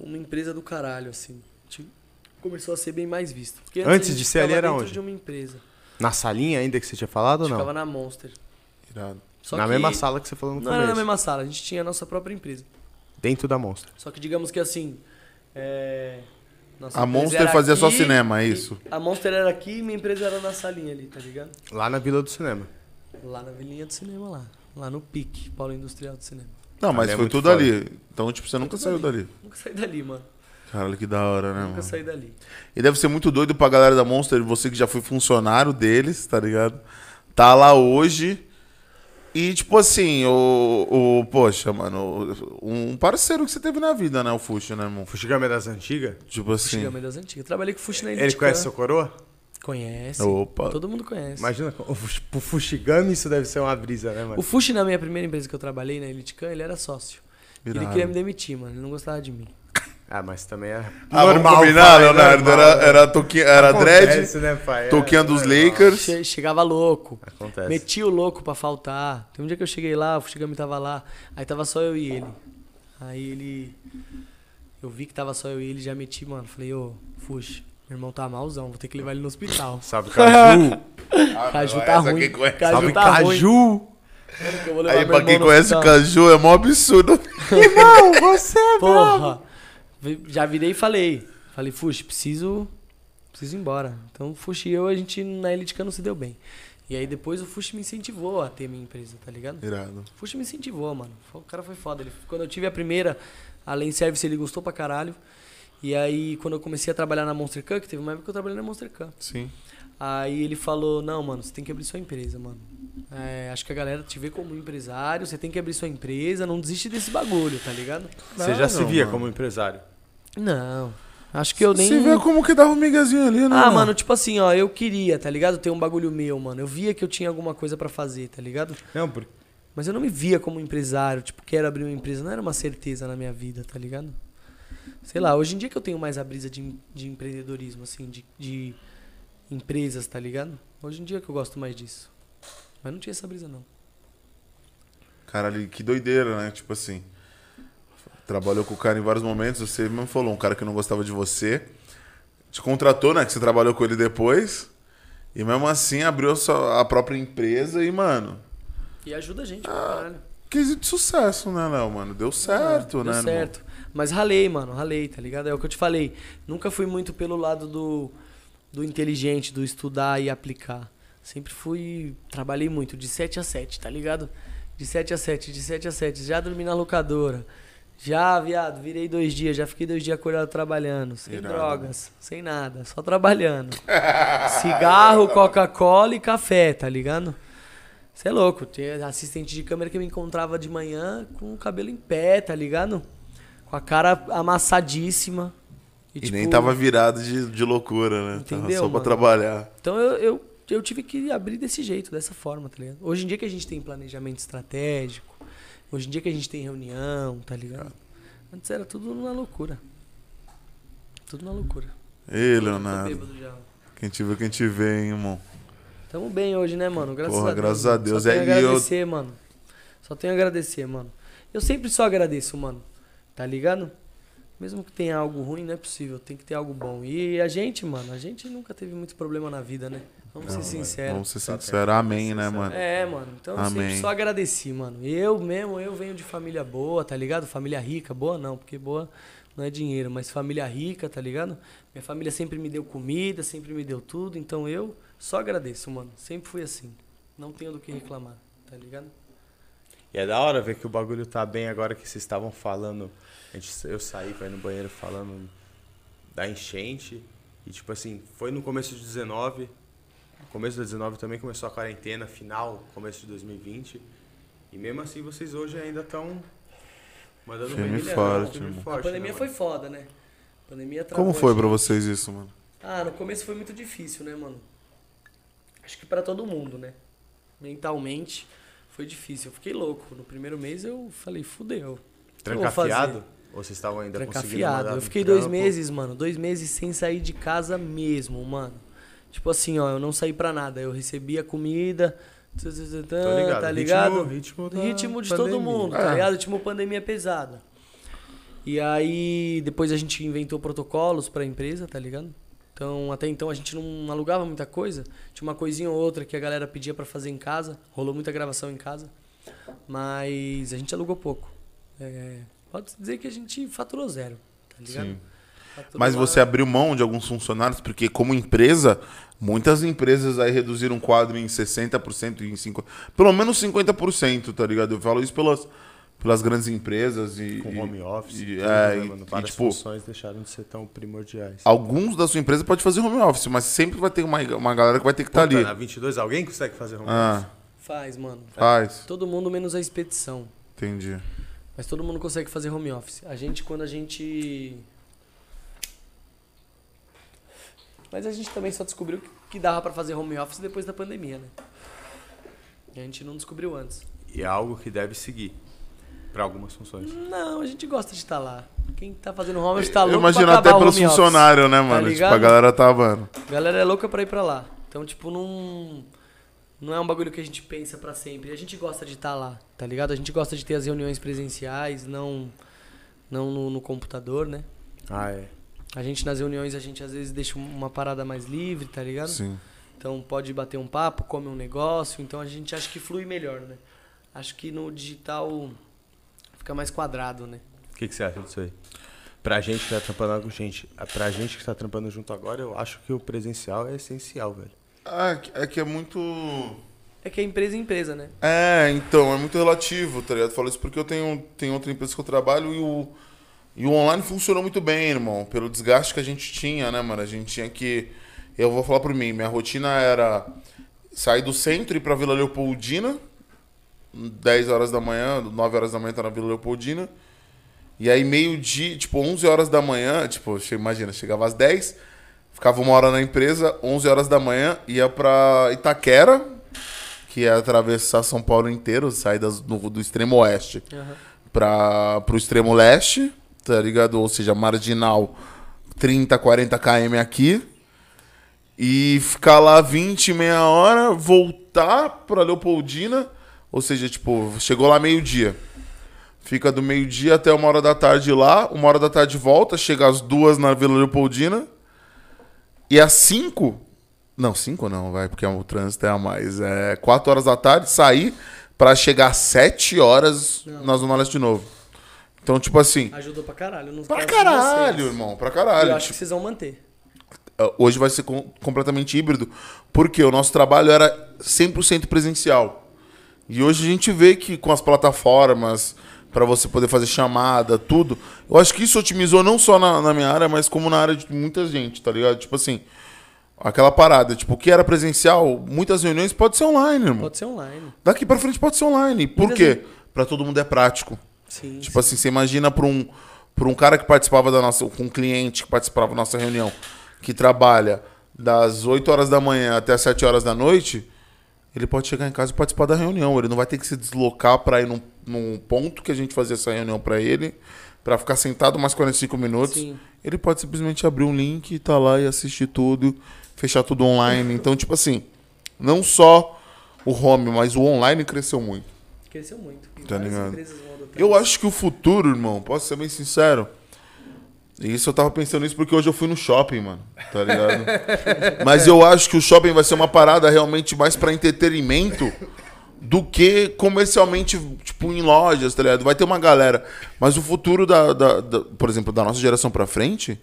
uma empresa do caralho, assim. A gente começou a ser bem mais visto. Porque Antes a gente de ser ali ficava era dentro onde? de uma empresa. Na salinha ainda que você tinha falado ou não? Ficava na Monster. Irado. Só na que- mesma sala que você falou no Não começo. era na mesma sala, a gente tinha a nossa própria empresa. Dentro da Monstro. Só que digamos que assim, é, Nossa A empresa Monster era fazia só aqui, cinema, é e- isso? A Monster era aqui e minha empresa era na salinha ali, tá ligado? Lá na Vila do Cinema. Lá na vilinha do cinema lá. Lá no PIC, Paulo Industrial do Cinema. Não, Ali mas é foi muito tudo foda. ali. Então, tipo, você nunca saiu dali. Nunca saí dali, mano. Caralho, que da hora, né, Nunca mano? saí dali. E deve ser muito doido pra galera da Monster, você que já foi funcionário deles, tá ligado? Tá lá hoje. E, tipo assim, o. o poxa, mano, um parceiro que você teve na vida, né? O Fuxo, né, irmão? Fuxigame é das antigas? Tipo assim. Antigamente das antigas. Trabalhei com o Fuxi na Ele Elite conhece Can. seu coroa? Conhece. Opa. Todo mundo conhece. Imagina, o Fuxi- pro Fuxigame isso deve ser uma brisa, né, mano? O Fuxi, na minha primeira empresa que eu trabalhei, na Elite Can, ele era sócio. E Ele Irado. queria me demitir, mano. Ele não gostava de mim. Ah, mas também é Ah, vamos normal. combinar, fala, é Leonardo. normal, Era, né? era, toqui- era Acontece, dread, né, pai? É, toquinha dos é Lakers. Che- chegava louco. É, Acontece. Metia o louco pra faltar. Tem um dia que eu cheguei lá, o Fuxigami tava lá. Aí tava só eu e ele. Aí ele. Eu vi que tava só eu e ele, já meti, mano. Falei, ô, Fuxi, meu irmão tá malzão, vou ter que levar ele no hospital. Salve, Caju. Caju tá Ah, Essa ruim. quem conhece. Caju Salve, tá ruim. Caju. Eu vou levar Aí, meu pra quem irmão no conhece o hospital. Caju, é mó absurdo. Irmão, você é Porra! Vi- Já virei e falei. Falei, Fuxi, preciso. Preciso ir embora. Então, o Fuxi e eu, a gente na Elite Can não se deu bem. E aí depois o Fuxi me incentivou a ter minha empresa, tá ligado? Irado. O Fuxa me incentivou, mano. O cara foi foda. Ele, quando eu tive a primeira, além service, ele gostou pra caralho. E aí, quando eu comecei a trabalhar na Monster Cup, teve uma época que eu trabalhei na Monster Cup. Sim. Aí ele falou, não, mano, você tem que abrir sua empresa, mano. É, acho que a galera te vê como empresário, você tem que abrir sua empresa, não desiste desse bagulho, tá ligado? Você já se via como empresário. Não. Acho que eu nem. Você vê como que dá um migazinho ali, né? Ah, mano, tipo assim, ó, eu queria, tá ligado? Ter um bagulho meu, mano. Eu via que eu tinha alguma coisa pra fazer, tá ligado? Não, porque... Mas eu não me via como empresário, tipo, quero abrir uma empresa. Não era uma certeza na minha vida, tá ligado? Sei lá, hoje em dia que eu tenho mais a brisa de, em- de empreendedorismo, assim, de, de empresas, tá ligado? Hoje em dia que eu gosto mais disso. Mas não tinha essa brisa, não. Caralho, que doideira, né? Tipo assim. Trabalhou com o cara em vários momentos, você mesmo falou, um cara que não gostava de você. Te contratou, né? Que você trabalhou com ele depois. E mesmo assim abriu a, sua- a própria empresa e, mano. E ajuda a gente, pra caralho. Quesito de sucesso, né, Léo, mano? Deu certo, Deu né, irmão? certo. Mas ralei, mano, ralei, tá ligado? É o que eu te falei. Nunca fui muito pelo lado do, do inteligente, do estudar e aplicar. Sempre fui. Trabalhei muito, de 7 a 7, tá ligado? De 7 a 7, de 7 a 7. Já dormi na locadora. Já, viado, virei dois dias, já fiquei dois dias acordado trabalhando. Sem Irado. drogas, sem nada, só trabalhando. Ah, é Cigarro, Coca-Cola e café, tá ligado? Você é louco, tinha assistente de câmera que me encontrava de manhã com o cabelo em pé, tá ligado? Com a cara amassadíssima. E tipo, nem tava virado de, de loucura, né? tava Entendeu, só pra mano? trabalhar. Então eu, eu, eu tive que abrir desse jeito, dessa forma, tá ligado? Hoje em dia que a gente tem planejamento estratégico, hoje em dia que a gente tem reunião, tá ligado? Antes era tudo na loucura. Tudo na loucura. Ei, Tô Leonardo. bêbado já. Quem te vê, quem te vê, hein, irmão? Tamo bem hoje, né, mano? Graças Porra, a Deus. graças mano. a Deus. Só tenho a É, e eu- agradecer, mano. Só tenho a agradecer, mano. Eu sempre só agradeço, mano. Tá ligado? Mesmo que tenha algo ruim, não é possível. Tem que ter algo bom. E a gente, mano, a gente nunca teve muito problema na vida, né? Vamos ser Vamos sinceros. ser sinceros. Amém, né, mano? É, mano. Então eu Amém. sempre só agradeci, mano. Eu mesmo, eu venho de família boa, tá ligado? Família rica, boa não, porque boa não é dinheiro, mas família rica, tá ligado? Minha família sempre me deu comida, sempre me deu tudo, então eu só agradeço, mano. Sempre fui assim. Não tenho do que reclamar, tá ligado? E é da hora ver que o bagulho tá bem agora que vocês estavam falando. A gente, eu saí pra ir no banheiro falando da enchente. E tipo assim, foi no começo de 19. No começo de 19 também começou a quarentena, final, começo de 2020. E mesmo assim vocês hoje ainda estão mandando Firme bem e milhão, forte, firme e irmão. é A forte, pandemia né, foi mano? foda, né? A pandemia travou Como foi a pra gente. vocês isso, mano? Ah, no começo foi muito difícil, né, mano? Acho que pra todo mundo, né? Mentalmente foi difícil. Eu fiquei louco. No primeiro mês eu falei, fudeu. O que eu vou fazer? Trancafiado? Ou vocês estavam ainda conseguindo Trancafiado. mandar Eu no fiquei dois trampo? meses, mano. Dois meses sem sair de casa mesmo, mano. Tipo assim, ó, eu não saí pra nada. Eu recebia comida. tã, tã, tã, tã, Tô ligado. Tá Ritmo- ligado? ritmo da Ritmo de todo pandemia. mundo, É. tá ligado? Ritmo pandemia pesada. E aí, depois a gente inventou protocolos pra empresa, tá ligado? Então, até então a gente não alugava muita coisa. Tinha uma coisinha ou outra que a galera pedia pra fazer em casa. Rolou muita gravação em casa. Mas a gente alugou pouco. É, pode dizer que a gente faturou zero, tá ligado? tudo Mas lá. você abriu mão de alguns funcionários, porque como empresa, muitas empresas aí reduziram o quadro em 60%, em 50%, pelo menos 50%, tá ligado? Eu falo isso pelas, pelas grandes empresas e... Com e- home office, E, tudo, é, né, e- mano? e, várias tipo, tá funções deixaram de ser tão primordiais. alguns da sua empresa pode fazer home office, mas sempre vai ter uma, uma galera que vai ter que estar Puta, ali. Tá né? Na 22, alguém consegue fazer home Ah, office? Faz, mano. faz. Todo mundo menos a expedição. Entendi. Mas todo mundo consegue fazer home office. A gente, quando a gente. Mas a gente também só descobriu que- que dava pra fazer home office depois da pandemia, né? E a gente não descobriu antes. E é algo que deve seguir para algumas funções. Não, a gente gosta de estar lá. Quem tá fazendo home office tá louco Eu imagino pra até acabar o pelos home office. funcionários, né, mano? tipo, ligado? a galera tá, mano. A galera é louca pra ir pra lá. Então, tipo, não. Não é um bagulho que a gente pensa pra sempre. A gente gosta de estar lá, tá ligado? A gente gosta de ter as reuniões presenciais, não. Não no- no computador, né? Ah, é. A gente nas reuniões, a gente às vezes deixa um, uma parada mais livre, tá ligado? Sim. Então pode bater um papo, come um negócio, então a gente acha que flui melhor, né? Acho que no digital fica mais quadrado, né? O que, que você acha disso aí? Pra gente que tá trampando com gente, pra gente que tá trampando junto agora, eu acho que o presencial é essencial, velho. Ah, é que é muito. É que é empresa é empresa, né? É, então, é muito relativo, tá ligado? Eu Falo isso porque eu tenho, tenho outra empresa que eu trabalho e o, e o online funcionou muito bem, irmão. Pelo desgaste que a gente tinha, né, mano? A gente tinha que. Eu vou falar por mim, minha rotina era sair do centro e ir pra Vila Leopoldina, 10 horas da manhã, 9 horas da manhã tá na Vila Leopoldina. E aí, meio-dia, tipo, 11 horas da manhã, tipo, che- imagina, chegava às 10, ficava uma hora na empresa, 11 horas da manhã, ia pra Itaquera, que é atravessar São Paulo inteiro, sair das- do, do extremo oeste para pro extremo leste, tá ligado? Ou seja, marginal 30, 40 km aqui. E ficar lá 20, meia hora, voltar pra Leopoldina. Ou seja, tipo, chegou lá meio-dia. Fica do meio-dia até uma hora da tarde lá. Uma hora da tarde volta, chega às duas na Vila Leopoldina. E às 5. Não, 5 não, vai, porque o trânsito é a mais. É 4 horas da tarde, sair pra chegar às 7 horas na Zona Leste de novo. Então, tipo assim. Ajudou pra caralho. Nos Pra casos de vocês. caralho, irmão, pra caralho. Eu acho Tipo, que vocês vão manter. Ah, hoje vai ser com- completamente híbrido, porque o nosso trabalho era 100% presencial. E hoje a gente vê que com as plataformas, para você poder fazer chamada, tudo, eu acho que isso otimizou não só na, na minha área, mas como na área de muita gente, tá ligado? Tipo assim, aquela parada, tipo, o que era presencial, muitas reuniões pode ser online, irmão. Pode ser online. Daqui para frente pode ser online. Por Muitas quê? Para todo mundo é prático. Sim. Tipo assim, você imagina para um, pra um cara que participava da nossa. com um cliente que participava da nossa reunião, que trabalha das 8 horas da manhã até as 7 horas da noite, ele pode chegar em casa e participar da reunião. Ele não vai ter que se deslocar para ir num, num ponto que a gente fazia essa reunião para ele, para ficar sentado mais 45 minutos. Sim. Ele pode simplesmente abrir um link, e tá lá e assistir tudo, fechar tudo online. Então, tipo assim, não só o home, mas o online cresceu muito. Cresceu muito. E Tá várias ligado. empresas vão adotar Eu isso. acho que o futuro, irmão, posso ser bem sincero. E Isso eu tava pensando nisso porque hoje eu fui no shopping, mano. Tá ligado? Mas eu acho que o shopping vai ser uma parada realmente mais pra entretenimento do que comercialmente, tipo, em lojas, tá ligado? Vai ter uma galera. Mas o futuro, da, da- da- por exemplo, da nossa geração pra frente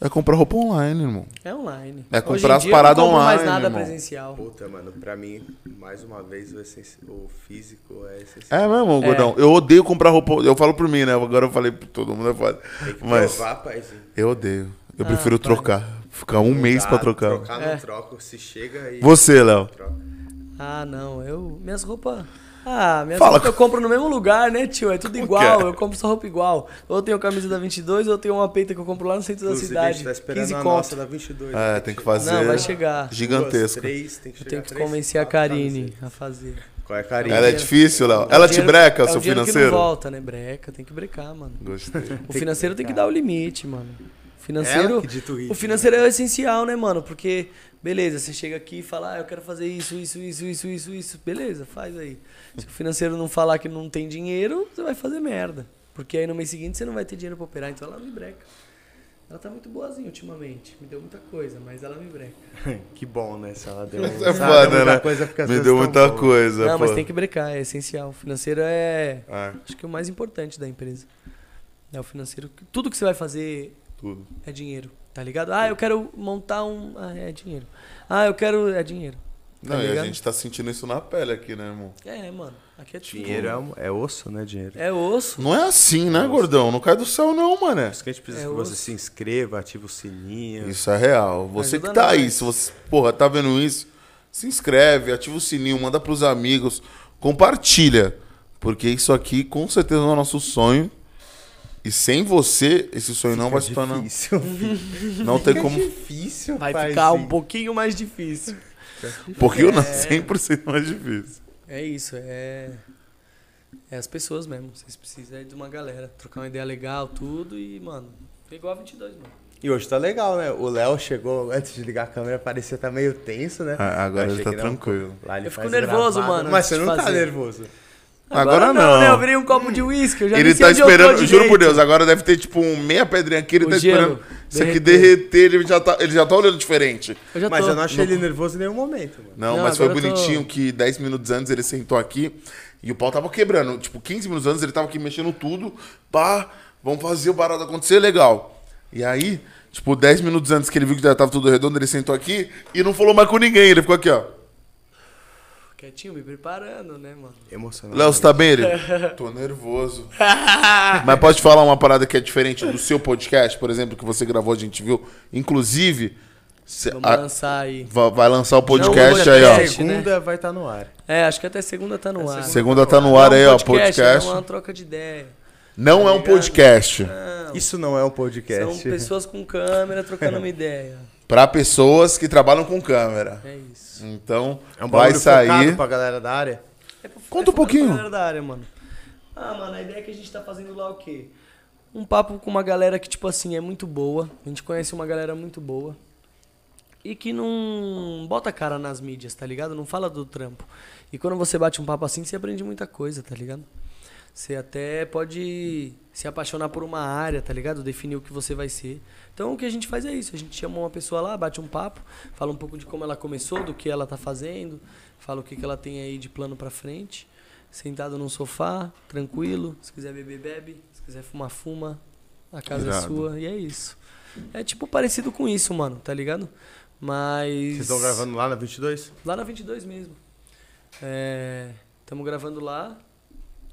é comprar roupa online, irmão. É online. É, Hoje em comprar as dia, eu não paradas compro mais online, nada irmão. presencial. Puta, mano, pra mim, mais uma vez, o, essenci- o físico é essencial. É mesmo, Gordão? Eu odeio comprar roupa. Eu falo por mim, né? Agora eu falei, todo mundo é foda. Tem que Mas provar, paizinho. eu odeio. Eu prefiro trocar. Ficar um mês Dá, pra trocar. Trocar não É. troca, se chega e Você, Léo. troca. Ah, não, eu. Minhas roupas. Ah, minhas Fala roupas com- eu compro no mesmo lugar, né, tio? É tudo igual, Cara. eu compro só roupa igual. Ou eu tenho camisa da 22, ou eu tenho uma peita que eu compro lá no centro Inclusive, da a gente cidade. tá esperando 15 a conto. nossa da 22. É, né? tem que chegar fazer. Não, vai chegar. Gigantesca. Duas, três, tem que Eu chegar tenho que três, convencer a quatro, Karine camisas. a fazer. Qual é a Karine? Ela é dinheiro- difícil, Léo. É Ela o te dinheiro- breca, é o seu dinheiro financeiro? Que não volta, né? Breca, tem que brecar, mano. Gostei. O financeiro tem que dar o limite, mano. O Ela financeiro. que dita o ritmo. O financeiro é o essencial, né, mano? Porque, beleza, você chega aqui e fala, ah, eu quero fazer isso, isso, isso, isso, isso, isso. Beleza, faz aí. Se o financeiro não falar que não tem dinheiro, você vai fazer merda. Porque aí no mês seguinte você não vai ter dinheiro pra operar, então ela me breca. Ela tá muito boazinha ultimamente, me deu muita coisa, mas ela me breca. Que bom, né? Se ela deu. É sabe, foda, muita né? Coisa fica às Me vezes deu tão muita boa. coisa. não, pô. mas tem que brecar, é essencial. O financeiro é, É. Ah, acho que, o mais importante da empresa. É o financeiro. Tudo que você vai fazer Tudo. É dinheiro, tá ligado? Ah, eu quero montar um. Ah, é dinheiro. Ah, eu quero. É dinheiro. Tá Não, e a ligado? gente tá sentindo isso na pele aqui, né, irmão? É, mano. Aqui é tudo. Dinheiro é, um- é osso, né, dinheiro? É osso. Não é assim, né, gordão? Não cai do céu, não, mané. Por isso que a gente precisa É que osso. você se inscreva, ative o sininho. Isso é real. Você Ajuda que tá nós. aí, se você, porra, tá vendo isso, se inscreve, ativa o sininho, manda pros amigos, compartilha. Porque isso aqui com certeza é o nosso sonho. E sem você, esse sonho é não vai se tornar. É Difícil. Não tem como. difícil, Vai paizinho. ficar um pouquinho mais difícil. Porque é eu não 100% mais difícil. É isso, é. É as pessoas mesmo. Vocês precisam aí de uma galera. Trocar uma ideia legal, tudo e, mano. É igual a 22, mano. E hoje tá legal, né? O Léo chegou, antes de ligar a câmera, parecia tá meio tenso, né? Ah, agora Achei ele tá que não. um tranquilo. Lá ele Eu faz fico nervoso, gravado, mano, Mas antes você de não tá fazer. nervoso. Agora não. né? Eu virei um copo de uísque, eu já Ele nem tá sei onde eu tô esperando, juro por direito. Deus, agora deve ter tipo um meia pedrinha aqui, ele O tá gelo, esperando. Se aqui derreter. derreter, ele já tá, ele já tá olhando diferente. Eu já Mas tô. eu não achei ele nervoso em nenhum momento, mano. Não, Não, mas foi agora eu tô- bonitinho que 10 minutos antes ele sentou aqui e o pau tava quebrando. Tipo, 15 minutos antes ele tava aqui mexendo tudo. Pá, vamos fazer o barato acontecer, legal. E aí, tipo, 10 minutos antes que ele viu que já tava tudo redondo, ele sentou aqui e não falou mais com ninguém. Ele ficou aqui, ó. Quietinho, me preparando, né, mano? Emocionante. Léo, você tá bem? Ele? Tô nervoso. Mas pode falar uma parada que é diferente do seu podcast, por exemplo, que você gravou, a gente viu. Inclusive, cê- Vamos a- lançar aí. va- vai lançar o Não, Ah, podcast não, aí, podcast. ó. Segunda vai estar no ar. É, acho que até segunda tá no ar. Segunda tá no ar Não, aí, ó, É podcast. uma troca de ideia. Não é um ligado? podcast. Não, Isso não é um podcast. são pessoas com câmera trocando uma ideia. Pra pessoas que trabalham com câmera. É isso. Então, É um vai bagulho focado sair. pra galera da área. É pra- Conta um é pra pouquinho. galera da área, mano. Ah, mano, a ideia é que a gente tá fazendo lá o quê? Um papo com uma galera que, tipo assim, é muito boa. A gente conhece uma galera muito boa. E que não bota a cara nas mídias, tá ligado? Não fala do trampo. E quando você bate um papo assim, você aprende muita coisa, tá ligado? Você até pode se apaixonar por uma área, tá ligado? Definir o que você vai ser. Então o que a gente faz é isso, a gente chama uma pessoa lá, bate um papo, fala um pouco de como ela começou, do que ela tá fazendo, fala o que, que ela tem aí de plano pra frente, sentado num sofá, tranquilo, se quiser beber, bebe, se quiser fumar, fuma, a casa é Irado. sua, e é isso. É tipo parecido com isso, mano, tá ligado? Mas... Vocês estão gravando lá na 22? Lá na 22 mesmo. Estamos gravando lá.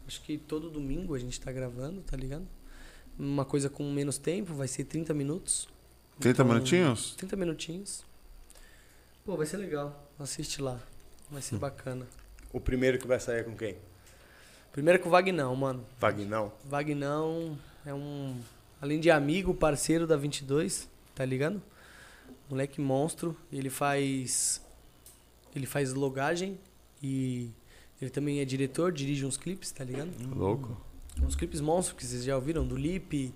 Acho que todo domingo a gente tá gravando, tá ligado? Uma coisa com menos tempo, vai ser 30 minutos. 30 Então, minutinhos? 30 minutinhos. Pô, vai ser legal. Assiste lá. Vai Hum. ser bacana. O primeiro que vai sair é com quem? Primeiro com o Vagnão, mano. Vagnão. Vagnão é um. Além de amigo, parceiro da 22, tá ligado? Moleque monstro. Ele faz. Ele faz logagem e. Ele também é diretor, dirige uns clipes, tá ligado? Hum. Louco. Uns clipes monstros que vocês já ouviram, do Lipe.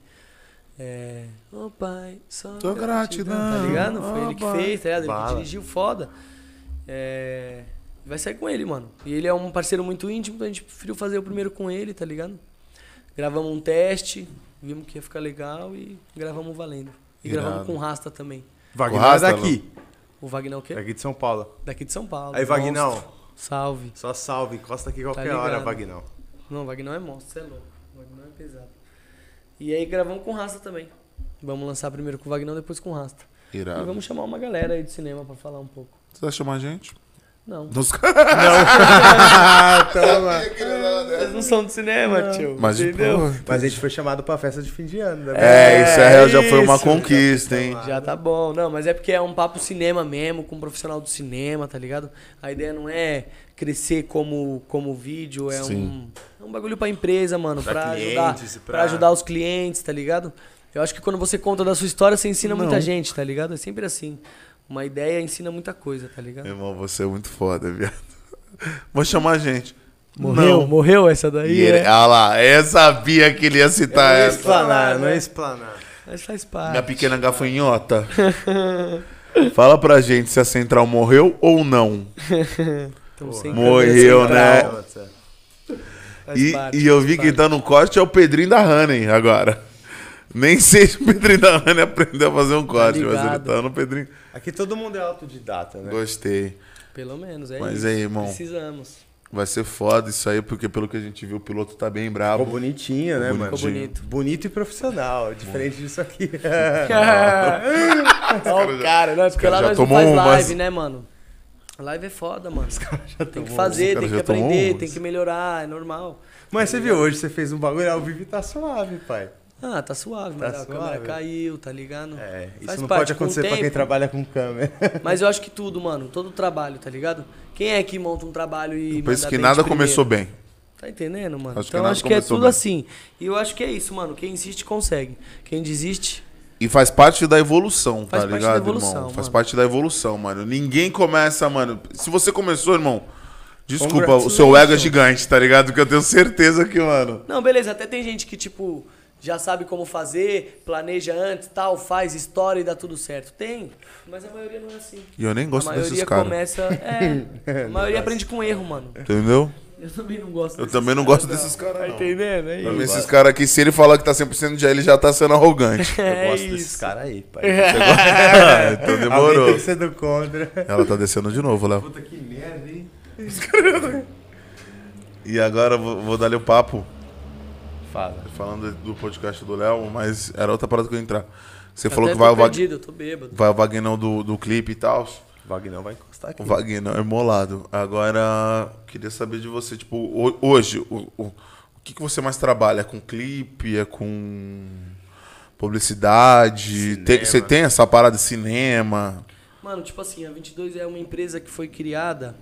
É. Ô pai, só. Só gratidão, Tá ligado? Foi ele ó, que fez, tá ligado? Ele Oh, Bala. que dirigiu foda. É. Vai sair com ele, mano. E ele é um parceiro muito íntimo, então a gente preferiu fazer o primeiro com ele, tá ligado? Gravamos um teste, vimos que ia ficar legal e gravamos valendo. E Irado. gravamos com o Rasta também. Vagnão é Rasta, daqui. O Wagner o quê? Daqui de São Paulo. Daqui de São Paulo. Aí, Vagnão. monstro. Salve. Só salve, encosta aqui qualquer Tá ligado. hora, Vagnão. Não, o Vagnão é monstro, você é louco. O Vagnão é pesado. E aí gravamos com o Rasta também. Vamos lançar primeiro com o Vagnão, depois com o Rasta. E Irado. vamos chamar uma galera aí de cinema pra falar um pouco. Você vai chamar a gente? Não. Nos... Ah, toma. Vocês não são de cinema, tio. Mas, tipo, entendeu? pô, Mas a gente foi chamado pra festa de fim de ano, né? É, isso é real, já foi uma isso. conquista, hein? Já tá bom, não, mas é porque é um papo cinema mesmo, com um profissional do cinema, tá ligado? A ideia não é crescer como, como vídeo, é Sim. um, é um bagulho pra empresa, mano, Pra pra, clientes e ajudar, pra- pra ajudar os clientes, tá ligado? Eu acho que quando você conta da sua história, você ensina muita gente, tá ligado? É sempre assim. Uma ideia ensina muita coisa, tá ligado? Meu irmão, você é muito foda, viado. Vou chamar a gente. Morreu, Não. morreu essa E daí. ele, é. ah lá, eu sabia que ele ia citar Eu não ia essa. Explanar, né? não é explanar. Mas faz né? Minha parte. pequena gafanhota. Fala pra gente se a central morreu ou não. Então, sem Morreu, cabeça, né? É. moral, faz E, parte, e eu faz vi quem parte. tá no corte é o Pedrinho da Honey agora. Nem sei se o Pedrinho da Honey aprendeu a fazer um corte, mas ele ligado. tá no Pedrinho. Aqui todo mundo é autodidata, né? Gostei. Pelo menos, é Mas isso. aí, irmão? Precisamos. Vai ser foda isso aí, porque pelo que a gente viu, o piloto tá bem brabo. Ficou bonitinho, né, mano? Ficou bonito. Bonito e profissional, diferente disso aqui. Ó o cara, né? Porque cara lá já nós não tomou faz umas. live, né, mano? Live é foda, mano. Tem umas. Os que fazer, tem que caras já tomou aprender, umas. tem que melhorar, é normal. Mas você viu, hoje você fez um bagulho ao vivo e tá suave, pai. Ah, tá suave, mas a câmera suave. caiu, tá ligado? É, isso Faz não parte, pode com o acontecer pra quem tempo. trabalha com câmera. Mas eu acho que tudo, mano, todo trabalho, tá ligado? Quem é que monta um trabalho e Penso manda que bem nada de começou primeira? bem. Tá entendendo, mano? Acho que então nada acho que é começou tudo bem. assim. E eu acho que é isso, mano. Quem insiste, consegue. Quem desiste, E faz parte da evolução, Faz tá parte da ligado, evolução, irmão? Faz mano. parte da evolução, mano. Ninguém começa, mano. Se você começou, irmão, desculpa, o seu Congratulations. ego é gigante, tá ligado? Porque eu tenho certeza que, mano. Não, beleza, até tem gente que, tipo, já sabe como fazer, planeja antes, tal, faz história e dá tudo certo. Tem, mas a maioria não é assim. E eu nem gosto a desses maioria caras. começa. É, a maioria aprende com erro, mano. Entendeu? Eu também não gosto. Eu desses também não caras, gosto desses caras, não. Entendendo? É Pra isso. mim, esses caras aqui, se ele falar que tá 100% já, ele já tá sendo arrogante. É Eu gosto desses isso. É. caras aí, pai. Ah, então Alguém tem demorou. que ser do contra. Ela tá descendo de novo, Léo. Puta que merda, hein? E agora eu vou, vou dar-lhe o papo, Fala. falando do podcast do Léo, mas era outra parada que eu ia entrar. Você falou Até que vai o, tô Vag... perdido, eu tô bêbado. vai o Vagnão do, do clipe e tal. O Vagnão vai encostar aqui. O Vagnão é molado. Agora, queria saber de você, tipo, ho- hoje, o, o, o que, que você mais trabalha? É com clipe? É com publicidade? Tem- você tem essa parada de cinema? Mano, tipo assim, a 22 é uma empresa que foi criada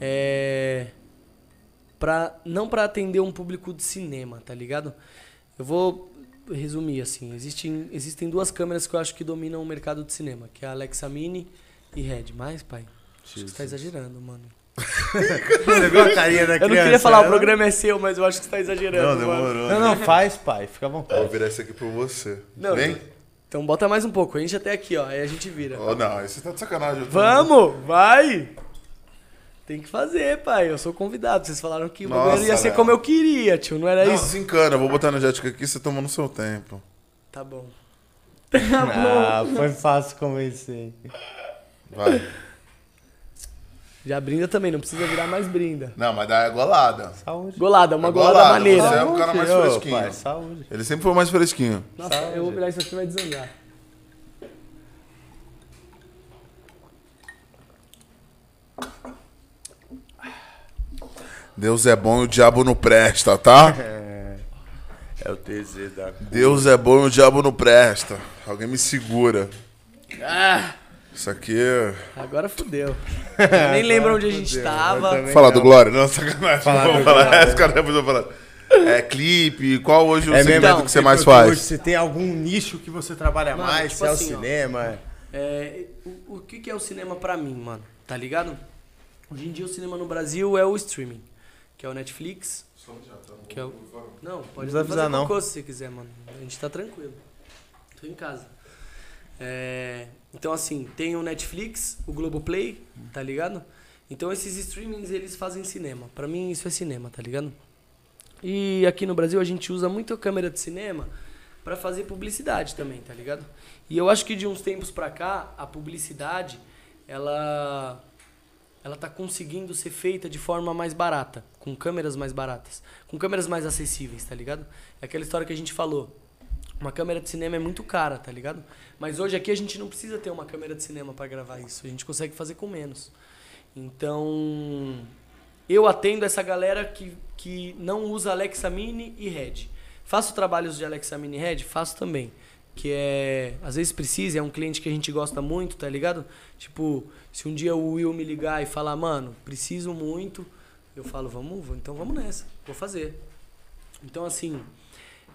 é, pra, não para atender um público de cinema, tá ligado? Eu vou resumir assim. Existem, existem duas câmeras que eu acho que dominam o mercado de cinema, que é a Alexa Mini e Red. Mas, pai, acho que você tá exagerando, mano. Você viu a carinha da criança? Eu não queria falar, o né? programa é seu, mas eu acho que você tá exagerando, mano. Não, não, faz, pai. Fica à Vou vontade. virar isso aqui por você. Não, Vem? Então bota mais um pouco, enche até aqui, ó, aí a gente vira. Oh, não, isso tá de sacanagem. eu tô- Vamos, vai! Tem que fazer, pai. Eu sou convidado. Vocês falaram que o Nossa, bagulho ia ser Léo. como eu queria, tio. Não é era Não, isso? desencana, eu vou botar energética aqui, você toma no seu tempo. Tá bom. Ah, foi fácil convencer. Vai. Já brinda também, não precisa virar mais brinda. Não, mas dá a golada. Saúde. Golada, uma É golada, golada, maneira. você é um cara mais Saúde, ô, fresquinho. Pai, saúde. Ele sempre foi mais fresquinho. Nossa, Saúde. eu vou virar isso aqui e vai desangar. Deus é bom e o diabo não presta, tá? É o TZ da... Deus é bom e o diabo não presta. Alguém me segura. Ah. Isso aqui. é- Agora fodeu. Eu nem lembro onde a gente tava. Falar do Glória? Não, sacanagem. Não vou do falar. Glória. Esse cara depois eu vou falar. É clipe, qual hoje o É segmento mesmo, que você mais faz? Você tem algum nicho que você trabalha Mano, mais? tipo se é assim, o ó. cinema? É, o, o que, que é o cinema pra mim, mano? Tá ligado? Hoje em dia o cinema no Brasil é o streaming, que é o Netflix. Que é o... Não, pode precisa avisar, fazer não. cocô se você quiser, mano. A gente tá tranquilo. Tô em casa. É, então, assim, tem o Netflix, o Globoplay, tá ligado? Então, esses streamings, eles fazem cinema. Pra mim, isso é cinema, tá ligado? E aqui no Brasil, a gente usa muito a câmera de cinema pra fazer publicidade também, tá ligado? E eu acho que de uns tempos pra cá, a publicidade, ela ela está conseguindo ser feita de forma mais barata, com câmeras mais baratas, com câmeras mais acessíveis, tá ligado? É aquela história que a gente falou. Uma câmera de cinema é muito cara, tá ligado? Mas hoje aqui a gente não precisa ter uma câmera de cinema para gravar isso, a gente consegue fazer com menos. Então, eu atendo essa galera que, que não usa Alexa Mini e Red. Faço trabalhos de Alexa Mini e Red? Faço também. Que é. Às vezes precisa, é um cliente que a gente gosta muito, tá ligado? Tipo, se um dia o Will me ligar e falar, mano, preciso muito, eu falo, vamos, vamos- então vamos nessa, vou fazer. Então, assim,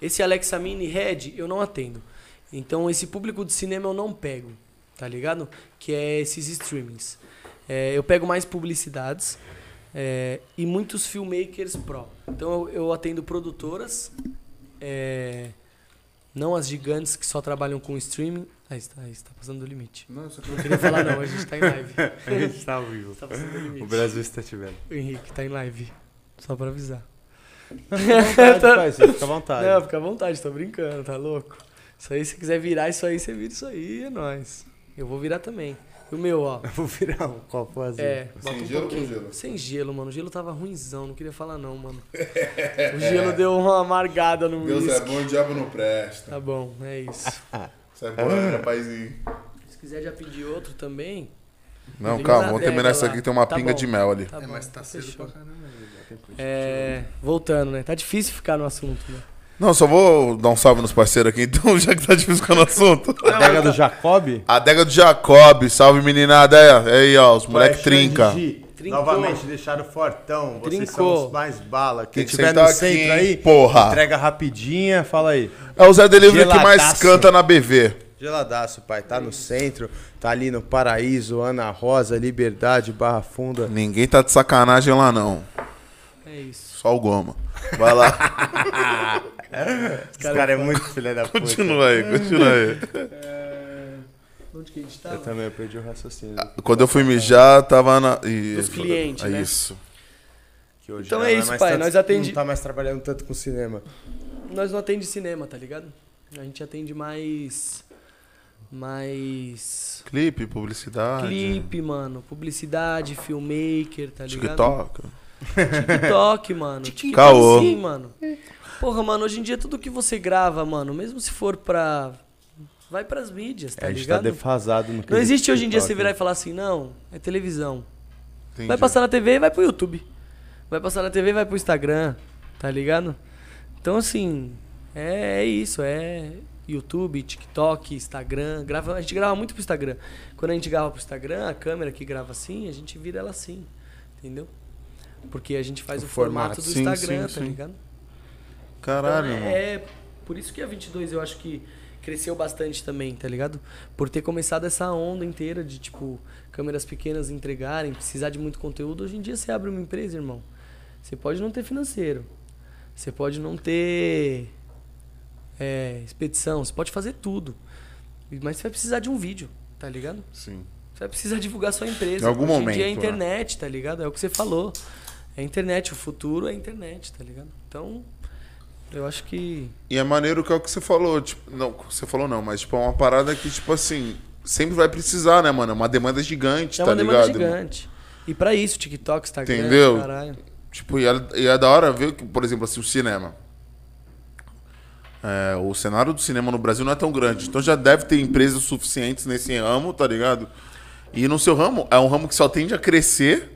esse Alexa Mini Red eu não atendo. Então, esse público de cinema eu não pego, tá ligado? Que é esses streamings. É, eu pego mais publicidades é, e muitos filmmakers pro. Então, eu, eu atendo produtoras, é, não as gigantes que só trabalham com streaming. Ah, Aí está, aí está tá passando do limite. Não, isso aqui- Não queria falar, não, a gente tá em live. A gente tá ao vivo. Tá passando do limite. O Brasil está te vendo. O Henrique tá em live. Só pra avisar. Fica à vontade, pai, você fica à Tá. vontade. Não, fica à vontade, tô brincando, tá louco? Isso aí, se quiser virar isso aí, você vira isso aí, é nóis. Eu vou virar também. E o meu, ó. Vou virar um copo vazio. É, bota Sem um gelo ou com pouquinho. gelo? Sem gelo, mano. O gelo tava ruinzão, não queria falar não, mano. o gelo deu uma amargada no Deus é uísque. bom, o diabo não presta. é Tá bom, é isso. Sai fora, rapazinho. Se quiser já pedir outro também, Não, Liga calma, na vamos adega terminar isso lá. aqui, tem uma Tá pinga bom. de mel ali. É, tá bom. fechou. caramba. né? Tem coisa. É, voltando, né? Tá difícil ficar no assunto, né? Não, só vou dar um salve nos parceiros aqui, então, já que tá difícil ficar no assunto. Adega do Jacob? Adega do Jacob, salve meninada. É, é aí, ó, os moleque Flash trinca. Andy. Trincou. Novamente deixaram fortão. Vocês Trincou. são os mais bala. Quem Tem que tiver sentar no aqui, centro hein, aí, porra. entrega rapidinha, fala aí. É o Zé Delivery que mais Geladaço. canta na BV. Geladaço, pai. Tá no centro, tá ali no Paraíso, Ana Rosa, Liberdade, Barra Funda. Ninguém tá de sacanagem lá, não. É isso. Só o Goma. Vai lá, Esse cara é muito filha da puta. continua aí, continua aí. É, Onde que a gente tá? Eu tava? também eu perdi o raciocínio. Quando eu fui mijar, tava na. Ih, Dos clientes, é né? Isso. Que hoje Então já é não isso, mais pai, tanto- nós atendi- Não tá mais trabalhando tanto com cinema. Nós não atende cinema, tá ligado? A gente atende mais. Mais. Clipe, publicidade. Clipe, mano. Publicidade, filmmaker, tá ligado? TikTok. TikTok, mano. TikTok, Caô. sim, mano. Porra, mano, hoje em dia tudo que você grava, mano, mesmo se for pra. Vai pras mídias, É, tá a gente tá ligado? defasado no não quesito existe hoje em dia você TikTok, virar e né? falar assim, não, é televisão. Entendi. Vai passar na TV e vai pro YouTube. Vai passar na TV e vai pro Instagram, tá ligado? Então, assim, é, é isso, é YouTube, TikTok, Instagram. Grava, a gente grava muito pro Instagram. Quando a gente grava pro Instagram, a câmera que grava assim, a gente vira ela assim, entendeu? Porque a gente faz O o, formato, formato, do sim, Instagram, sim, tá sim. ligado? Caralho, Então, irmão. é, é por isso que a 22 eu acho que cresceu bastante também, tá ligado? Por ter começado essa onda inteira de tipo câmeras pequenas entregarem, precisar de muito conteúdo. Hoje em dia você abre uma empresa, irmão. Você pode não ter financeiro. Você pode não ter é, expedição, você pode fazer tudo. Mas você vai precisar de um vídeo, tá ligado? Sim. Você vai precisar divulgar sua empresa. Em algum Hoje momento, Em dia é a né? internet, tá ligado? É o que você falou. É a internet, o futuro é a internet, tá ligado? Então, eu acho que. E é maneiro que é o que você falou, tipo, não, você falou não, mas tipo, é uma parada que, tipo assim, sempre vai precisar, né, mano? É uma demanda gigante, é tá uma demanda ligado? gigante. E pra isso, TikTok, Instagram, Entendeu? caralho. Tipo, e é, e é da hora ver que, por exemplo, assim, o cinema. É, o cenário do cinema no Brasil não é tão grande. Então já deve ter empresas suficientes nesse ramo, tá ligado? E no seu ramo, é um ramo que só tende a crescer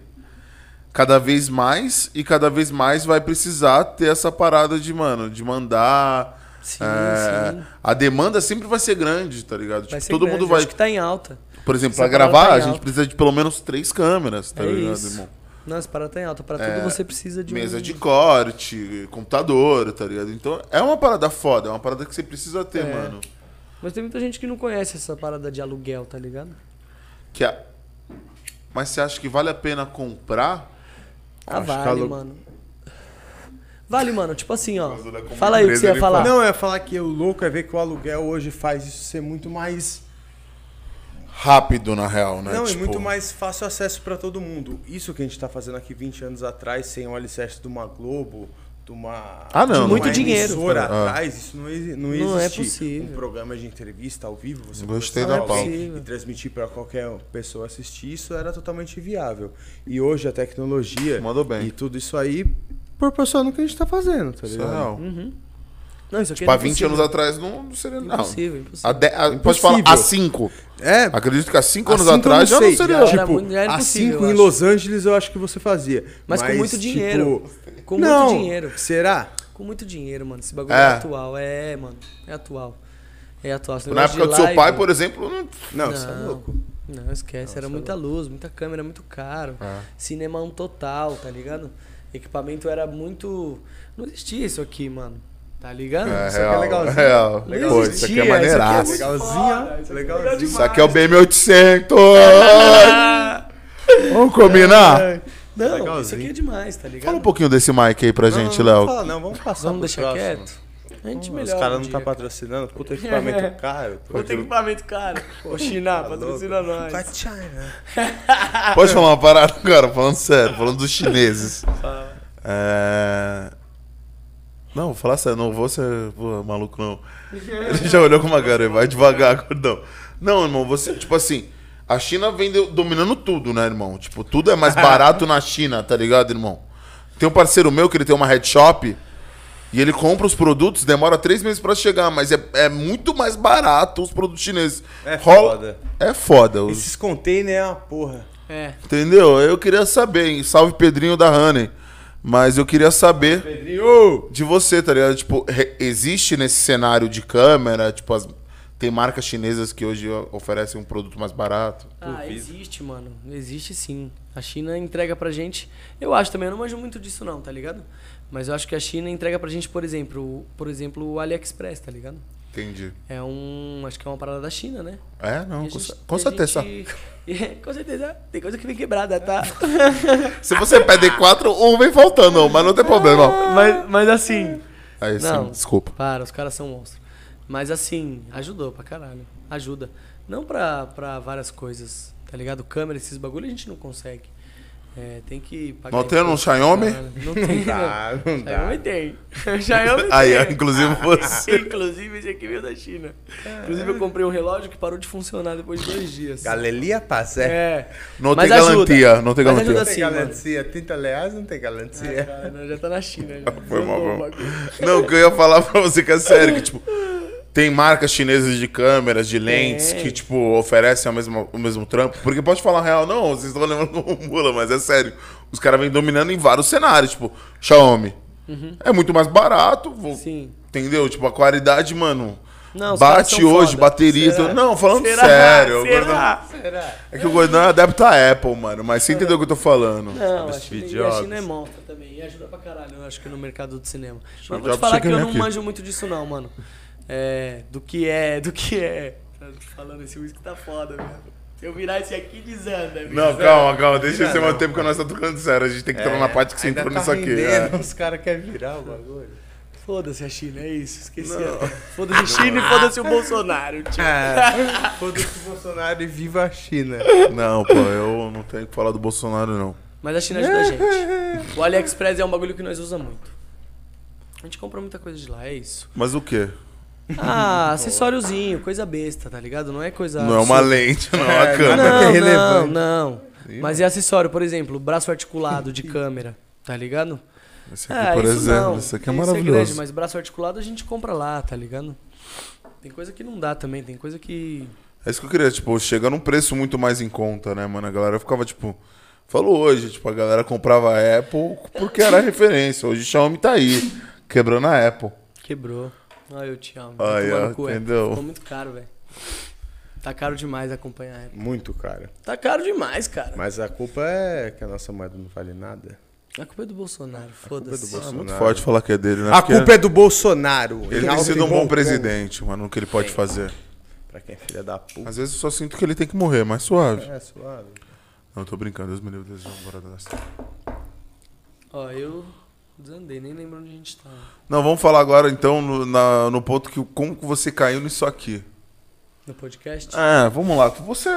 cada vez mais e cada vez mais vai precisar ter essa parada de, mano, de mandar. Sim, É, sim. A demanda sempre vai ser grande, tá ligado? Vai Tipo, ser todo grande. mundo vai. Acho que tá em alta. Por exemplo, essa pra parada gravar, tá em a gente alta. precisa de pelo menos três câmeras, tá é ligado, isso. irmão? Não, essa parada tá em alta. Pra É, tudo você precisa de um- Mesa de corte, computador, tá ligado? Então é uma parada foda, é uma parada que você precisa ter, É. mano. Mas tem muita gente que não conhece essa parada de aluguel, tá ligado? Que a- Mas você acha que vale a pena comprar? Ah, Acho que vale, alu- mano. Vale, mano. Tipo assim, ó. causa da compra Fala aí o que empresa, você ia ele falar. Não, eu ia falar que o louco é ver que o aluguel hoje faz isso ser muito mais. Rápido, na real, né? Não, Tipo, e muito mais fácil acesso pra todo mundo. Isso que a gente tá fazendo aqui 20 anos atrás, sem o alicerce de uma Globo, de uma. Ah, não. de Muito uma dinheiro. emissora Ah. atrás, isso não, exi- não existe. Não é possível. Um programa de entrevista ao vivo, você Gostei conversar da com alguém pauta. Possível. E transmitir pra qualquer pessoa assistir, isso era totalmente viável. E hoje a tecnologia Mandou bem. e tudo isso aí proporciona o que a gente tá fazendo, tá Isso é ligado? real. Não, isso aqui Tipo, há é 20 anos atrás não não seria. Não. Impossível, impossível. Há de- há- Pode falar, há Impossível. 5. É, Acredito que há 5 Há anos cinco atrás eu já não sei, seria. já era Tipo, muito- já era há impossível, cinco eu em acho. Los Angeles eu acho que você fazia. Mas com muito tipo, dinheiro. Com não, muito dinheiro. Será? Com muito dinheiro, mano. Esse bagulho É. é, atual. É, mano. É atual. É atual. Esse Na negócio de época do seu live- pai, por exemplo, não Não, Não. você é louco. Não, esquece. é era muita luz, muita câmera, muito caro. Cinema um total, tá ligado? Equipamento era muito. Não existia isso aqui, mano. Tá ligado? É, Isso aqui é real, legalzinho. real. Legal. Pô, isso aqui é Existia, isso aqui é maneiraço. legal. Legalzinho, Isso ó. aqui é legalzinho. Isso aqui é o BM800. Vamos combinar? Não, isso Legalzinho. aqui é demais, tá ligado? Fala um pouquinho desse mic aí pra gente, não, não, Léo. Não, fala, não, vamos passar Vamos pro deixar próximo. quieto? A gente Os melhora. caras um não tá dia. patrocinando, puta equipamento caro. Puta equipamento, Tá cara. Ô, China, patrocina nós. Pra China. Pode falar uma parada agora, falando sério, falando dos chineses. É... Não, vou falar sério, não vou ser pô, maluco, não. Ele já olhou com uma cara, vai devagar, gordão. Não, irmão, você, tipo assim, A China vem de- dominando tudo, né, irmão? Tipo, tudo é mais barato na China, tá ligado, irmão? Tem um parceiro meu que ele tem uma headshop e ele compra os produtos, demora três meses pra chegar, mas é, é muito mais barato os produtos chineses. É Rola- foda. É foda. os- Esses container é uma porra. É. Entendeu? Eu queria saber, hein? salve Pedrinho da Honey. Mas eu queria saber Pedrinho! de você, tá ligado? Tipo, re- existe nesse cenário de câmera, tipo, as- tem marcas chinesas que hoje oferecem um produto mais barato. Ah, Duvido. existe, mano. Existe sim. A China entrega pra gente. Eu acho também, eu não manjo muito disso não, tá ligado? Mas eu acho que a China entrega pra gente, por exemplo, o- por exemplo, o AliExpress, tá ligado? Entendi. É um, acho que é uma parada da China, né? É, não, E a com, gente- cer- com e a certeza. gente- com certeza. Tem coisa que vem quebrada, tá? Se você pede quatro, um vem faltando, mas não tem problema. mas, mas assim, Aí sim, Não. desculpa. Para, os caras são monstros. Mas assim, ajudou pra caralho. Ajuda. Não pra, pra várias coisas, tá ligado? Câmera, esses bagulho a gente não consegue. É, tem que pagar. Não tem um imposto, Xiaomi? caralho. Não tem. Dá, não. não dá. Xiaomi tem. Xiaomi tem. Aí, ó, inclusive você. Inclusive, esse aqui veio da China. Inclusive, eu comprei um relógio que parou de funcionar depois de dois dias. Galeria passa, é. É. Não Mas tem ajuda. garantia, não tem Mas garantia. ajuda Não tem sim, garantia. 30 reais não tem garantia. Cara, já tá na China. Já. Foi mal, Voltou foi mal. o bagulho. Não, o que eu ia falar pra você que é sério, que, tipo, tem marcas chinesas de câmeras, de lentes, Tem. que, tipo, oferecem a mesma, o mesmo trampo. Porque pode falar a real, não, vocês estão levando um mula, mas é sério. Os caras vêm dominando em vários cenários, tipo, Xiaomi. É muito mais barato, vo- Uhum. Sim. entendeu? Tipo, a qualidade, mano. Não, os caras bate são hoje, foda. bateria. Será? então- Não, falando Será? sério. o Será? Gordão- Será? é que o Gordão é adepto à Apple, mano, mas você entendeu o que eu tô falando. É. Não, Sabe, a Steve China, e a Jobs. China é monstro também. E ajuda pra caralho, eu acho que no mercado do cinema. Mas vou Jobs te falar que chega eu nem não é aqui. manjo muito disso não, mano. É, do que é, do que é. Tá falando, esse uísque tá foda, velho. Se eu virar esse aqui, desanda. velho. Não, calma, calma, deixa esse Não, manter não. tempo que nós estamos tocando sério. A gente tem que entrar na parte que você ainda entrou tá nisso aqui. é. rendendo, Os caras querem virar o bagulho. Foda-se a China, é isso. Esqueci. a- Foda-se a China e foda-se o Bolsonaro, tio. É. Ah, Foda-se o Bolsonaro e viva a China. Não, pô, eu não tenho que falar do Bolsonaro, não. Mas a China ajuda a gente. O AliExpress é um bagulho que nós usamos muito. A gente compra muita coisa de lá, é isso. Mas o quê? Ah, acessóriozinho, coisa besta, tá ligado? Não é coisa. não é uma absurda. lente, não é uma É, câmera. nada que é Não, não, relevante. não. Mas é acessório, por exemplo, braço articulado de câmera, tá ligado? Esse aqui, por exemplo, esse aqui é Ah, Isso é grande, maravilhoso. mas braço articulado a gente compra lá, tá ligado? Tem coisa que não dá também, tem coisa que. É isso que eu queria, tipo, chega num preço muito mais em conta, né, mano? A galera ficava, tipo... Falou hoje, tipo, a galera comprava a Apple porque era referência. Hoje o Xiaomi tá aí, quebrando a Apple. Quebrou. Ai, eu te amo. Ai, Vai tomar ó, no cu, é. entendeu? Ficou muito caro, velho. Tá caro demais acompanhar a Apple. Muito cara. Tá caro demais, cara. Mas a culpa é que a nossa moeda não vale nada. A culpa é do Bolsonaro, foda-se. É Bolsonaro. muito forte falar que é dele, né? A Porque culpa é do Bolsonaro. é Ele tem sido um bom presidente, mano, no que ele pode fazer. Pra quem é filha da puta. Às vezes eu só sinto que ele tem que morrer, mas suave. É suave. Não, eu tô brincando, Deus me livre, Deus me livre, bora dessa. Ó, eu desandei, nem lembro onde a gente tá. Não, vamos falar agora então no, na- no ponto que como que você caiu nisso aqui. No podcast? É, vamos lá. Você.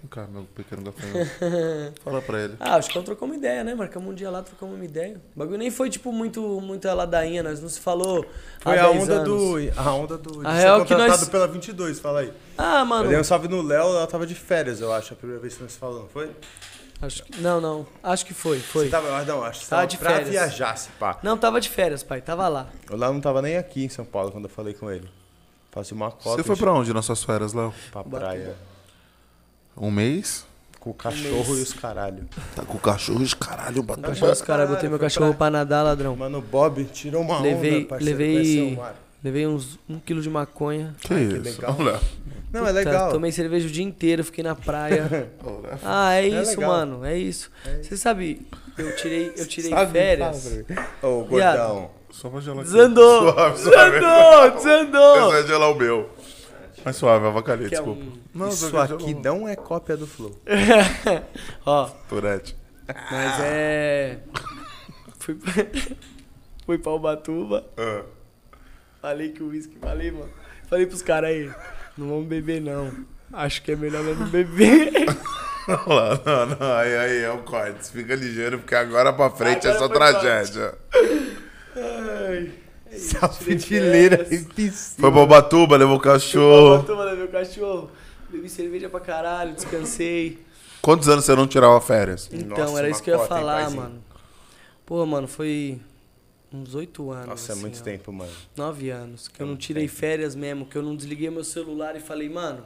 Vem cá, meu pequeno gafanhoto. Fala pra ele. Ah, acho que nós trocamos uma ideia, né? Marcamos um dia lá, trocamos uma ideia. O bagulho nem foi, tipo, muito, muita ladainha, nós não se falou. Foi há a 10 onda anos. do. A onda do. De A ser real que nós- contratado pela 22, fala aí. Ah, Eu mano. dei um salve no Léo, ela tava de férias, eu acho, a primeira vez que nós falamos, foi? Acho que... Não, não. Acho que foi, foi. Você tá- tava, eu não, acho que você Tava tava de pra férias. viajar, se pá. Não, tava de férias, pai. Tava lá. O Léo não tava nem aqui em São Paulo quando eu falei com ele. Fazia uma cota Você foi pra onde nas suas férias, Léo? pra praia. Um mês? Com o cachorro e os caralho. Tá com cachorros, caralho, bateu. Achei os caras, caralho, botei meu foi cachorro pra nadar, ladrão. Mano, o Bob tirou uma Levei- onda, parceiro. levei- conheceu o mar. Levei uns um quilo de maconha. Que isso? legal. Ô, Léo. Não, é Puta, legal. Tomei cerveja o dia inteiro, fiquei na praia. Ô, Léo. Ah, é, isso, legal. mano. É isso. Você sabe, eu tirei, eu tirei Sabe, férias. sabe. Ô, Viado. gordão. Só pra gelar aqui. Desandou! Suave, suave. Desandou! Desandou! Essa é gelar o meu. Mas suave, avacalhei, Que é desculpa. um- Não, Isso só que aqui gelou. não é cópia do Flow. Ó, Tourette. mas Ah. é. Fui, pra... Fui pra Ubatuba, Ah. falei que o uísque, falei, mano. Falei pros caras aí, não vamos beber não. Acho que é melhor nós não beber. Não, não, não, aí, aí é o corte. Fica ligeiro, porque agora pra frente é Agora só foi tragédia. Ai, é isso, Salve tirei de leira férias. e piscina. Foi pra Ubatuba, levou o Fui pra cachorro. Ubatuba, levei o cachorro. bebi cerveja pra caralho, descansei. Quantos anos você não tirava férias? Então, Nossa, uma era isso que eu ia cota, hein, falar, paizinho? mano. Pô, mano, foi uns oito anos. Nossa, é assim, muito ó. tempo, mano. Nove anos. Que eu Então, não tirei férias mesmo, que eu não desliguei meu celular e falei, mano,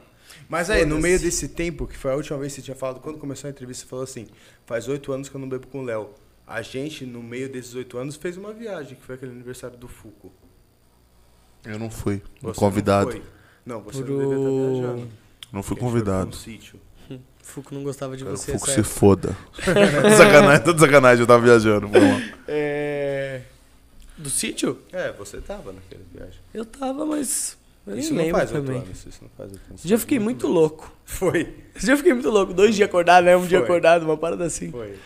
Mas aí, no Foda-se. meio desse tempo, que foi a última vez que você tinha falado, quando começou a entrevista, você falou assim: faz oito anos que eu não bebo com o Léo. A gente, no meio desses oito anos, fez uma viagem, que foi aquele aniversário do Fuco. Eu não fui. Você não Um convidado. foi. Não, você Por não devia o- estar viajando. Não fui Porque a gente foi pra convidado. Um sítio. Fuco não gostava de Quero que você, o é Fuco se certo? foda. sacanagem, tô de sacanagem, eu tava viajando. vamos lá. É... Do sítio? É, você tava naquela viagem. Eu tava, mas. Eu isso nem não lembro faz também. oito anos. Isso não faz oito anos. Esse dia eu fiquei muito louco. Foi, Esse dia eu fiquei muito louco. Dois dias acordado, né? Um dia Foi. acordado, uma parada assim. foi.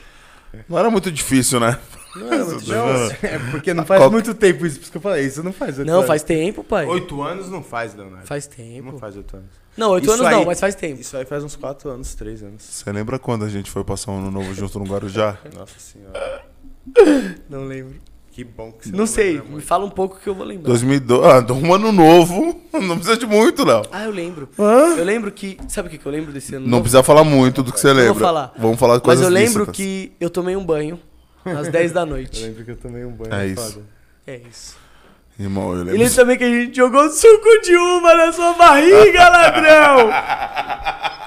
Não era muito difícil, né? Não, era muito- Não. não, é porque não faz Qual- muito tempo isso, por isso que eu falei. Isso não faz né? oito Não, anos. faz tempo, pai. Oito anos não faz, Leonardo. Faz Não tempo. faz oito anos. Não, oito Isso anos não, aí- mas faz tempo. Isso aí faz uns quatro anos, três anos. Você lembra quando a gente foi passar um ano novo junto no Guarujá? tá, Nossa senhora. Não lembro. Que bom que você Não sei, lembra, me muito. fala um pouco que eu vou lembrar. 2012. Ah, então um ano novo. Não precisa de muito, Léo. Ah, eu lembro. Eu lembro que. Sabe o que que eu lembro desse ano? Não novo? precisa falar muito do que você vou lembra. falar. Vamos falar de Mas coisas tá eu lembro lícitas. que eu tomei um banho às 10 da Eu noite. lembro que eu tomei um banho. É foda. isso. É isso. Irmão, eu E lembro. lembro também que a gente jogou suco de uva na sua barriga, ladrão!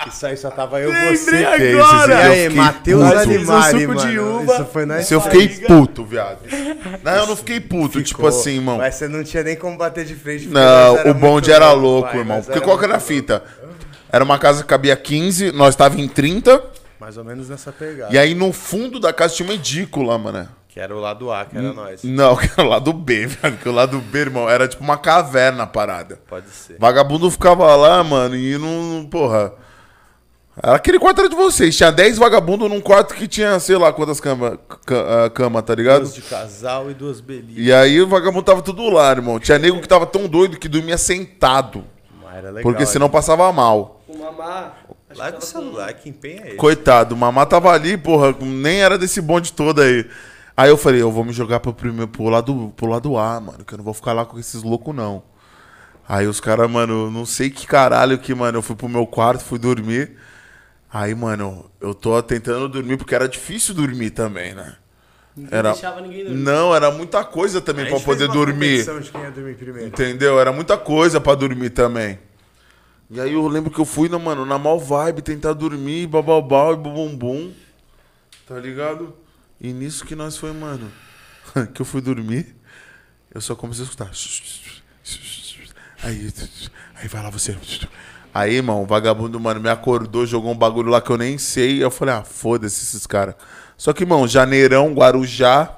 Isso aí só tava eu Lembrei você. agora. que é E esses- eu aí, fiquei Matheus puto. Animari, Suco de mano. uva. Isso foi na Se eu fiquei puto, viado. Não, eu não fiquei puto. Tipo Ficou. assim, irmão. Mas você não tinha nem como bater de frente. porque nós Não, era o bonde muito era louco, louco, pai, irmão. nós Porque era qual que era a muito louco. fita? Era uma casa que cabia 15, nós tava em 30. Mais ou menos nessa pegada. E aí no fundo da casa tinha uma edícula, mano. Que era o lado A, que era Hum. nós. Não, que era o lado B, velho. Que é o lado B, irmão, era tipo uma caverna a parada. Pode ser. Vagabundo ficava lá, mano, e não. Porra. Era Aquele quarto era de vocês. Tinha 10 vagabundos num quarto que tinha, sei lá, quantas camas, cama, tá ligado? Duas de casal e duas belinhas. E aí o vagabundo tava tudo lá, irmão. Tinha nego que tava tão doido que dormia sentado. Mas era legal. Porque hein? senão passava mal. O mamá. Hum. Larga o celular, que empenha é esse? Coitado, o mamá tava ali, porra, nem era desse bonde todo aí. Aí eu falei, eu vou me jogar pro, primeiro, pro, lado, pro lado A, mano, que eu não vou ficar lá com esses loucos, não. Aí os caras, mano, não sei que caralho que, mano, eu fui pro meu quarto, fui dormir. Aí, mano, eu tô tentando dormir porque era difícil dormir também, né? Era... deixava ninguém dormir. Não, era muita coisa também A pra gente fez poder uma dormir. competição de quem ia dormir primeiro. Entendeu? Era muita coisa pra dormir também. E aí eu lembro que eu fui, na, mano, na mal vibe, tentar dormir, bababau e bumbum. Tá ligado? E nisso que nós foi, mano. que eu fui dormir, eu só comecei a escutar. Aí, aí vai lá você. Aí, irmão, o vagabundo, mano, me acordou, jogou um bagulho lá que eu nem sei. Eu falei, ah, foda-se esses caras. Só que, irmão, janeirão, Guarujá,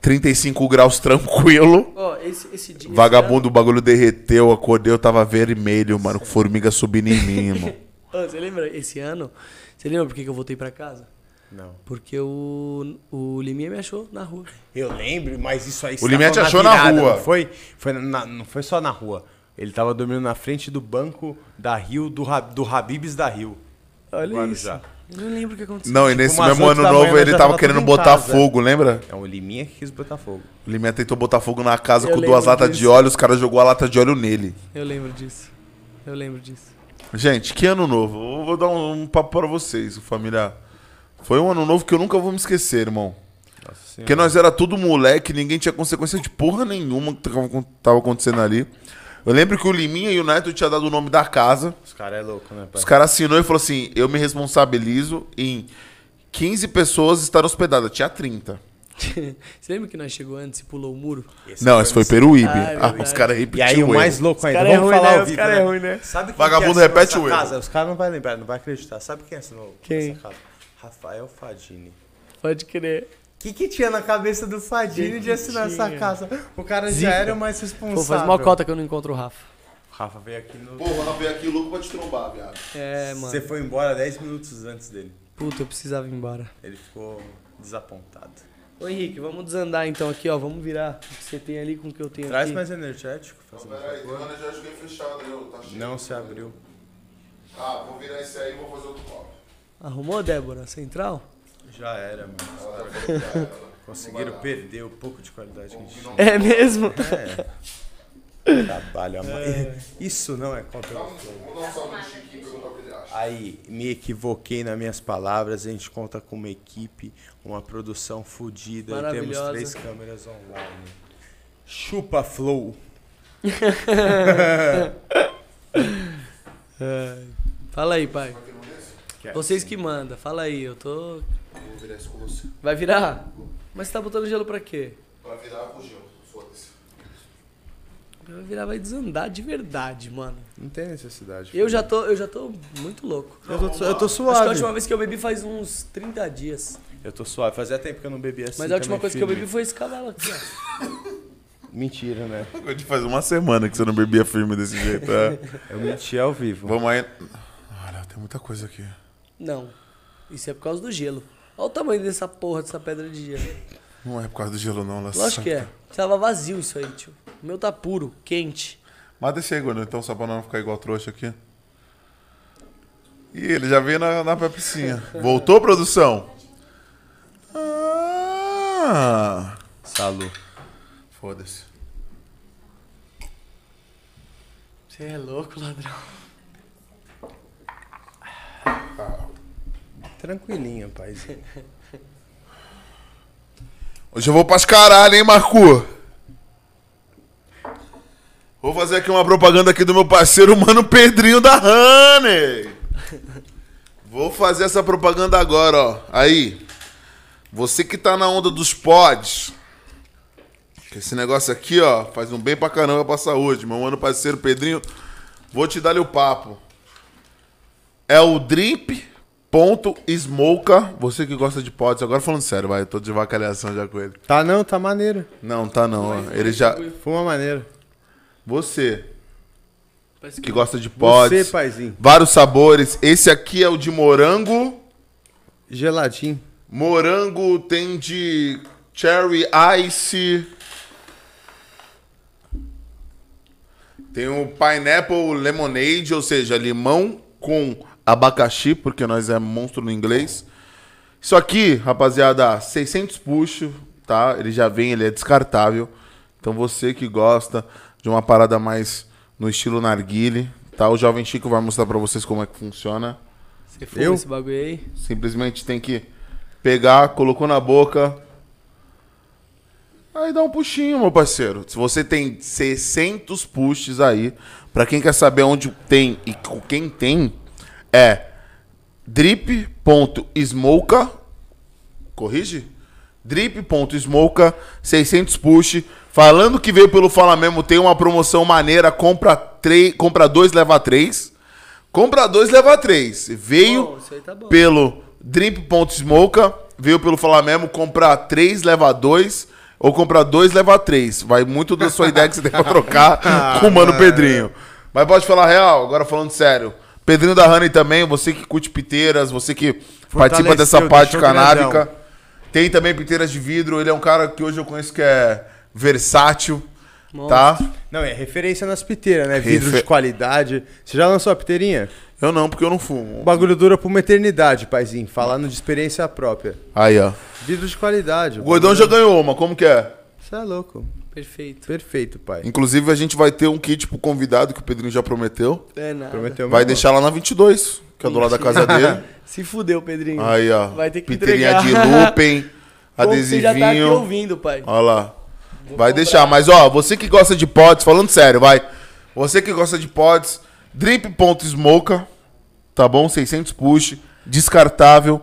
35 graus tranquilo. Ó, esse, esse dia. é. Vagabundo, o bagulho derreteu, acordei, eu tava vermelho, mano, com formiga subindo em mim, irmão. Ó, você lembra esse ano? Você lembra por que que eu voltei pra casa? Não. Porque o, o Liminha me achou na rua. Eu lembro, mas isso aí... O Liminha te estava achou na virada, rua. Não foi, foi na- não foi só na rua. Ele tava dormindo na frente do banco da Rio, do, Ra- do Habibs da Rio. Olha Guarujá. isso. Eu não lembro o que aconteceu. Não, e nesse umas mesmo oito ano da novo manhã, ele já tava tava querendo tudo em botar casa. fogo, lembra? É o Liminha que quis botar fogo. O Liminha tentou botar fogo na casa Eu com duas lembro latas de disso. óleo, os caras jogou a lata de óleo nele. Eu lembro disso. Eu lembro disso. Gente, que ano novo? Eu vou dar um, um papo pra vocês, família. Foi um ano novo que eu nunca vou me esquecer, irmão. Nossa senhora. Porque nós era tudo moleque, ninguém tinha consequência de porra nenhuma que tava- tava acontecendo ali. Eu lembro que o Liminha e o Neto tinha dado o nome da casa. Os caras é louco, né, pai? Os caras assinou e falou assim: eu me responsabilizo em 15 pessoas estar hospedadas. Tinha 30. Você lembra que nós chegou antes e pulou o muro? Esse não, esse foi nesse- Peruíbe. Ah, é Ah, os caras E repetiram. aí o erro. mais louco ainda, cara é vamos ruim, falar né? ao Os vivo, cara né? é ruim, né? Sabe quem Vagabundo que assinou repete essa o erro. Casa? Os caras não vão lembrar, não vai acreditar. Sabe quem assinou Quem? essa casa? Rafael Fadini. Pode crer. O que, que tinha na cabeça do Fadini de assinar essa tinha? casa? O cara Zica. já era o mais responsável. Pô, faz uma cota que eu não encontro o Rafa. O Rafa veio aqui no... Porra, ela veio aqui louco pra te trombar, viado. É, mano. Você foi embora 10 minutos antes dele. Puta, eu precisava ir embora. Ele ficou desapontado. Ô Henrique, vamos desandar então aqui, ó. Vamos virar o que você tem ali com o que eu tenho Traz aqui. mais energético, fazendo Peraí, favor. eu já joguei fechado, eu tá cheio. Não se abriu. Ah, vou virar esse aí e vou fazer outro copo. Arrumou, Débora? Central? Já era, mano. um Hum. Conseguiram perder o pouco de qualidade que a gente tinha. É mesmo? Trabalho a mais. Isso não é conteúdo. um Aí, me equivoquei nas minhas palavras. A gente conta com uma equipe, uma produção fodida. E temos Maravilhosa. três câmeras online. Chupa Flow. Ai. É. Fala aí, pai. um Vocês que mandam, fala aí, eu tô. Vou virar isso com você. Vai virar? Mas você tá botando gelo pra quê? Pra virar com o gelo. Foda-se. Vai virar, vai desandar de verdade, mano. Não tem necessidade. Eu já tô, eu já tô muito louco. Eu tô, eu tô Acho que a suave. última vez que eu bebi faz uns 30 dias. Eu tô suave. Fazia tempo que eu não bebia assim. Mas a última também, coisa que eu firme. bebi foi esse cavalo aqui, ó. Mentira, né? Faz uma semana que você não bebia firme desse jeito. É. Eu menti ao vivo. Vamos aí. Olha, tem muita coisa aqui. Não. Isso é por causa do gelo. Olha o tamanho dessa porra, dessa pedra de gelo. Não é por causa do gelo, não. Ela Lógico que é. Tava vazio isso aí, tio. O meu tá puro, quente. Mas deixa aí, Gordo, então, só pra não ficar igual trouxa aqui. Ih, ele já veio na, na papicinha. Voltou, produção? Ah! Salu. Foda-se. Você é louco, ladrão. Tranquilinho, Tá paizinho. Hoje eu vou pras caralho, hein, Marco? Vou fazer aqui uma propaganda aqui do meu parceiro, mano Pedrinho da Honey. Vou fazer essa propaganda agora, ó. Aí. Você que tá na onda dos pods. que Esse negócio aqui, ó, faz um bem pra caramba pra saúde. Meu mano parceiro Pedrinho, vou te dar o papo. É o drip.smoker. Você que gosta de pods. Agora falando sério, vai. Eu tô de vacalhação já com ele. Tá não, tá maneiro. Não, tá não. ó. Ele já... Fuma maneiro. Você, Parece que que gosta de pods. Você, paizinho. Vários sabores. Esse aqui é o de morango. Geladinho. Morango tem de cherry ice. Tem o pineapple lemonade, ou seja, limão com abacaxi, porque nós é monstro no inglês. Isso aqui, rapaziada, 600 puxo, tá? Ele já vem, ele é descartável. Então você que gosta de uma parada mais no estilo narguile, tá? O jovem Chico vai mostrar pra vocês como é que funciona. você fuma Eu? esse bagulho aí. Simplesmente tem que pegar, colocou na boca. Aí dá um puxinho, meu parceiro. Se você tem 600 puxes aí, pra quem quer saber onde tem e com quem tem, é drip.smoker. Corrige? drip.smoker, 600 push. Falando que veio pelo Fala Mesmo, tem uma promoção maneira, compra, três, compra dois, leva três. Compra dois, leva três. Veio Bom, isso aí tá bom. pelo Drip.smoker, veio pelo Falar Mesmo, comprar 3, leva 2, ou comprar 2, leva 3. Vai muito da sua ideia que você tem pra trocar com o Mano Pedrinho. Mas pode falar real, agora falando sério. Pedrinho da Honey também, você que curte piteiras, você que participa Fortaleceu, dessa parte deixou grandão. canábica. Tem também piteiras de vidro, ele é um cara que hoje eu conheço que é versátil, tá? Não, é referência nas piteiras, né? Vidro Refe- de qualidade. Você já lançou a piteirinha? Eu não, porque eu não O fumo. bagulho dura por uma eternidade, paizinho. Falando de experiência própria. Aí, ó. Vidro de qualidade. O Gordão já ganhou uma, como que é? Você é louco. Perfeito. Perfeito, pai. Inclusive, a gente vai ter um kit pro convidado que o Pedrinho já prometeu. É nada. Prometeu Vai mesmo. deixar lá na 22, que é do lado da casa dele. Se fudeu, Pedrinho. Aí, ó. Vai ter que Piteirinha entregar. de looping, Bom que Você já tá aqui adesivinho. ouvindo, pai. Olha lá. Vai deixar, mas ó, você que gosta de pods, falando sério, vai. Você que gosta de pods, drip.smoker, tá bom? 600 push, descartável,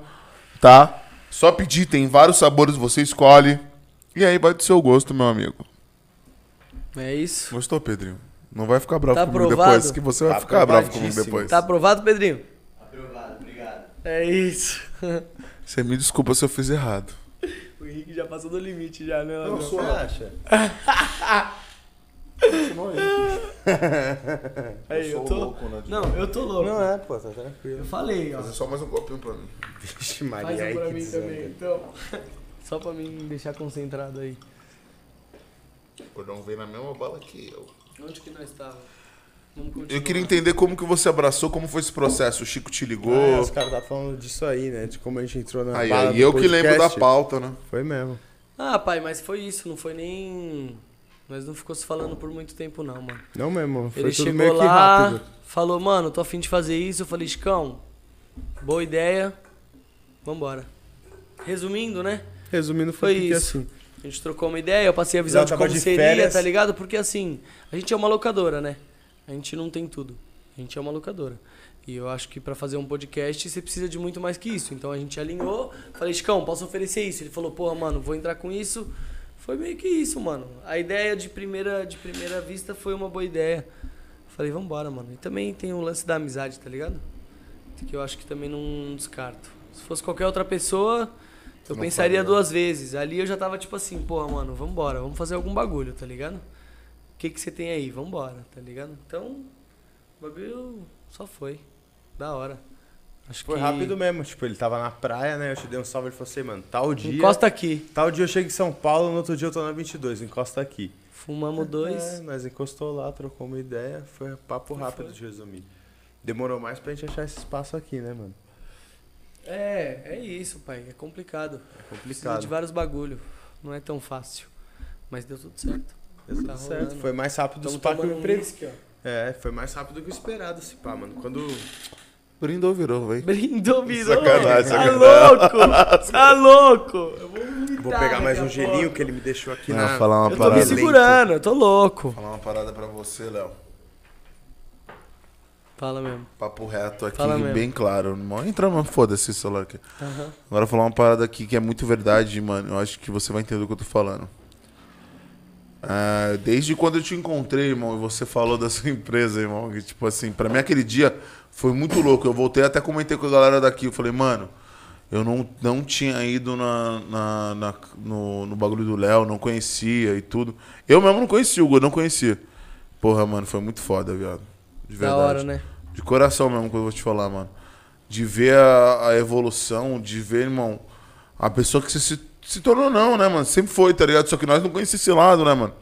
tá? Só pedir, tem vários sabores, você escolhe. E aí vai do seu gosto, meu amigo. É isso. Gostou, Pedrinho? Não vai ficar bravo Tá comigo aprovado? depois, que você vai Tá ficar bravo comigo aprovadíssimo. depois. Tá aprovado, Pedrinho? Aprovado, obrigado. É isso. Você me desculpa se eu fiz errado. O Henrique já passou do limite já, né? Ladrão? Você acha? Aí, eu, tô... Não, eu tô louco. Não é, pô, tá tranquilo. Eu falei, ó. né? só mais um copinho pra mim. Vixe, Faz Maria, um aí pra que mim desanda. também, então. Só pra mim deixar concentrado aí. O Gordão veio na mesma bala que eu. Onde que nós tava? Vamos continuar. Eu queria entender como que você abraçou, como foi esse processo. O Chico te ligou. Ah, os caras tá falando disso aí, né? De como a gente entrou na aí, bala aí, do eu que lembro da podcast. pauta, né? Foi mesmo. Ah, pai, mas foi isso. Não foi nem Nós não ficou se falando por muito tempo, não, mano. Não mesmo, foi Ele tudo chegou meio que lá, rápido. falou, mano, tô afim de fazer isso. Eu falei, Chicão, boa ideia, vambora. Resumindo, né? Resumindo, Foi foi, foi isso. assim. A gente trocou uma ideia, eu passei a visão Ela de tava como de seria, férias. tá ligado? Porque assim, a gente é uma locadora, né? A gente não tem tudo. A gente é uma locadora. E eu acho que pra fazer um podcast você precisa de muito mais que isso. Então a gente alinhou, falei, Chicão, posso oferecer isso? Ele falou, porra, mano, vou entrar com isso. Foi meio que isso, mano. A ideia de primeira, de primeira vista foi uma boa ideia. Falei, vambora, mano. E também tem o lance da amizade, tá ligado? Que eu acho que também não descarto. Se fosse qualquer outra pessoa, eu Não pensaria faria. duas vezes. Ali eu já tava tipo assim, porra, mano, vambora, vamos fazer algum bagulho, tá ligado? O que que você tem aí? Vambora, tá ligado? Então, o bagulho só foi. Da hora. Acho Foi que... rápido mesmo. Tipo, ele tava na praia, né? Eu te dei um salve, ele falou assim, mano, tal dia... Encosta aqui. Tal dia eu chego em São Paulo, no outro dia eu tô na 22, encosta aqui. Fumamos É, dois. nós encostou lá, trocou uma ideia, foi papo rápido de resumir. Demorou mais pra gente achar esse espaço aqui, né, mano? É, é isso, pai. É complicado. É Precisa complicado. de vários bagulho. Não é tão fácil. Mas deu tudo certo. Deu tudo tá certo, rolando. foi mais rápido Estamos do que tomando eu um previ. whisky, ó. É, foi mais rápido do que o esperado esse pá, mano. Quando. Tá, Brindou, virou, velho. Brindou, virou. Sacanagem, Tá sacanagem. louco? Tá louco? Eu vou, Vou pegar né, mais um é gelinho que ele me deixou aqui Ah, na. falar uma Eu tô parada. me segurando, eu tô louco. Falar uma parada pra você, Léo. Fala mesmo. Papo reto aqui, Fala mesmo. bem claro. Não entra, mano, foda-se esse celular aqui. Aham. Agora falar uma parada aqui que é muito verdade, mano. Eu acho que você vai entender o que eu tô falando. Ah, desde quando eu te encontrei, irmão, e você falou da sua empresa, irmão, que tipo assim, pra mim aquele dia foi muito louco. Eu voltei até comentei com a galera daqui, eu falei, mano, eu não, não tinha ido na, na- na- no, no bagulho do Léo, não conhecia e tudo. Eu mesmo não conhecia o Hugo, eu não conhecia. Porra, mano, foi muito foda, viado. De Da verdade. Tá hora, né? De coração mesmo que eu vou te falar, mano. De ver a, a evolução, de ver, irmão, a pessoa que você se, se tornou, não, né, mano? Sempre foi, tá ligado? Só que nós não conhecíamos esse lado, né, mano?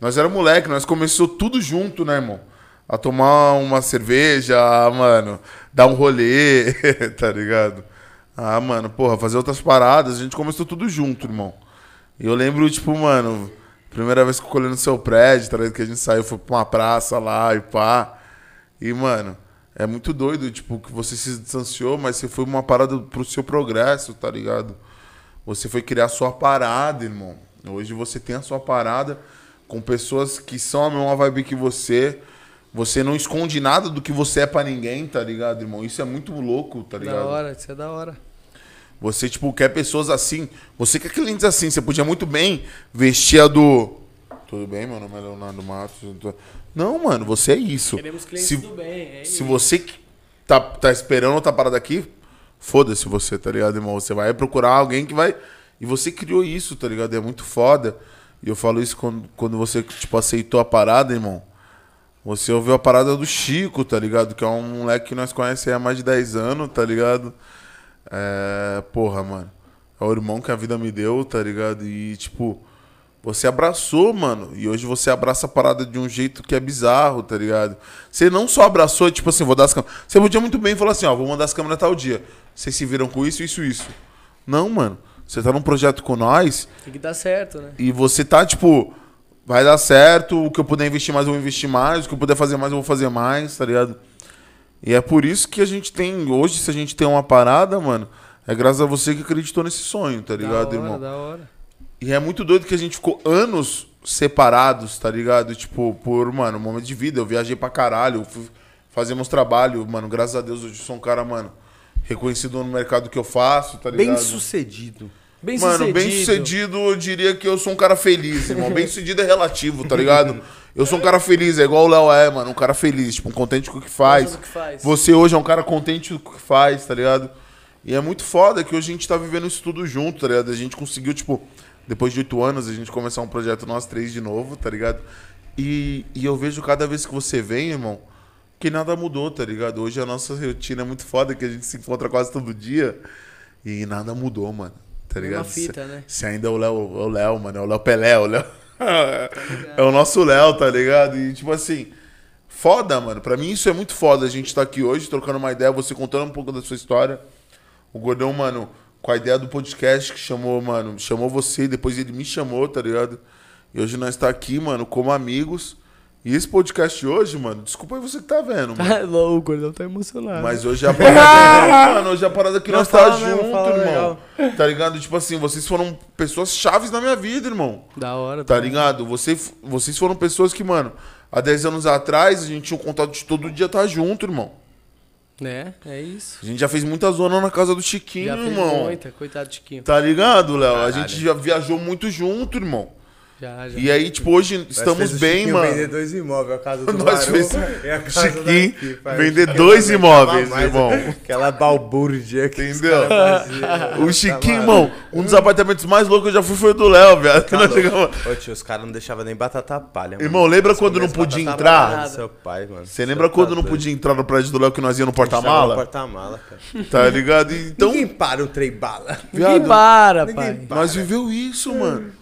Nós era moleque, nós começou tudo junto, né, irmão? A tomar uma cerveja, a, mano, dar um rolê, tá ligado? Ah, mano, porra, fazer outras paradas, a gente começou tudo junto, irmão. E eu lembro, tipo, mano, primeira vez que eu colhei no seu prédio, tá ligado? Que a gente saiu, foi pra uma praça lá e pá. E, mano, é muito doido, tipo, que você se distanciou, mas você foi uma parada pro seu progresso, tá ligado? Você foi criar a sua parada, irmão. Hoje você tem a sua parada com pessoas que são a mesma vibe que você. Você não esconde nada do que você é pra ninguém, tá ligado, irmão? Isso é muito louco, tá ligado? Da hora, isso é da hora. Você, tipo, quer pessoas assim. Você quer clientes assim. Você podia muito bem vestir a do. Tudo bem, meu nome é Leonardo Matos. eu tô- Não, mano, você é isso. Queremos clientes se, do bem, é se isso. você que tá, tá esperando outra parada aqui, foda-se você, tá ligado, irmão? Você vai procurar alguém que vai. E você criou isso, tá ligado? É muito foda. E eu falo isso quando, quando você, tipo, aceitou a parada, irmão. Você ouviu a parada do Chico, tá ligado? Que é um moleque que nós conhecemos há mais de 10 anos, tá ligado? É, porra, mano. É o irmão que a vida me deu, tá ligado? E, tipo, você abraçou, mano. E hoje você abraça a parada de um jeito que é bizarro, tá ligado? Você não só abraçou, tipo assim, vou dar as câmeras. Você podia muito bem falar assim, ó, vou mandar as câmeras tal dia. Vocês se viram com isso, isso, isso. Não, mano. Você tá num projeto com nós Tem que dar certo, né? e você tá, tipo, vai dar certo, o que eu puder investir mais, eu vou investir mais, o que eu puder fazer mais, eu vou fazer mais, tá ligado? E é por isso que a gente tem, hoje, se a gente tem uma parada, mano, é graças a você que acreditou nesse sonho, tá da ligado, hora, irmão? da hora. E é muito doido que a gente ficou anos separados, tá ligado? Tipo, por, mano, momento de vida. Eu viajei pra caralho, fui fazer meus trabalhos, mano. Graças a Deus, hoje eu sou um cara, mano, reconhecido no mercado que eu faço, tá ligado? Bem sucedido. Bem Mano, sucedido. bem sucedido, eu diria que eu sou um cara feliz, irmão. Bem sucedido é relativo, tá ligado? Eu sou um cara feliz, é igual o Léo é, mano. Um cara feliz, tipo, um contente com o que faz. Fazendo o que faz. Você hoje é um cara contente com o que faz, tá ligado? E é muito foda que hoje a gente tá vivendo isso tudo junto, tá ligado? A gente conseguiu, tipo, depois de oito anos, a gente começar um projeto nós três de novo, tá ligado? E, e eu vejo cada vez que você vem, irmão, que nada mudou, tá ligado? Hoje a nossa rotina é muito foda, que a gente se encontra quase todo dia e nada mudou, mano. Tá Mesma ligado? fita, se, né? Tá se ainda é o Léo, é o Léo, mano, é o Léo Pelé, é o Léo. é o nosso Léo, tá ligado? E tipo assim, foda, mano. Pra mim isso é muito foda. A gente tá aqui hoje trocando uma ideia, você contando um pouco da sua história. O Gordão, mano, com a ideia do podcast que chamou, mano, chamou você e depois ele me chamou, tá ligado? E hoje nós tá aqui, mano, como amigos. E esse podcast de hoje, mano, desculpa aí você que tá vendo, mano. Tá louco, o gordão tá emocionado. Mas hoje é a parada, mano, hoje é a parada que Não, nós tá fala mesmo, junto, fala irmão. Tá ligado? Tipo assim, vocês foram pessoas chaves na minha vida, irmão. Da hora, Tá ligado? Você, vocês foram pessoas que, mano, há 10 anos atrás a gente tinha um contato de todo dia tá junto, irmão. Né? É isso. A gente já fez muita zona na casa do Chiquinho, Já fez irmão. muita, coitado Tiquinho. Tá ligado, Léo? A Caralho. gente já viajou muito junto, irmão. Já, já. E aí, tipo, hoje estamos bem, mano. Vender dois imóveis, a casa do Nós Maru fez e a casa Chiquinho daqui, pai. vender Chiquinho dois também imóveis, tava mais irmão. Aquela balbúrdia que os Entendeu? caras faziam, O tá Chiquinho, maluco. irmão, um dos apartamentos mais loucos que eu já fui foi o do Léo, velho. Que Tá nós louco. chegamos- Ô tio, os caras não deixavam nem batata palha, mano. Irmão, lembra Eles quando não comiam podia batata entrar? palha do Seu pai, mano. Você lembra quando não podia entrar no prédio do Léo que nós ia no porta-mala? porta-mala, cara. Tá ligado? Então, Ninguém para um trem bala. é viado, Ninguém para, pai. Ninguém para. nós viveu isso, mano.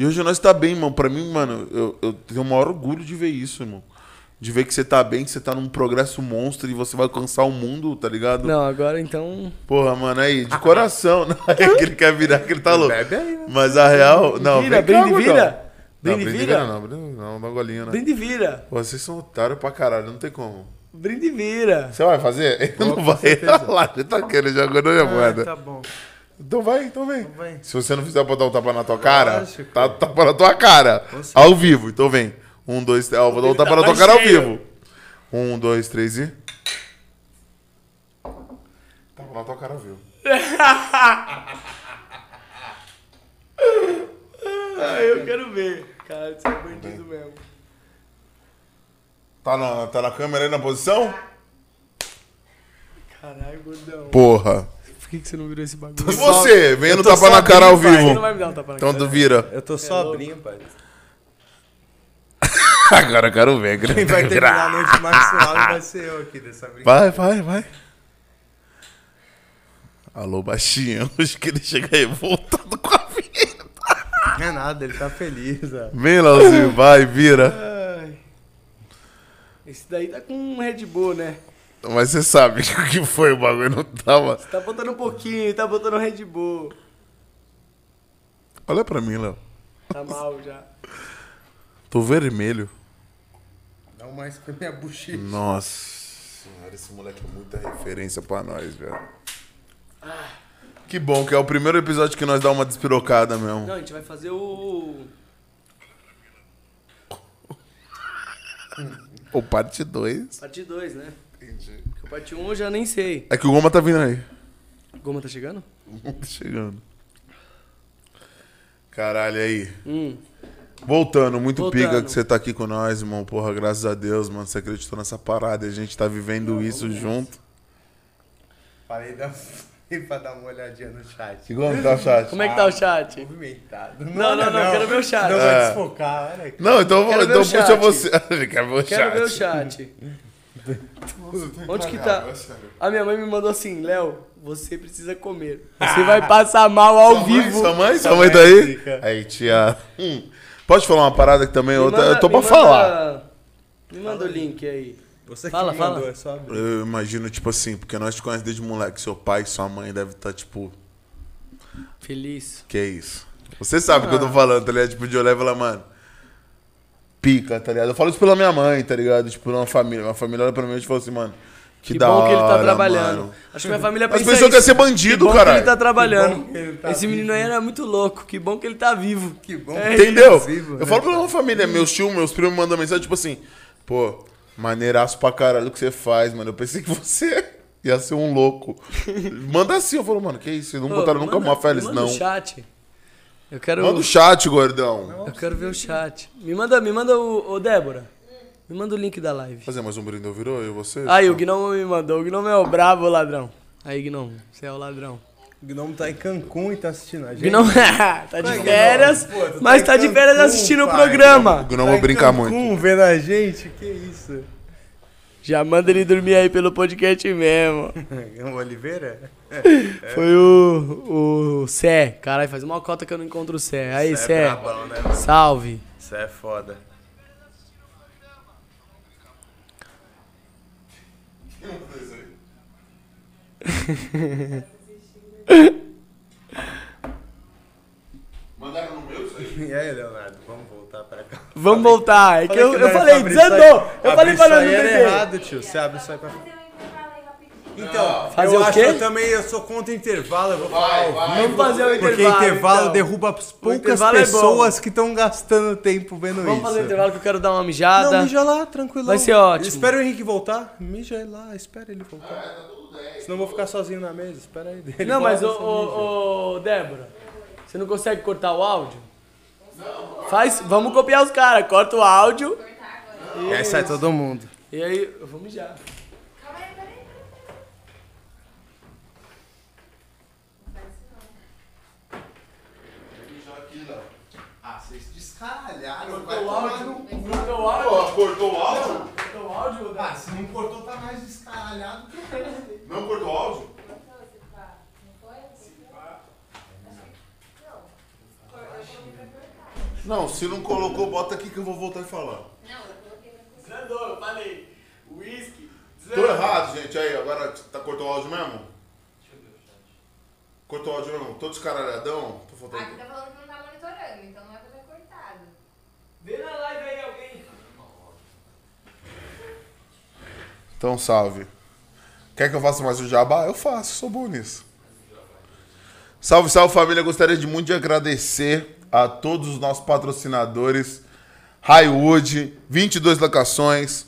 E hoje nós tá bem, mano. Pra mim, mano, eu, eu tenho o maior orgulho de ver isso, irmão. De ver que você tá bem, que você tá num progresso monstro e você vai alcançar o mundo, tá ligado? Não, agora então. Porra, mano, aí, de coração. Não é que ele quer virar, que ele tá louco. Bebe aí, né? Mas a real, não. Vira, vem cá, brinde, gordão. vira. Não, Brinde, vira. não, brinde, não, uma golinha, né? Brinde, vira. Pô, Vocês são otários pra caralho, não tem como. Brinde, vira. Você vai fazer? Ele não vai. Olha lá, ele tá querendo, jogou na minha moeda. Ah, tá bom. né? Então vai, então vem. vai. Se você não fizer pra dar um tapa na tua cara, Lógico. tá tapa na tua cara. certeza. Ao vivo, então vem. Um, dois, três. Ó, vou dar um tapa na tua cara ao vivo. Um, dois, três e. Tapa na tua cara ao vivo. Ah, eu quero ver. Cara, você é bandido mesmo. Tá na, tá na câmera aí na posição? Caralho, gordão. Porra. Por que, que você não virou esse E bagulho? você, vem eu no tô tapa na sozinho, cara ao pai. Você não vivo. vai me dar um tapa na Então cara. tu vira. Eu tô sobrinho, pai. Agora eu quero ver. Quem vai terminar a noite mais suave vai ser eu aqui dessa brincadeira. Vai, vai, vai. Alô, baixinho. Hoje que ele chega revoltado com a vida. Não é nada, ele tá feliz, ó. Vem, Leozinho, vai, vira. Ai. Esse daí tá com um Red Bull, né? Mas você sabe que o que foi o bagulho, não tava. Tá botando um pouquinho, tá botando um Red Bull. Olha pra mim, Léo. Tá mal já. Tô vermelho. um Não mais que minha bochecha. Nossa senhora, esse moleque é muita referência pra nós, velho. Que bom que é o primeiro episódio que nós dá uma despirocada mesmo. Não, a gente vai fazer o. Ou parte 2. Parte 2, né? Porque o parte 1 um eu já nem sei. É que o Goma tá vindo aí. Goma tá chegando? Tá chegando. Caralho, aí. Hum. Voltando, muito Voltando. pica que você tá aqui com nós, irmão. Porra, graças a Deus, mano. Você acreditou nessa parada e a gente tá vivendo isso junto. Parei da pra dar uma olhadinha no chat. Igual tá, chat? Como é que tá o chat? Movimentado. Não, não, não, quero ver o chat. Não É. vai desfocar, olha aqui. Não, então, Quero ver então o puxa chat. você. Ele quer ver o Quero chat. ver o chat. Onde que tá? A minha mãe me mandou assim, Léo, você precisa comer. Você vai passar mal ao vivo. Sua mãe? Sua Sua mãe mãe tá aí? fica. Aí, tia. Hum. Pode falar uma parada que também é Me outra. manda- Eu tô me pra manda- falar. Me manda o link aí. Você que Fala, me fala. mandou, é só abrir. Eu imagino, tipo assim, porque nós te conhecemos desde moleque. Seu pai e sua mãe devem estar, tipo, Feliz. que é isso? Você sabe o que eu Ah. tô falando, tá ligado? Tipo, de olhar e falar, mano. Pica, tá ligado? Eu falo isso pela minha mãe, tá ligado? Tipo, uma família. Uma família olha pra mim e fala assim, mano. Que, Que, da bom que ele tá hora, trabalhando. mano. Acho que minha família As pensa pessoas isso. querem ser bandido, que bom caralho. Que ele tá trabalhando. Que bom que ele tá Esse vivo. menino aí era muito louco. Que bom que ele tá vivo. Que bom. É, Entendeu? Inclusive, Eu né? falo pra uma família, meus tios, meus primos mandam mensagem, tipo assim, pô, maneiraço pra caralho o que você faz, mano. Eu pensei que você ia ser um louco. Manda assim, eu falo, mano, que isso? Vocês não Pô, botaram nunca manda- uma feliz, manda não. o chat. Eu quero, Manda o chat, gordão. eu quero ver o chat. Me manda, me manda o, o Débora. Me manda o link da live. Fazer mais um brinde, eu virou eu e você? Aí, o Gnomo me mandou. O Gnomo é o brabo o ladrão. Aí, Gnomo, você é o ladrão. O Gnomo tá em Cancún e tá assistindo a O gente. Gnomo tá Vai, de Gnomo. férias, Pô, tu tá mas em tá de Cancún, férias assistindo o pai. O programa. Gnomo Tá em brinca Cancún muito. vendo a gente? Que isso? Já manda ele dormir aí pelo podcast mesmo. O Oliveira? Foi o. O Sé. Caralho, faz uma cota que eu não encontro o Sé. Aí, Isso é Sé. brabão, né? Salve. Isso é foda. Mandaram no meu isso aí? E aí, Leonardo, vamos voltar Vamos voltar. É que eu, que eu não, falei, abrir isso aí- desandou. Eu abrir falei isso para não aí era entender. errado, tio. Você abre isso aí pra... Então, Fazer eu o acho quê? que eu também eu sou contra o intervalo, eu vou falar ao vivo, Vamos fazer o Porque intervalo, intervalo então. derruba as poucas intervalo é bom. pessoas que estão gastando tempo vendo Vamos isso. fazer o intervalo que eu quero dar uma mijada. Não, mija lá, tranquilo. Vai ser ótimo. Espera o Henrique voltar. Mija ele lá, espera ele voltar. É, tá Senão eu vou ficar sozinho na mesa, espera aí. Ele Não, mas ô, volta, você mija. ô, ô, Débora, você não consegue cortar o áudio? Faz, vamos copiar os caras, corta o áudio E aí sai é todo mundo. e aí eu vou mijar. Ah, vocês descaralharam. Vai Cortou o tomar áudio? no cu. Cortou o áudio? cortou o áudio? Cortou o áudio? Ah, se não cortou, tá mais descaralhado que eu. Não cortou o áudio? Não, se não colocou, bota aqui que eu vou voltar e falar. Desandou, eu falei. Whisky. Tô errado, gente. Aí, agora tá, cortou o áudio mesmo? Cortou o áudio mesmo? Tô descaralhadão? Tô Aqui faltando. tá falando que não tá monitorando, então não é pra ter cortado. Vê na live aí alguém. Então, salve. Quer que eu faça mais um jabá? Eu faço, sou bom nisso. Salve, salve família. Gostaria de muito de agradecer a todos os nossos patrocinadores. Highwood, 22 locações,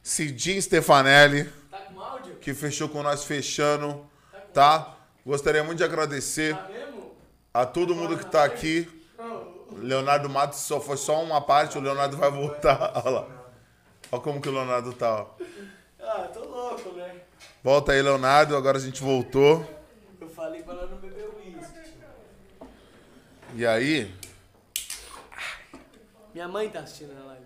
Cidinho Stefanelli, Tá com áudio? que fechou com nós fechando, tá? Gostaria muito de agradecer Tá mesmo? a todo mundo que tá aqui. Leonardo Matos só foi só uma parte, o Leonardo vai voltar. Olha lá. Olha como que o Leonardo tá, ó. Ah, tô louco, né? Volta aí, Leonardo. Agora a gente voltou. Eu falei pra ela não beber whisky. E aí, Minha mãe tá assistindo na live.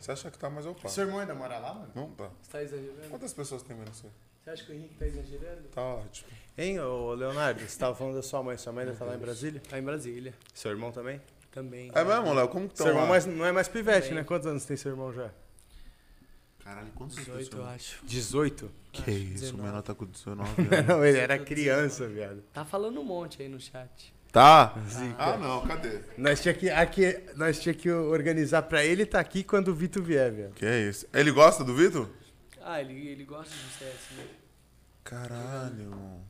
você acha que tá mais opa? Seu irmão ainda mora lá, mano? Não tá. Você tá exagerando? Quantas pessoas tem menos você? Você acha que o Henrique tá exagerando? Tá ótimo. Hein, ô Leonardo, você tava falando da sua mãe. Sua mãe ainda tá lá em Brasília? Tá em Brasília. Seu irmão também? Também. É mesmo, Léo? Como que tá seu irmão lá? mais- não é mais pivete, né? Quantos anos tem seu irmão já? Caralho, quantos anos tem 18, seu eu irmão? acho. 18? Que isso, o 19. menor tá com 19 anos. Não, ele era criança, viado. Tá falando um monte aí no chat. Tá? Ah, não. Cadê? Nós tinha que, aqui, nós tinha que organizar pra ele estar aqui quando o Vitor vier, viado. Que isso. Ele gosta do Vitor? Ah, ele, ele gosta de CS, né? Caralho, irmão.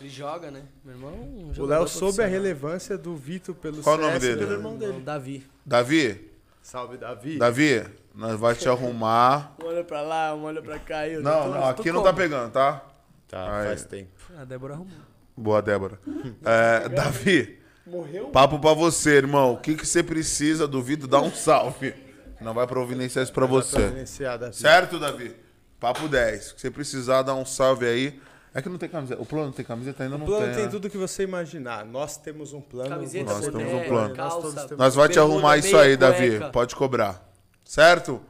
Ele joga, né? Meu irmão é um O jogador Léo soube a profissional. relevância do Vitor pelo Qual o CS nome e dele? pelo irmão Não, dele. Davi. Davi, Salve, Davi. Davi, nós vai te arrumar. Um olha pra lá, um olha pra cá. Eu Não, tô- não, tô aqui não tá como? pegando, tá? Tá, Aí. faz tempo. Ah, a Débora arrumou. Boa, Débora. É, Davi, Uhum. Morreu? papo pra você, irmão. O que, que você precisa? Duvido, dá um salve. Não vai providenciar isso pra você. Providenciar, Davi. Certo, Davi? Papo 10. Se você precisar, dá um salve aí. É que não tem camiseta. O plano não tem camiseta ainda O não plano tem. tem né? tudo que você imaginar. Nós temos um plano. Camiseta, Nós você temos tem um plano. Nós calça, todos temos- Nós vai te bermuda, arrumar isso aí, meia, Davi. cueca. Pode cobrar. Certo?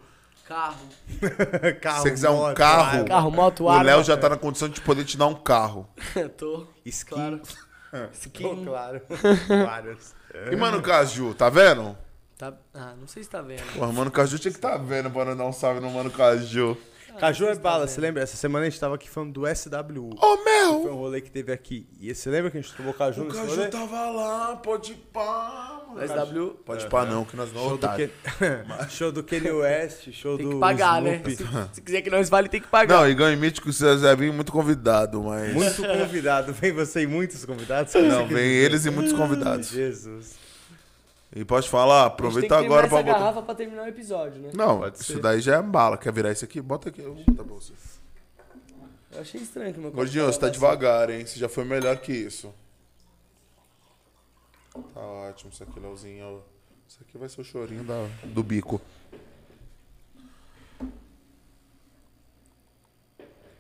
Carro. Se carro, você quiser um moto, carro, Carro, moto, o arma. Léo já tá na condição de poder te dar um carro. Tô. Skin. Claro. Pô, Skin. claro. Vários. É. E Mano Caju, tá vendo? Tá... Ah, não sei se tá vendo. Pô, Mano Caju tinha que tá vendo pra não dar um salve no Mano Caju. Caju é bala, você lembra? Essa semana a gente tava aqui falando do SWU. Ô, Foi meu! um rolê que teve aqui. E você lembra que a gente tomou Caju tá O nesse Caju rolê? tava lá, pode pá, mano. SW. Pode pá não, que nós não É, Show do, otário. Ken... show do Kanye West, show Tem do que pagar, né? Snoopy. Se, se quiser que nós vale, tem que pagar. Não, e ganho mítico, você já vem muito convidado, mas... Muito convidado. Vem você e muitos convidados? Não, vem eles e muitos convidados. Hum. Jesus. E pode falar, A gente tem aproveita que agora terminar pra essa botar... garrafa pra terminar o episódio, né? Não, Pode isso ser. daí já é bala. Quer virar isso aqui? Bota aqui, eu vou botar pra você. Eu achei estranho que o meu Gordinho, copo você tá tava devagar, hein? Você já foi melhor que isso. Tá ótimo isso aqui, Leozinho. Isso aqui vai ser o chorinho da, do bico.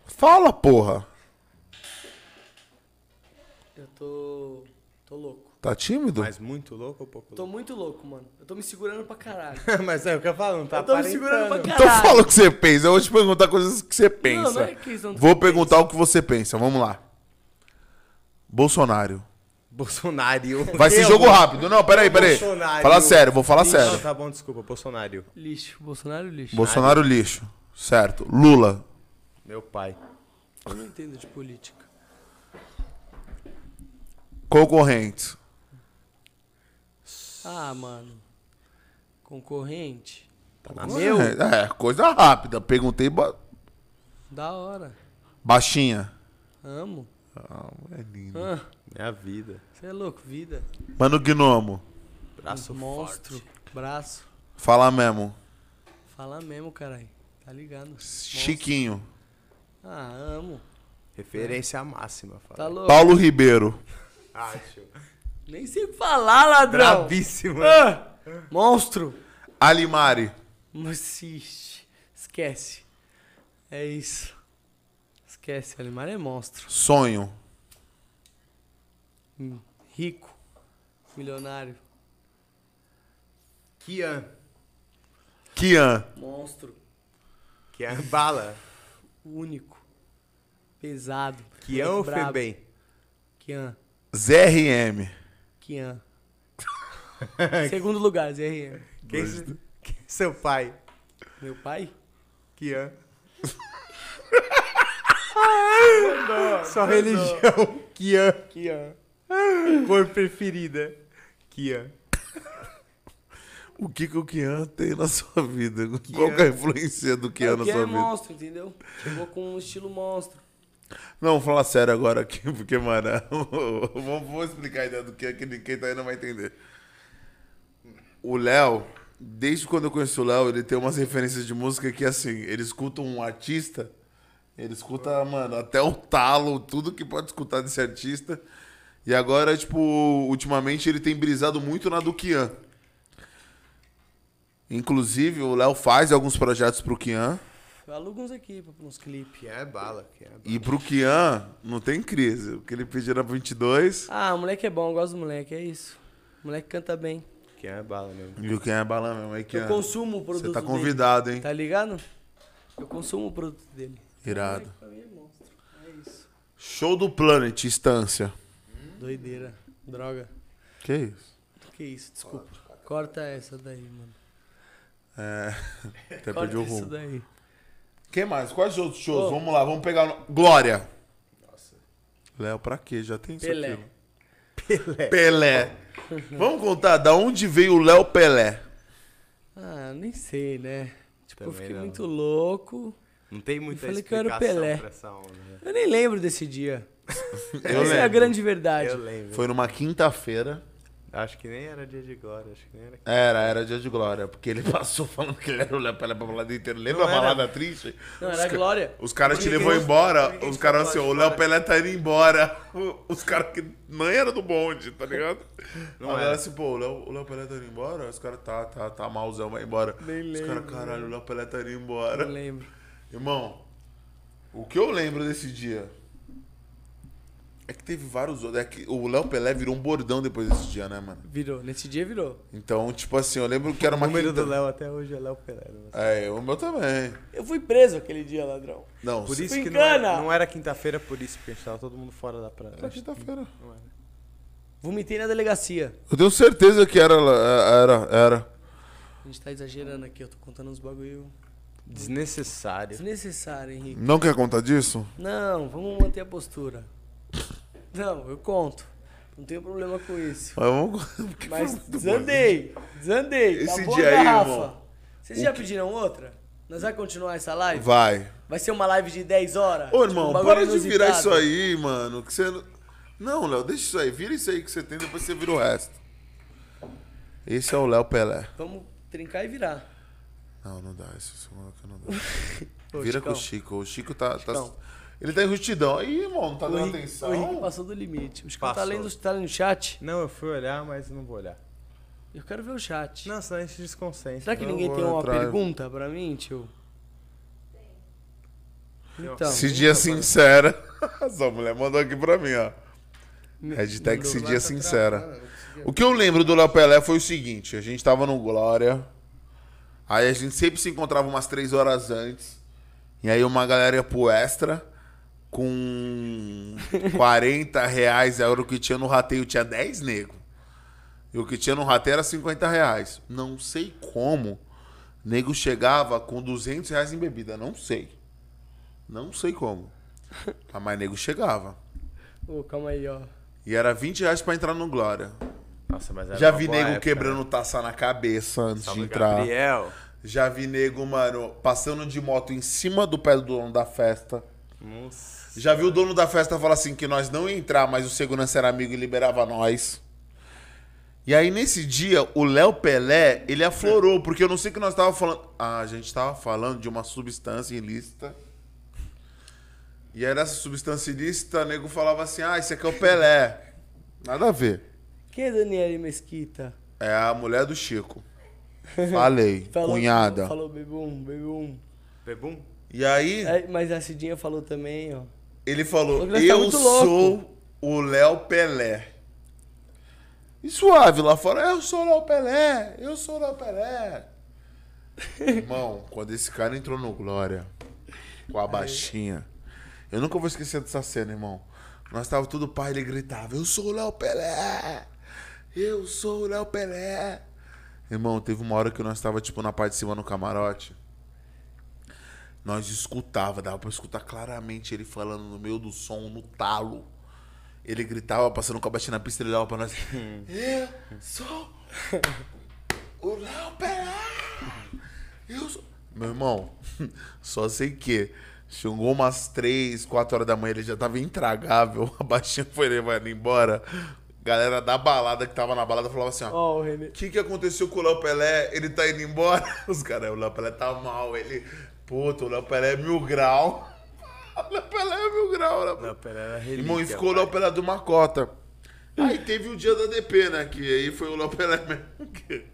Fala, porra! assim. Eu tô. tô louco. Tá tímido? Mas muito louco ou pouco Tô louco? muito louco, mano. Eu tô me segurando pra caralho. Mas é o que eu falo, não tá eu tô me segurando pra aparentando. Então caralho. fala o que você pensa. Eu vou te perguntar coisas que você pensa. Não, não é que isso não vou perguntar o que você pensa. Vamos lá. Bolsonaro. Bolsonaro. Vai ser Eu jogo vou- rápido. Não, peraí, peraí. Bolsonaro. Fala sério, vou falar Ih, sério. não, Tá bom, desculpa, Bolsonaro. Lixo. Bolsonaro é lixo. Bolsonaro lixo. Certo. Lula. Meu pai. Eu não entendo de política. Concorrentes. Ah, mano. Concorrente? Meu? É, é, coisa rápida. Perguntei ba- Da hora. baixinha. Amo. Ah, é lindo. Ah, É a vida. você é louco, vida. Mano Gnomo, Braço Monstro. forte. Braço. fala mesmo. Fala mesmo, caralho. Tá ligado? Chiquinho. Ah, amo. Referência máxima, fala. Tá louco. Paulo Ribeiro. Acho. Nem sei o que falar, ladrão. Bravíssimo. Ah, monstro. Alimari. Assiste. Esquece. É isso. Esquece, o Alimar é monstro. Sonho. Hum, Rico. Milionário. Kian. Kian. Monstro. Kian Bala. Único. Pesado. é Kian ou Brabo. Febem? Kian. ZRM. Kian. Segundo lugar, ZRM. Quem se- quem é seu pai? Meu pai? Kian. Sua religião, Kian. Kian. Cor preferida, Kian. O que, que o Kian tem na sua vida? Qual Kian. que é a influência do Kian na Kian sua é vida? monstro, entendeu? Chegou com um estilo monstro. Não, vou falar sério agora aqui, porque, mano, vou, vou explicar a ideia do Kian, que ninguém tá aí não vai entender. O Léo, desde quando eu conheço o Léo, ele tem umas referências de música que, assim, ele escuta um artista, ele escuta, mano, até o talo, tudo que pode escutar desse artista. E agora, tipo, ultimamente ele tem brisado muito na do Kian. Inclusive, o Léo faz alguns projetos pro Kian. Eu alugo uns aqui pra uns clipes. Kian é bala, Kian é bala. E pro Kian, não tem crise. O que ele pediu na 22 Ah, o moleque é bom, eu gosto do moleque, é isso. O moleque canta bem. Kian é bala mesmo. e o Kian é balão mesmo. Aí, Kian, Eu consumo o produto você tá dele, convidado, hein? Tá ligado? Eu consumo o produto dele. Irado. Pra mim é monstro. É isso. Show do Planet, Instância. Doideira. Droga. Que isso? Que isso, desculpa. Corta essa daí, mano. É. Até perdi Corta o isso rumo. daí. Quem mais? Quais outros shows? Ô. Vamos lá, vamos pegar. no- Glória. Nossa. Léo, pra quê? Já tem isso Pelé. aqui. ó. Pelé. vamos contar da onde veio o Léo Pelé. Ah, nem sei, né? Tipo, eu Também fiquei não. muito louco. Não tem muita falei que eu era o explicação Pelé. pra essa onda, né? Eu nem lembro desse dia. Eu Essa é a lembro. grande verdade. Eu lembro. Foi numa quinta-feira. Acho que nem era dia de glória, acho que nem era. Era, era dia de glória, porque ele passou falando que ele era o Léo Pelé pra balada inteira. Lembra Não a era. balada triste? Não, Os era ca- Glória. Os caras te Por que levou que- embora, por que que os você caras falou assim, de ó, o Léo fora? Pelé tá indo embora. Os caras que não eram do bonde, tá ligado? Não Aí era. ela assim, pô, o Léo, o Léo Pelé tá indo embora? Os caras, tá, tá, tá malzão, vai embora. Nem os caras, lembro, caralho, o Léo Pelé tá indo Eu embora. lembro. Irmão, o que eu lembro desse dia é que teve vários outros. É que o Léo Pelé virou um bordão depois desse dia, né, mano? Virou. Nesse dia virou. Então, tipo assim, eu lembro que era O uma número quinta- do Léo até hoje é Léo Pelé. né? É, o meu também. Eu fui preso aquele dia, ladrão. Não, Por se- isso me que não era, engana. não era quinta-feira, por isso que a gente tava todo mundo fora da praia. Era quinta-feira. Não era. Vomitei na delegacia. Eu tenho certeza que era, é, era, era. A gente tá exagerando aqui, eu tô contando uns bagulho Desnecessário. desnecessário, Henrique. Não quer contar disso? Não, vamos manter a postura. Não, eu conto. Não tenho problema com isso. Mas vamos... porque Mas foi muito desandei, desandei. Esse Acabou a dia aí, garrafa. irmão, Vocês já pediram outra? Nós vamos continuar essa live? bom. Vai. Vai ser uma live de 10 horas? Ô, irmão, Tipo, um para bagulho de virar inusitado. isso aí, mano. Que você... não- Não, Léo, deixa isso aí. Vira isso aí que você tem, depois você vira o resto. Esse é o Léo Pelé. Vamos trincar e virar. Não, não dá. Esse segundo aqui não dá. Ô, Vira com Chicão, o Chico. O Chico tá... tá- Chicão. Ele tá enrustidão. Aí, irmão, não tá o dando Henrique- O Henrique atenção. passou do limite. O Chico tá Passou. lendo os tá no chat. Não, eu fui olhar, mas não vou olhar. Eu quero ver o chat. Não, senão a gente desconcentra. Será que Não ninguém vou tem um uma entrar. pergunta pra mim, tio? Então, Esse dia sincera. Essa mulher mandou aqui pra mim, ó. Hashtag mandou esse lá dia sincera. O que eu lembro do Léo Pelé foi o seguinte: a gente tava no Glória. Aí a gente sempre se encontrava umas três horas antes. E aí uma galera ia pro extra com 40 reais. Era o que tinha no rateio, tinha 10 negros. E o que tinha no rateio era 50 reais. Não sei como. Nego chegava com 200 reais em bebida. Não sei. Não sei como. Mas nego chegava. Ô, calma aí, ó. E era 20 reais pra entrar no Glória. Nossa, mas era Já uma vi boa nego época, quebrando né? taça na cabeça antes Salve, de entrar. Gabriel. Já vi nego, mano, passando de moto em cima do pé do dono da festa. Nossa. Já vi o dono da festa falar assim que nós não ia entrar, mas o segurança era amigo e liberava nós. E aí, nesse dia, o Léo Pelé, ele aflorou, porque eu não sei o que nós tava falando. Ah, a gente tava falando de uma substância ilícita. E era essa substância ilícita, o nego falava assim, ah, esse aqui é o Pelé. Nada a ver. Quem é Daniele Mesquita? É a mulher do Chico. Falei, Falou- cunhada. Falou bebum, bebum. Bebum? E aí, É, mas a Cidinha falou também, ó. ele falou, Douglas tá eu muito louco." sou o Léo Pelé. E suave lá fora, eu sou o Léo Pelé, eu sou o Léo Pelé. Irmão, quando esse cara entrou no Glória, com a baixinha, eu nunca vou esquecer dessa cena, irmão. Nós tava tudo pai, ele gritava, eu sou o Léo Pelé, eu sou o Léo Pelé. Irmão, teve uma hora que nós tava, tipo, na parte de cima no camarote, nós escutava, dava pra escutar claramente ele falando no meio do som, no talo. Ele gritava, passando com a baixinha na pista, ele olhava pra nós. Eu sou o Léo Pelé! Eu sou... Meu irmão, só sei que chegou umas 3, 4 horas da manhã, ele já tava intragável, a baixinha foi levando embora. Galera da balada que tava na balada falava assim, ó. Ó, o René. O que, que aconteceu com o Léo Pelé? Ele tá indo embora? Os caras, o Léo Pelé tá mal, ele. Puta, o Léo Pelé é mil grau. O Léo Pelé é mil grau, o Léo Pelé. Não, pera, era relíquia. Irmão, e ficou o pai. Léo Pelé de uma cota. Aí teve o dia da DP, né? Que aí foi o Léo Pelé mesmo. Que,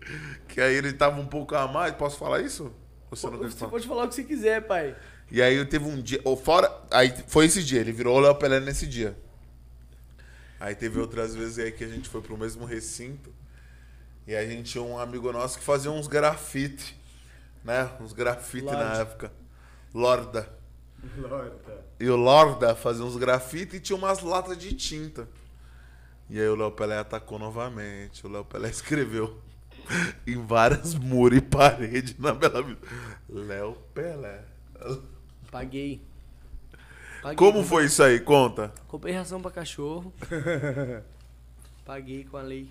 que aí ele tava um pouco a mais. Posso falar isso? Ou Você não quer Você falar? pode falar o que você quiser, pai. E aí eu teve um dia. Ou fora. Aí foi esse dia, ele virou o Léo Pelé nesse dia. Aí teve outras vezes aí que a gente foi pro mesmo recinto. E a gente tinha um amigo nosso que fazia uns grafite. Né? Uns grafite na Lorde. época. Lorda. Lorda. E o Lorda fazia uns grafites e tinha umas latas de tinta. E aí o Léo Pelé atacou novamente. O Léo Pelé escreveu em várias muros e parede na Bela Vista. Léo Pelé. Paguei. Paguei. Como foi isso aí? Conta. Comprei ração pra cachorro. Paguei com a lei.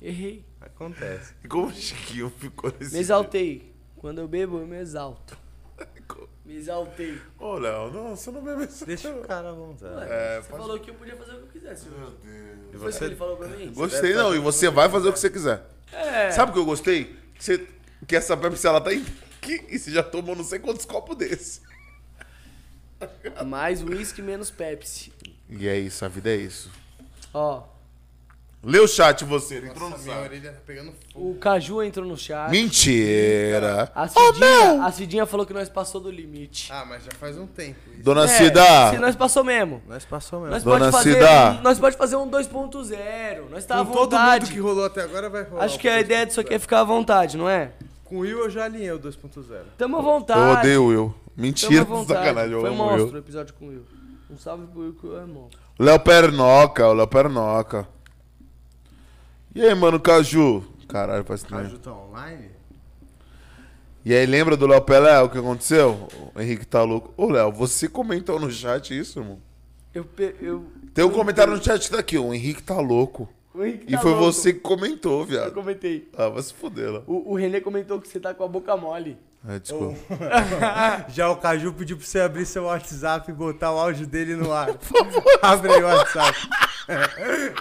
Errei. Acontece. E como o Chiquinho ficou nesse. Me exaltei. Quando eu bebo, eu me exalto. Me exaltei. Ô, Léo, não, você não bebe isso. Deixa o cara à Ué, vontade. É, você pode- falou que eu podia fazer o que eu quisesse. Meu hoje. Deus. E Foi isso que ele você... falou pra mim? Gostei, não, e você vai fazer o que você quiser. É. Sabe o que eu gostei? Que, você- que essa Pepsi ela tá em. que- E você já tomou não sei quantos copos desse. Mais uísque, menos Pepsi. E é isso, a vida é isso. Ó, Lê o chat, você. ele entrou no Nossa, minha chat. orelha tá pegando fogo. o Caju entrou no chat. Mentira! A oh, Cidinha, não! a Cidinha falou que nós passou do limite. Ah, mas já faz um tempo. isso. Dona É, Cida! se nós passou mesmo. Nós passou mesmo. Nós Dona pode fazer, Cida. um- nós pode fazer um 2.0. Nós tá à Com todo vontade. mundo que rolou até agora vai rolar. Acho o que a podcast. ideia disso aqui é ficar à vontade, não é? Com o Will eu já alinhei o 2.0. Tamo à Eu vontade. odeio o Will. Tamo à Mentira, vontade. sacanagem. Eu Foi um amo o monstro o Will. episódio com o Will. Um salve pro Will que eu amo. Léo Pernoca, o Léo Pernoca. E aí, mano, Caju? Caralho, faz tempo. Caju tá online? E aí, lembra do Léo Pelé, o que aconteceu? O Henrique tá louco. Ô, Léo, você comentou no chat isso, irmão? Eu, pe- eu... Tem um comentário no chat daqui, o Henrique tá louco. O Henrique e tá foi louco. você que comentou, Eu viado. comentei. Ah, vai se fuder, Léo. O, o René comentou que você tá com a boca mole. É, desculpa. Já o Caju pediu pra você abrir seu WhatsApp e botar o áudio dele no ar. Abre aí o WhatsApp.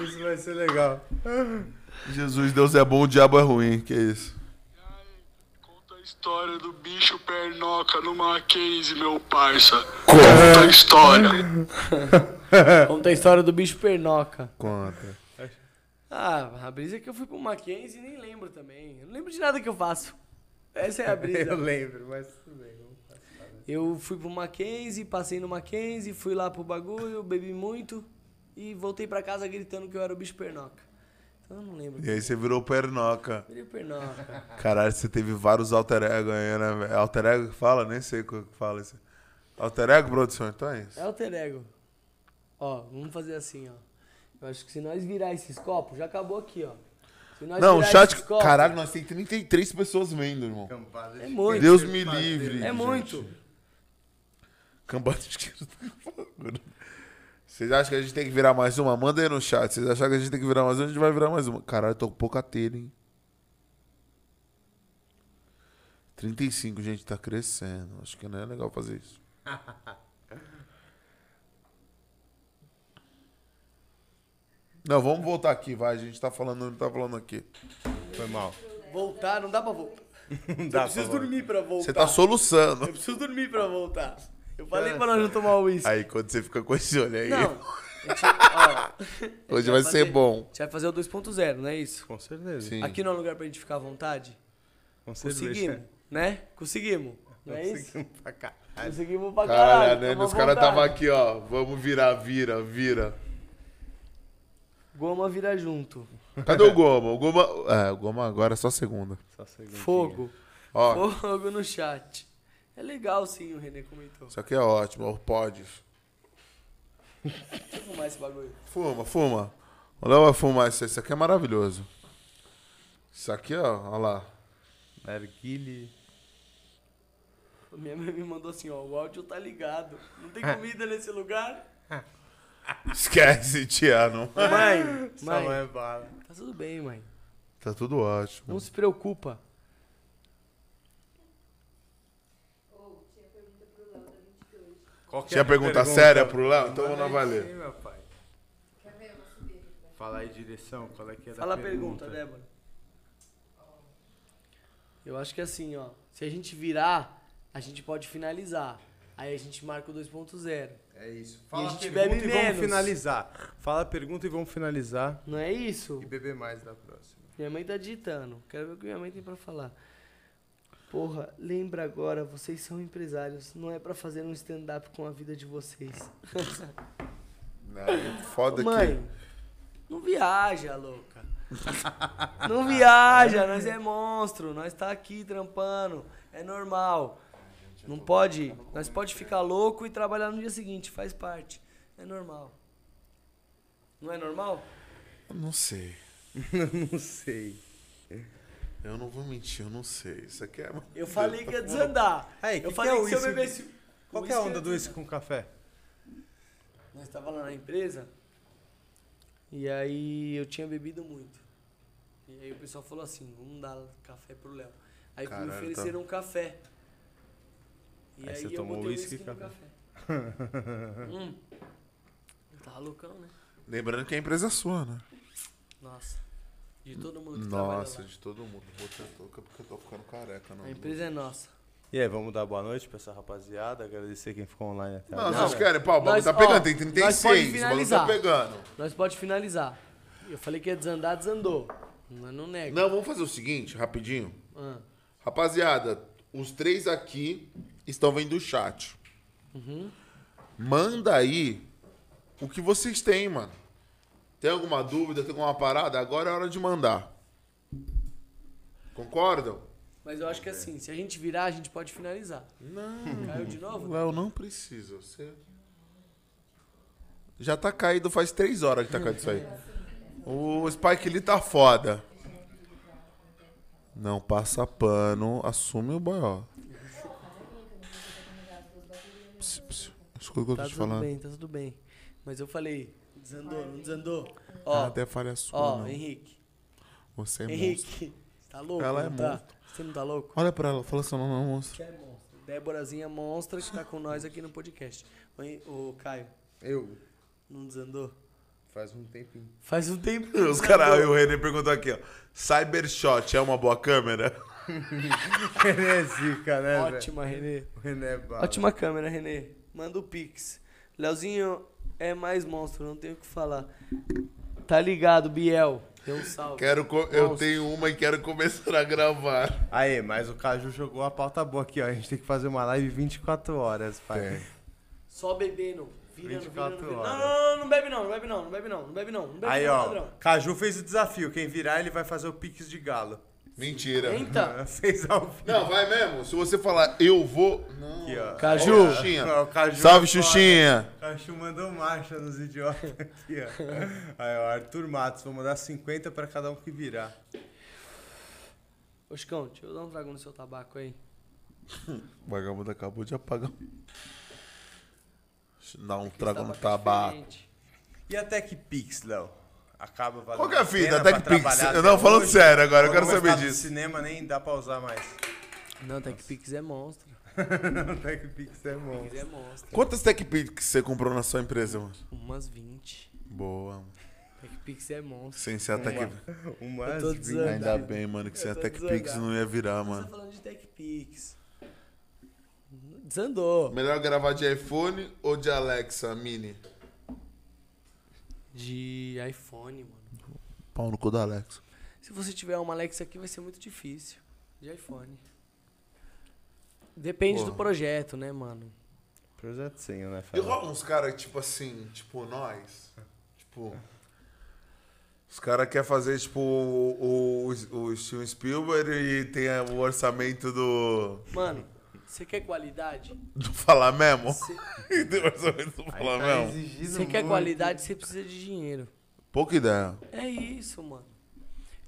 Isso vai ser legal. Jesus, Deus é bom, o diabo é ruim. Que isso? Conta a história do bicho pernoca no Mackenzie, meu parça. Conta. Conta a história. É. Conta a história do bicho pernoca. Conta. Ah, a brisa é que eu fui pro Mackenzie e nem lembro também. Eu não lembro de nada que eu faço. Essa é a Eu brisa. lembro, mas tudo bem. eu fui pro Mackenzie, passei no Mackenzie, fui lá pro bagulho, bebi muito e voltei pra casa gritando que eu era o bicho pernoca. Então eu não lembro. E aí você virou pernoca. Virei pernoca. Caralho, você teve vários alter ego aí, né? velho? Alter ego que fala? Nem sei o que fala isso. Alter ego, produção, então é isso? É alter ego. Ó, vamos fazer assim, ó. Eu acho que se nós virar esses copos, já acabou aqui, ó. Se nós Não, o virar chat... esses copos- Caralho, nós tem 33 pessoas vendo, irmão. Campada de É muito. Deus me livre. é gente. muito. Cambada de esquerda. Vocês acham que a gente tem que virar mais uma? Manda aí no chat. Vocês acham que a gente tem que virar mais uma? A gente vai virar mais uma. Caralho, tô com pouca telha, hein? 35, gente, tá crescendo. Acho que não é legal fazer isso. Não, vamos voltar aqui, vai. A gente tá falando, não tá falando aqui. Foi mal. Voltar, não dá pra voltar. Não dá eu preciso pra- dormir pra voltar. Você tá soluçando. Eu preciso dormir pra voltar. Eu falei pra nós não tomar uísque. Aí quando você fica com esse olho aí, Não. a gente- ó, a hoje gente vai fazer- ser bom. A gente vai fazer o 2.0, não é isso? Com certeza. Sim. Aqui não é um lugar pra gente ficar à vontade? Com certeza. Conseguimos, né? Conseguimos. Não é isso? Conseguimos pra cá. Conseguimos pra caralho. Caralho, né? tamo à Os caras estavam vontade. aqui, ó. Vamos virar, vira, vira. Goma vira junto. Cadê o Goma? O Goma. É, o Goma agora é só segunda. Só segundinha. Fogo. Ó, Fogo no chat. É legal sim, o Renê comentou. isso aqui é ótimo. ó, Pode. Deixa eu fumar esse bagulho. Fuma, fuma. O Léo vai fumar isso aí. Isso aqui é maravilhoso. Isso aqui, ó. Olha lá. é Narguile. Minha mãe me mandou assim, ó, o áudio tá ligado. Não tem É. comida nesse lugar? Esquece, Tiano. Mãe, Sua mãe, mãe é bala. tá tudo bem, mãe. Tá tudo ótimo. Não se preocupa. Ou tinha pergunta pro Léo da 22. Qual é Tinha pergunta, séria pro Léo? Então vamos lá valer. meu pai. Quer ver? Eu vou subir aqui. vai. Fala aí, direção, qual é que era Fala a pergunta, Débora. Eu acho que assim, ó. Se a gente virar, a gente pode finalizar. Aí a gente marca o 2.0. É isso. E Fala a a gente bebe pergunta Pergunta e vamos menos. finalizar. Fala a pergunta e vamos finalizar. Não é isso? e beber mais da próxima. Minha mãe tá digitando. Quero ver o que minha mãe tem pra falar. Porra, lembra agora, vocês são empresários. Não é pra fazer um stand-up com a vida de vocês. Não, Foda Mãe, que. não viaja, louca. não viaja, nós é monstro, nós tá aqui trampando, é normal. Não pode, nós pode ficar louco e trabalhar no dia seguinte, faz parte, é normal. Não é normal? Eu Não sei. Não sei. Eu não vou mentir, eu não sei. Isso aqui é. Eu falei tá que ia desandar. Aí, que eu que falei é que, o se eu uísque? bebesse... Qual que é a uísque, onda eu do ia uísque com café? Nós estava lá na empresa e aí eu tinha bebido muito. E aí o pessoal falou assim, vamos dar café pro Léo. Aí Caralho, me tá. ofereceram um café. E Aí aí, você eu tomou botei o uísque uísque e no café. Hum. Eu tava loucão, né? Lembrando que a empresa é sua, né? Nossa. De todo mundo que Nossa, trabalha de todo mundo. Botei a touca porque eu tô ficando careca, não. lá. A empresa é nossa. E aí, vamos dar boa noite pra essa rapaziada. Agradecer quem ficou online até Não, agora. vocês querem, pau, o bagulho Nós- tá pegando, ó, tem nós pode 36, o bagulho tá finalizar. pegando. Nós pode finalizar. Eu falei que ia desandar, desandou. Não, não nego. Não, vamos fazer o seguinte, rapidinho. Ah, Rapaziada, os três aqui estão vendo o chat. Uhum. Manda aí o que vocês têm, mano. Tem alguma dúvida, tem alguma parada? Agora é hora de mandar. Concordam? Mas eu acho que assim, se a gente virar, a gente pode finalizar. É. Não. Caiu de novo? Léo, não precisa. Você... Já tá caído faz três horas que tá caído isso aí. O Spike Lee tá foda. Não passa pano, assume o boió. Pss, pss, Escuta o que eu Tá tô te tudo falando. bem, tá tudo bem. Mas eu falei, desandou, não desandou. Ah, Ó, até falha sua, ó, não. Henrique, Você é monstro. Henrique, tá louco? Ela é não tá? monstro. Você não tá louco? Olha pra ela, fala assim, não, não, monstro. Que é monstro. Déborazinha monstra que tá com nós aqui no podcast. Ô, Hen- Ô, Caio, Eu, não desandou? faz um tempinho. Faz um tempo. que Os desandou. caras, o René perguntou aqui, ó. Cybershot é uma boa câmera? René é zica, né, velho? Ótima, Renê. O René é bala. Ótima câmera, Renê. Manda o Pix. Leozinho é mais monstro, não tenho o que falar. Tá ligado, Biel. Deu um salve. Quero co- eu Monstro. tenho uma e quero começar a gravar. Aê, mas o Caju jogou a pauta boa aqui, ó. A gente tem que fazer uma live 24 horas, É. pai. Só bebendo. Virando, 24 virando, virando. horas. Não, não, não, não bebe não, não bebe não, não bebe não, não bebe não. não bebe Aí, não, ó. ladrão. Caju fez o desafio. Quem virar, ele vai fazer o pix de galo. Mentira. Eita. fez ao vivo. Não, vai mesmo. Se você falar eu vou. Não. Aqui, ó. Caju. Ó, Xuxinha. Ó, o Caju Salve, é foda. Xuxinha. O Caju mandou marcha nos idiotas aqui, ó. Aí, ó, Arthur Matos, vou mandar 50 pra cada um que virar. Ô, Chicão, deixa eu dar um trago no seu tabaco aí. um- O vagabundo acabou de apagar. Dá um trago no tá é tabaco. diferente. E a TechPix, Léo? Acaba valendo Qual que é a fita? pena A pra TechPix? trabalhar Não, até falando hoje? sério agora, eu quero Quando saber gostava de disso. cinema nem dá pra usar mais. Não, TechPix é monstro. Não, TechPix é bom. TechPix é monstro. Quantas TechPix você comprou na sua empresa, mano? Umas 20. Boa, mano. TechPix é monstro. Sem ser a Tech... Umas tô 20. desandado. Ainda bem, mano, que sem a Eu tô TechPix desandado. não ia virar, Você tá mano. falando de TechPix. Desandou. Melhor gravar de iPhone ou de Alexa Mini? De iPhone, mano. Pau no cu da Alexa. Se você tiver uma Alexa aqui, vai ser muito difícil. De iPhone. Depende Porra. do projeto, né, mano? Projetinho, né, Tá E Fábio? rola uns caras, tipo assim, tipo nós. Tipo. Os caras querem fazer, tipo, o, o, o Steven Spielberg e tem o orçamento do. Mano, você quer qualidade? Do Falar Memo? Você- tem o orçamento do Falar tá Memo? Você quer qualidade, você precisa de dinheiro. Pouca ideia. É isso, mano.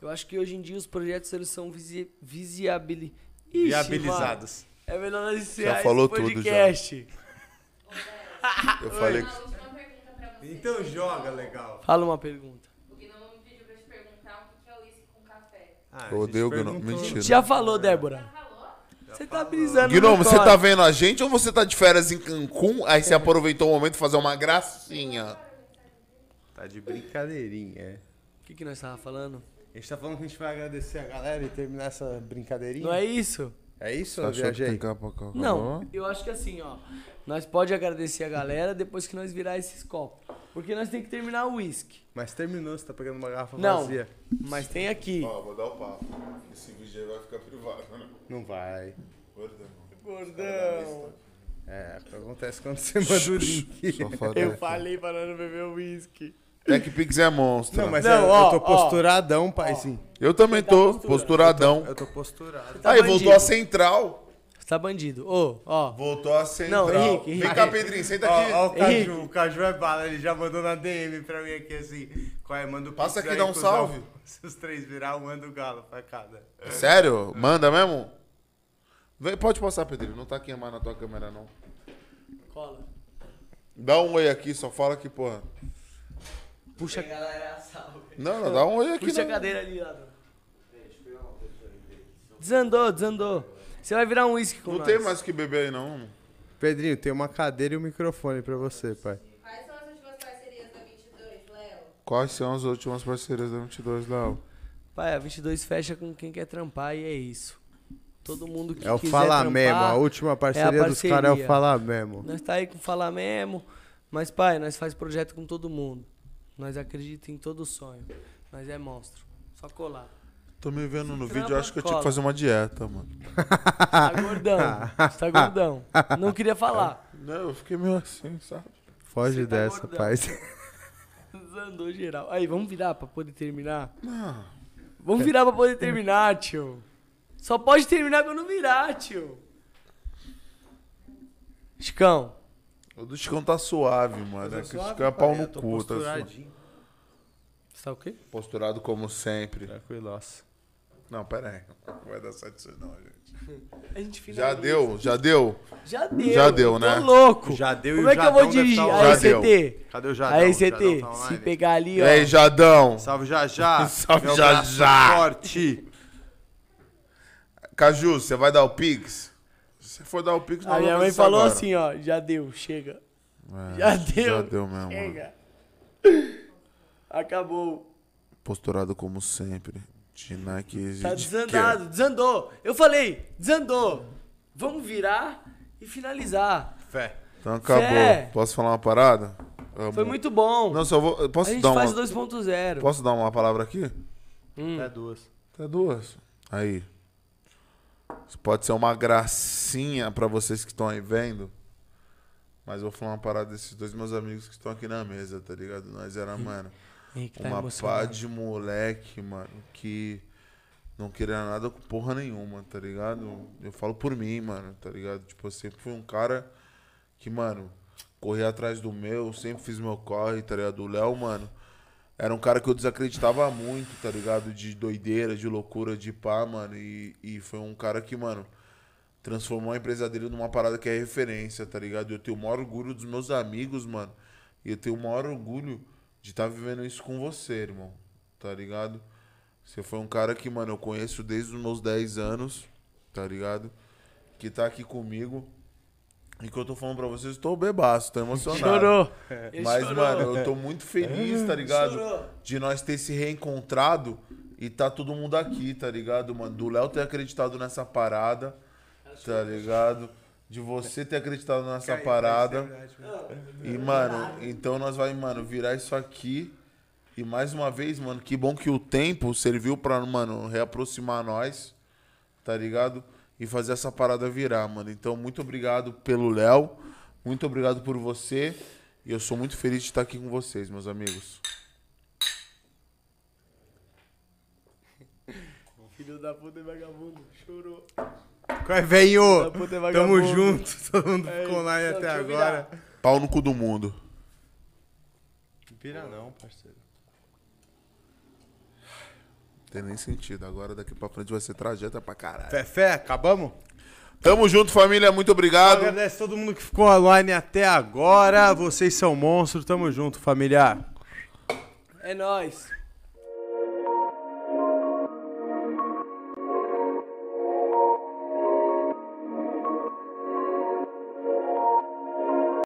Eu acho que hoje em dia os projetos eles são visi... visiabili... Ixi, Viabilizados. mano, É melhor nós Já encerrar falou esse tudo, já. podcast. Ah, Eu falei que. Uma última pergunta pra você. Então joga, legal. Fala uma pergunta. O Gnomo me pediu pra te perguntar o que que é uísque com café. Ah, Eu a gente odeio o Gnome. perguntou. Mentira. Já falou, Débora. Falou? Você tá brisando Guilherme, no você tá corte. vendo a gente ou você tá de férias em Cancún? Aí você aproveitou o momento pra fazer uma gracinha. Tá de brincadeirinha, é. tá- O que, que nós tava falando? A gente tá falando que a gente vai agradecer a galera e terminar essa brincadeirinha? Não é isso? É isso, Tá eu viajei? Não, eu acho que assim, ó. Nós pode agradecer a galera depois que nós virar esses copos. Porque nós tem que terminar o uísque. Mas terminou, você tá pegando uma garrafa Não, vazia. mas tem aqui. Ó, vou dar o papo. Esse vídeo aí vai ficar privado, né? Não vai. Gordão. Gordão. É, acontece quando você manda um- o link. Eu falei pra nós não beber o uísque. TechPix é monstro. Não, mas Não, é, ó, eu tô ó. posturadão, pai, sim. Eu também Tá tô, postura. posturadão. Eu tô posturado. Tá aí, bandido. voltou a assim. central. Você tá bandido. Ô, ó. Voltou a central. Henrique, Henrique. Vem cá, Pedrinho, senta aqui. Ó, ó o Henrique. Caju, o Caju é bala, ele já mandou na DM pra mim aqui assim. Qual é? Manda o Passa pix aqui, aí, dá um cuzão. salve. Se os três virar, um manda o galo pra cada. Sério? Manda mesmo? Vem, pode passar, Pedrinho. Não tá aqui mais na tua câmera, não. Cola. Dá um oi aqui, só fala que, porra. Puxa, Não, não, dá um oi aqui. puxa a não. cadeira ali, ladrão. Desandou, desandou. Você vai virar um uísque com Não nós. tem mais o que beber aí, não. Pedrinho, tem uma cadeira e um microfone pra você, pai. Quais são as últimas parcerias da 22, Léo? Quais são as últimas parcerias da 22, Léo? Pai, a 22 fecha com quem quer trampar e é isso. Todo mundo que É o quiser Fala trampar, é Memo, a última parceria dos parceria. caras é o Fala Memo. Nós tá aí com falar mesmo, mas pai, nós faz projeto com todo mundo. Nós acredita em todo sonho. Nós é monstro. Só colar. Tô me vendo no Trampa, vídeo, eu acho que eu tinha que cola. fazer uma dieta, mano. Tá gordão. Tá gordão. Não queria falar. Não, eu fiquei meio assim, sabe? Foge Você tá dessa, gordão. pai. Desandou geral. Aí, vamos virar pra poder terminar? Não. Vamos virar pra poder terminar, tio. Só pode terminar quando virar, tio. Chicão, O do Chicão tá suave, mano. É que o Chicão é pau no cu, tá suave. você tá o quê? Posturado como sempre. É. Tranquilaço. Não, pera aí. Não vai dar certo isso não, gente. A gente Já finaliza. deu, já deu. Já deu. Já deu, eu né? Tô louco. Já deu e Como é o que eu vou Jadão deve dirigir? tá Aí, online. CT. Cadê o Jadão? Aí, Jadão CT. tá online. Se pegar ali, E ó. aí, Jadão? Salve já já. Salve, Meu já, braço tá já. Forte. Caju, você vai dar o Pix? Se for dar o Pix, não A minha vou mãe fazer falou agora. assim, ó. Já deu, chega. É, Já deu. Já deu mesmo. mano. Chega. Uhum. Acabou. Posturado como sempre. De Nike e Tá de desandado, desandou. Eu falei, desandou. Vamos virar e finalizar. Fé. quê? Então acabou. Fé. Posso falar uma parada? Amo. Foi muito bom. Não, só vou... eu a Posso gente dar uma... faz 2.0. Posso dar uma palavra aqui? É duas. Até duas. Aí. Isso pode ser uma gracinha pra vocês que estão aí vendo. Mas eu vou falar uma parada desses dois meus amigos que estão aqui na mesa, tá ligado? Nós era, mano, Henrique tá uma pá emocionado. de moleque, mano, que não queria nada com porra nenhuma, tá ligado? Eu falo por mim, mano, tá ligado? Tipo, eu sempre fui um cara que, mano, corria atrás do meu, sempre fiz meu corre, tá ligado? O Léo, mano, era um cara que eu desacreditava muito, tá ligado? De doideira, de loucura, de pá, mano. E, e foi um cara que, mano, transformou a empresa dele numa parada que é referência, tá ligado? Eu tenho o maior orgulho dos meus amigos, mano. E eu tenho o maior orgulho de estar vivendo isso com você, irmão. Tá ligado? Você foi um cara que, mano, eu conheço desde os meus 10 anos, tá ligado? Que tá aqui comigo. E que eu tô falando pra vocês, eu tô bebaço, tô emocionado. Chorou. Ele Mas, chorou. mano, eu tô muito feliz, tá ligado? Chorou. De nós ter se reencontrado e tá todo mundo aqui, tá ligado, mano? Do Léo ter acreditado nessa parada, tá ligado? De você ter acreditado nessa parada. E, mano, então nós vai, mano, virar isso aqui. E mais uma vez, mano, que bom que o tempo serviu pra, mano, reaproximar nós, tá ligado? E fazer essa parada virar, mano. Então, muito obrigado pelo Léo. Muito obrigado por você. E eu sou muito feliz de estar aqui com vocês, meus amigos. Filho da puta e vagabundo. Chorou. Qual é, velho? Da puta é Tamo vagabundo. junto, todo mundo ficou online Não, até deixa eu agora. virar. Pau no cu do mundo. Pira não, parceiro. Não tem nem sentido. Agora daqui pra frente vai ser trajeta pra caralho. Fé, fé, acabamos? Tá Tamo junto, família. Muito Eu obrigado. Agradeço todo mundo que ficou online até agora. Vocês são monstros, tamo junto, familiar. É nóis.